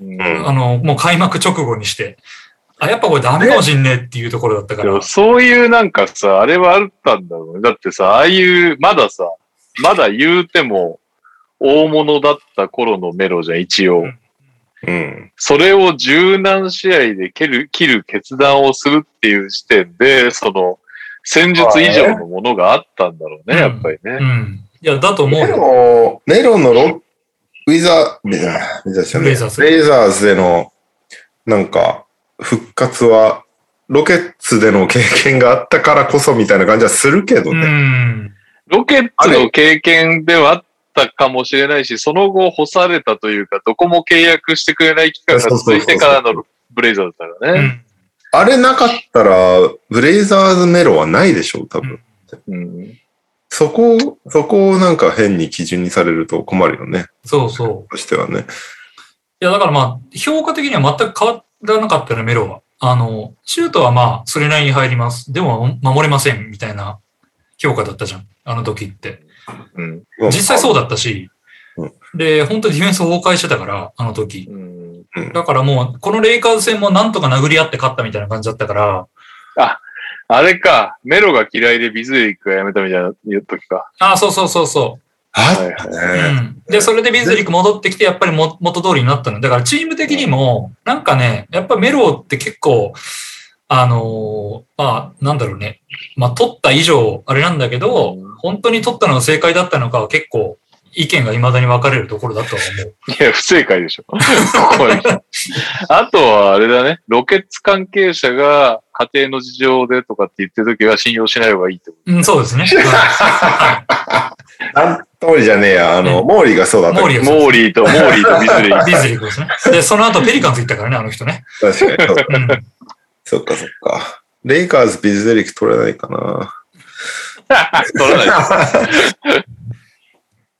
S2: うん
S4: あの、もう開幕直後にして。あ、やっぱこれダメかもしんねえっていうところだったか
S2: で
S4: ら
S2: も。そういうなんかさ、あれはあったんだろうね。だってさ、ああいう、まださ、まだ言うても、大物だった頃のメロじゃん、一応。
S3: うん。
S2: それを柔軟試合で蹴る、切る決断をするっていう時点で、その、戦術以上のものがあったんだろうね、
S4: まあ
S2: や
S4: ね
S2: っぱり
S4: う
S2: ね。
S4: ん。いや、だと思う
S3: メ
S4: よ。
S3: ロ、メロのロウィザー、ウィザー、ウィザーじゃない
S4: ウィザーズ
S3: レイザーズでの、なんか、復活は、ロケッツでの経験があったからこそみたいな感じはするけど
S4: う
S3: ね。
S4: ん。
S2: ロケッツの経験ではあったかもしれないし、その後干されたというか、どこも契約してくれない期間が続いてからのブレイザーズだから
S4: う
S2: ね。
S4: ん。
S3: あれなかったら、ブレイザーズメロはないでしょう、多分。
S4: うん
S2: うん
S3: そこを、そこをなんか変に基準にされると困るよね。
S4: そうそう。
S3: としてはね。
S4: いや、だからまあ、評価的には全く変わらなかったね、メロは。あの、シュートはまあ、それなりに入ります。でも、守れません、みたいな評価だったじゃん。あの時って。
S2: うん
S4: 実際そうだったし
S3: う、
S4: で、本当にディフェンス崩壊してたから、あの時。
S2: うん
S4: だからもう、このレイカーズ戦もなんとか殴り合って勝ったみたいな感じだったから、
S2: あれか、メロが嫌いでビズリックが辞めたみたいな言っときか。
S4: ああ、そうそうそうそ
S3: あ
S2: はい
S3: ったね。
S4: う。うん。で、それでビズリック戻ってきて、やっぱりも元通りになったの。だからチーム的にも、なんかね、やっぱメロって結構、あのーまあ、なんだろうね。まあ、取った以上、あれなんだけど、本当に取ったのが正解だったのかは結構、意見が未だに分かれるところだとは思う。
S2: いや、不正解でしょ。ここまで来たあとはあれだね、ロケッツ関係者が家庭の事情でとかって言ってるときは信用しない方がいいってこ
S4: うん、そうですね。は
S3: なん通りじゃねえや。あの、モーリーがそうだ
S4: い
S3: った
S4: モー。リー
S2: と。
S4: はそうですね
S2: モーリーと、モーリーとビズリッ
S4: ディズリーですね。で、その後ペリカンズ行ったからね、あの人ね。
S3: 確かに。そう
S4: うん。
S3: そっかそっか。レイカーズ、ビズデリック取れないかな。
S2: ク。取らない。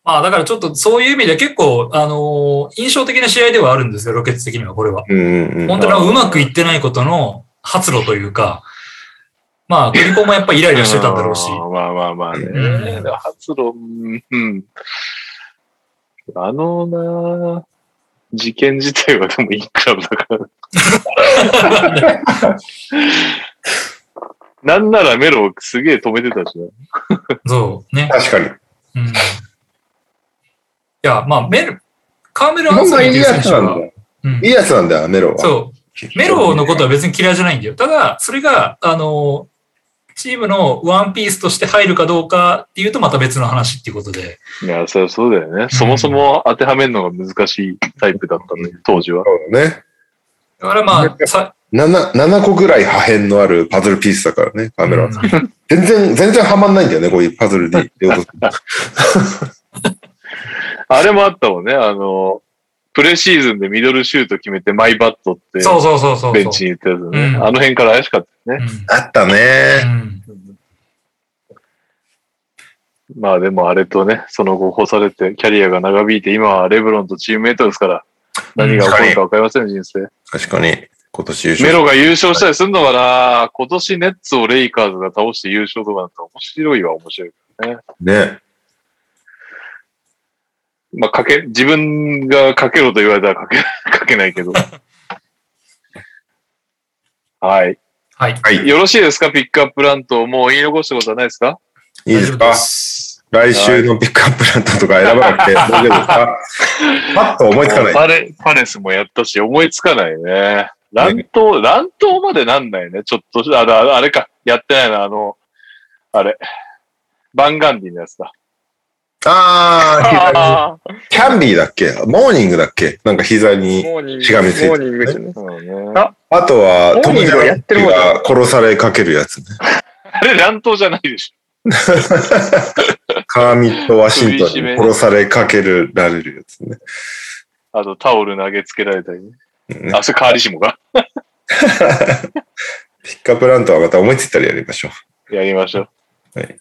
S4: まあ、だからちょっとそういう意味で結構、あのー印象的な試合ではあるんですよ、ロケッツ的には、これは。
S3: うんうんうん
S4: 本。当にうまくいってないことの発露というか、まあ、クリコもやっぱイライラしてたんだろうし。
S2: あーまあまあまあね。
S4: うん
S2: でも発露、うんうん。あのな、事件自体はでもいいクラブだから。なんならメロをすげえ止めてたしね。
S4: そう、ね。
S3: 確かに。
S4: うん。いや、まあ、メル、カーメル・アン
S3: 本
S4: ソ
S3: 当
S4: ニー
S3: に
S4: と
S3: い
S4: い
S3: いうや
S4: 選
S3: つ
S4: 手
S3: な
S4: は
S3: んだよ。
S4: うん
S3: いいやつなんだよ、メロは。
S4: そう。メロのことは別に嫌いじゃないんだよ。ただ、それが、あの、チームのワンピースとして入るかどうかっていうとまた別の話っていうことで。
S2: いや、そりゃそうだよね。そもそも当てはめるのが難しいタイプだったんだよ、当時は。
S3: そうだね。
S4: だからまあ、さ
S3: 7, 7個ぐらい破片のあるパズルピースだからね、カメラは。全然、全然はまんないんだよね、こういうパズルで。
S2: あれもあったもんね、あの、プレシーズンでミドルシュート決めてマイバットって、
S4: そうそうそうそう。
S2: ベンチに言ったやつね。
S4: うん
S2: あの辺から怪しかったよ
S4: う
S2: ね。
S4: ん
S3: あったね。
S2: まあでもあれとね、その後干されて、キャリアが長引いて、今はレブロンとチームメイトですから、何が起こるか分かりません、人生。
S3: 確かに、今年優
S2: メ
S3: 勝。
S2: ロが優勝したりするのかな今年ネッツをレイカーズが倒して優勝とかなったら面白いは面白い。
S3: ね。
S2: まあ、かけ、自分がかけろと言われたらかけ、 かけないけど。はい。
S4: はい。
S3: はい。
S2: よろしいですかピックアップラント。もう言い残したことはないですか
S3: いいです
S4: 大丈夫
S3: か
S4: す
S3: 来週のピックアップラントとか選ばなく て大丈夫ですかパッと思いつかない。
S2: パレ、パレスもやったし、思いつかないね。乱闘、乱闘までなんないね。ちょっとし、あれ、あれか。やってないな、あの、あれ。バンガンディのやつだ。
S3: あ
S2: ああ。
S3: ー、キャンビーだっけモーニングだっけなんか膝に。
S1: モーニング。
S3: しがみついてる
S1: モーニングじゃない
S2: そうね
S3: あとは、
S1: モ
S3: ト
S1: ー
S3: ム・
S1: ニ
S3: ジ
S1: ングはや
S3: ャ
S1: っ
S3: ン
S1: て
S3: プ
S1: る方だ
S3: が殺されかけるやつね。
S2: あれ、乱闘じゃないでし
S3: カーミット・ワシントンに殺されかけるられるやつ ね。
S2: ょ。あと、タオル投げつけられたりね。
S3: ね
S2: あ、それ、カーリシモか。
S3: ピックアップラントはまた思いついたらやりましょう。
S2: やりましょう。
S3: はい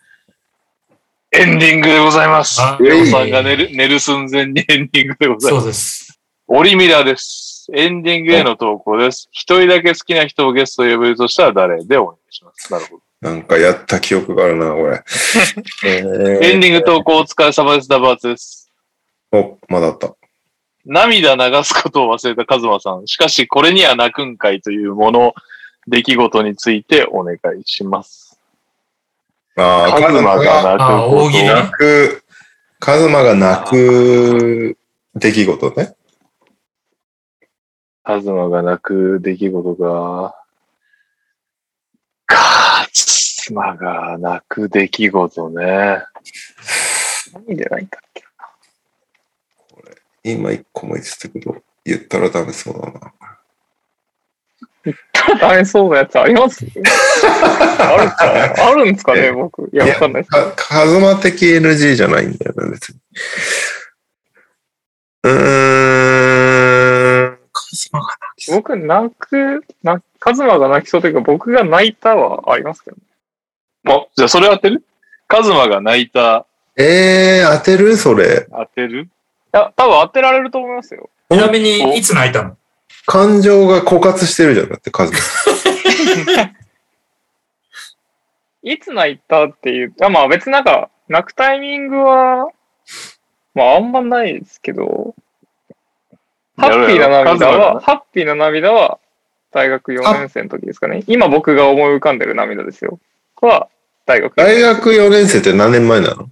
S2: エンディングでございます
S4: あ。
S2: レオさんが寝る寝る寸前にエンディングでございます。
S4: そうです。
S2: オリミラです。エンディングへの投稿です。一人だけ好きな人をゲストを呼べるとしたら誰でお願いします。なるほど。
S3: なんかやった記憶があるな、こ れ。えー
S2: エンディング投稿お疲れ様です。ダバーツです。
S3: お、まだあった。
S2: 涙流すことを忘れたカズマさん。しかし、これには泣くんかいというもの、出来事についてお願いします。
S3: ああ、
S2: カ
S3: カ
S2: ズ
S3: ズ
S2: マ
S3: マが
S2: が泣くこと
S4: あ大喜利
S3: 泣く、カズマが泣く出来事ね。
S2: カズマが泣く出来事が、カズマが泣く出来事ね。
S1: 何でないんだっけ
S3: 今一個も言ってたけど、言ったらダメそうだな。
S1: ダメそうなやつありますあるんかなあるんですかね、僕。いや、わかんないです。
S3: かカズマ的 NG じゃないんだよね、別に。うーん。カズマが
S1: 僕、泣く、なカズマが泣きそうというか、僕が泣いたはありますけどね。
S2: お、じゃあそれ当てるカズマが泣いた、
S3: えー、当てるそれ。
S2: 当てる
S1: いや、多分当てられると思いますよ。
S4: ちなみに、いつ泣いたの
S3: 感情が枯渇してるじゃん、だってカズマ。
S1: いつ泣いたっていう、あまあ別になんか、泣くタイミングは、まああんまないですけど、ハ
S2: やろう
S1: ッピーな
S2: やろう
S1: 涙
S2: 数は
S1: は、ハッピーな涙は、大学4年生の時ですかね。今僕が思い浮かんでる涙ですよ。は、大学
S3: 大学4年生って何年前なの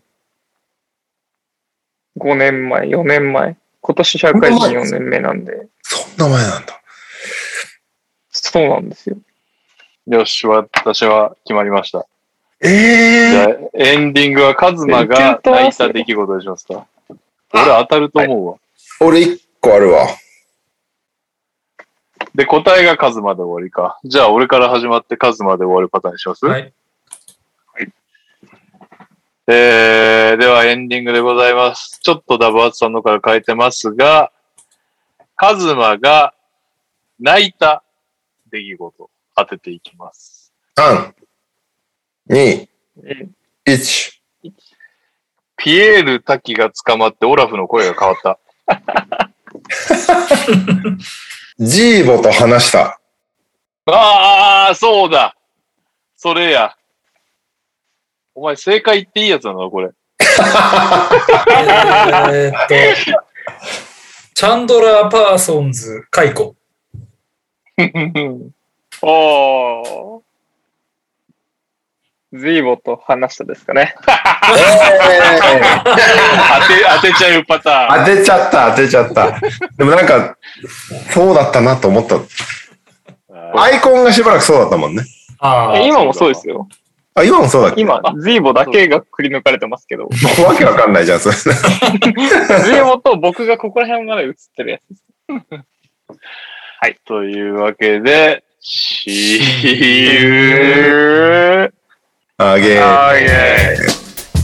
S1: 5年前、4年前。今年社会人4年目なんで。
S3: そんな前なんだ。
S1: そうなんですよ。
S2: よし、私は決まりました。じ
S3: え
S2: ゃ
S3: ー、
S2: あエンディングはカズマが泣いた出来事にしますか俺当たると思うわ。
S3: 俺1個あるわ。
S2: で、答えがカズマで終わりか。じゃあ俺から始まってカズマで終わるパターンにします、
S4: はい。
S2: えー、ではエンディングでございます。ちょっとダブアツさんのから変えてますが、カズマが泣いた出来事当てていきます。
S3: 3、2、
S1: え
S3: 1。
S2: ピエール滝が捕まってオラフの声が変わった。
S3: ジーボと話した。
S2: ああ、そうだそれや。お前正解言っていいやつなのこれ。
S4: えーっと、チャンドラー・パーソンズ解雇。
S1: おー。ズイボと話したですかね。
S2: 当て、当てちゃうパターン。
S3: 当てちゃった、当てちゃった。でもなんか、そうだったなと思った。アイコンがしばらくそうだったもんね。
S4: あ
S1: え
S4: ー
S1: 今もそうですよ。
S3: あ、今もそうだっけ
S1: 今、ズイボだけがくり抜かれてますけど、
S3: もうわけわかんないじゃん、それ。
S1: ズイボと僕がここら辺まで映ってるやつ。
S2: というわけで、See you!
S3: あげー。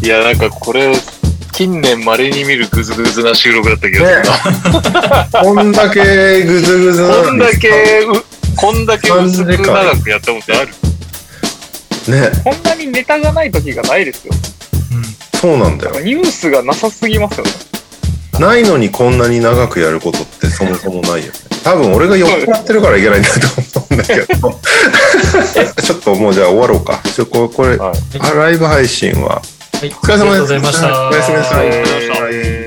S2: いや、なんかこれ、近年稀に見るグズグズな収録だったけど、
S3: ね こんだけぐずぐず
S2: こ
S3: なの
S2: ん
S3: に
S2: だけ、うこんだけ薄く長くやったことある。
S3: ね、
S1: こんなにネタがない時がないですよ。
S3: そうなんだよ。
S1: ニュースがなさすぎますよね。
S3: ないのにこんなに長くやることってそもそもないよね。多分俺が酔っ払ってるからいけないんだと思うんだけど。 ちょっともうじゃあ終わろうか。ちょっとこれ、これ
S8: はい
S3: あライブ配信は。
S4: はい、
S3: お疲れ様です。
S4: ありがとうございました。
S3: おやすみなさい。
S1: ありがとうございました
S3: はい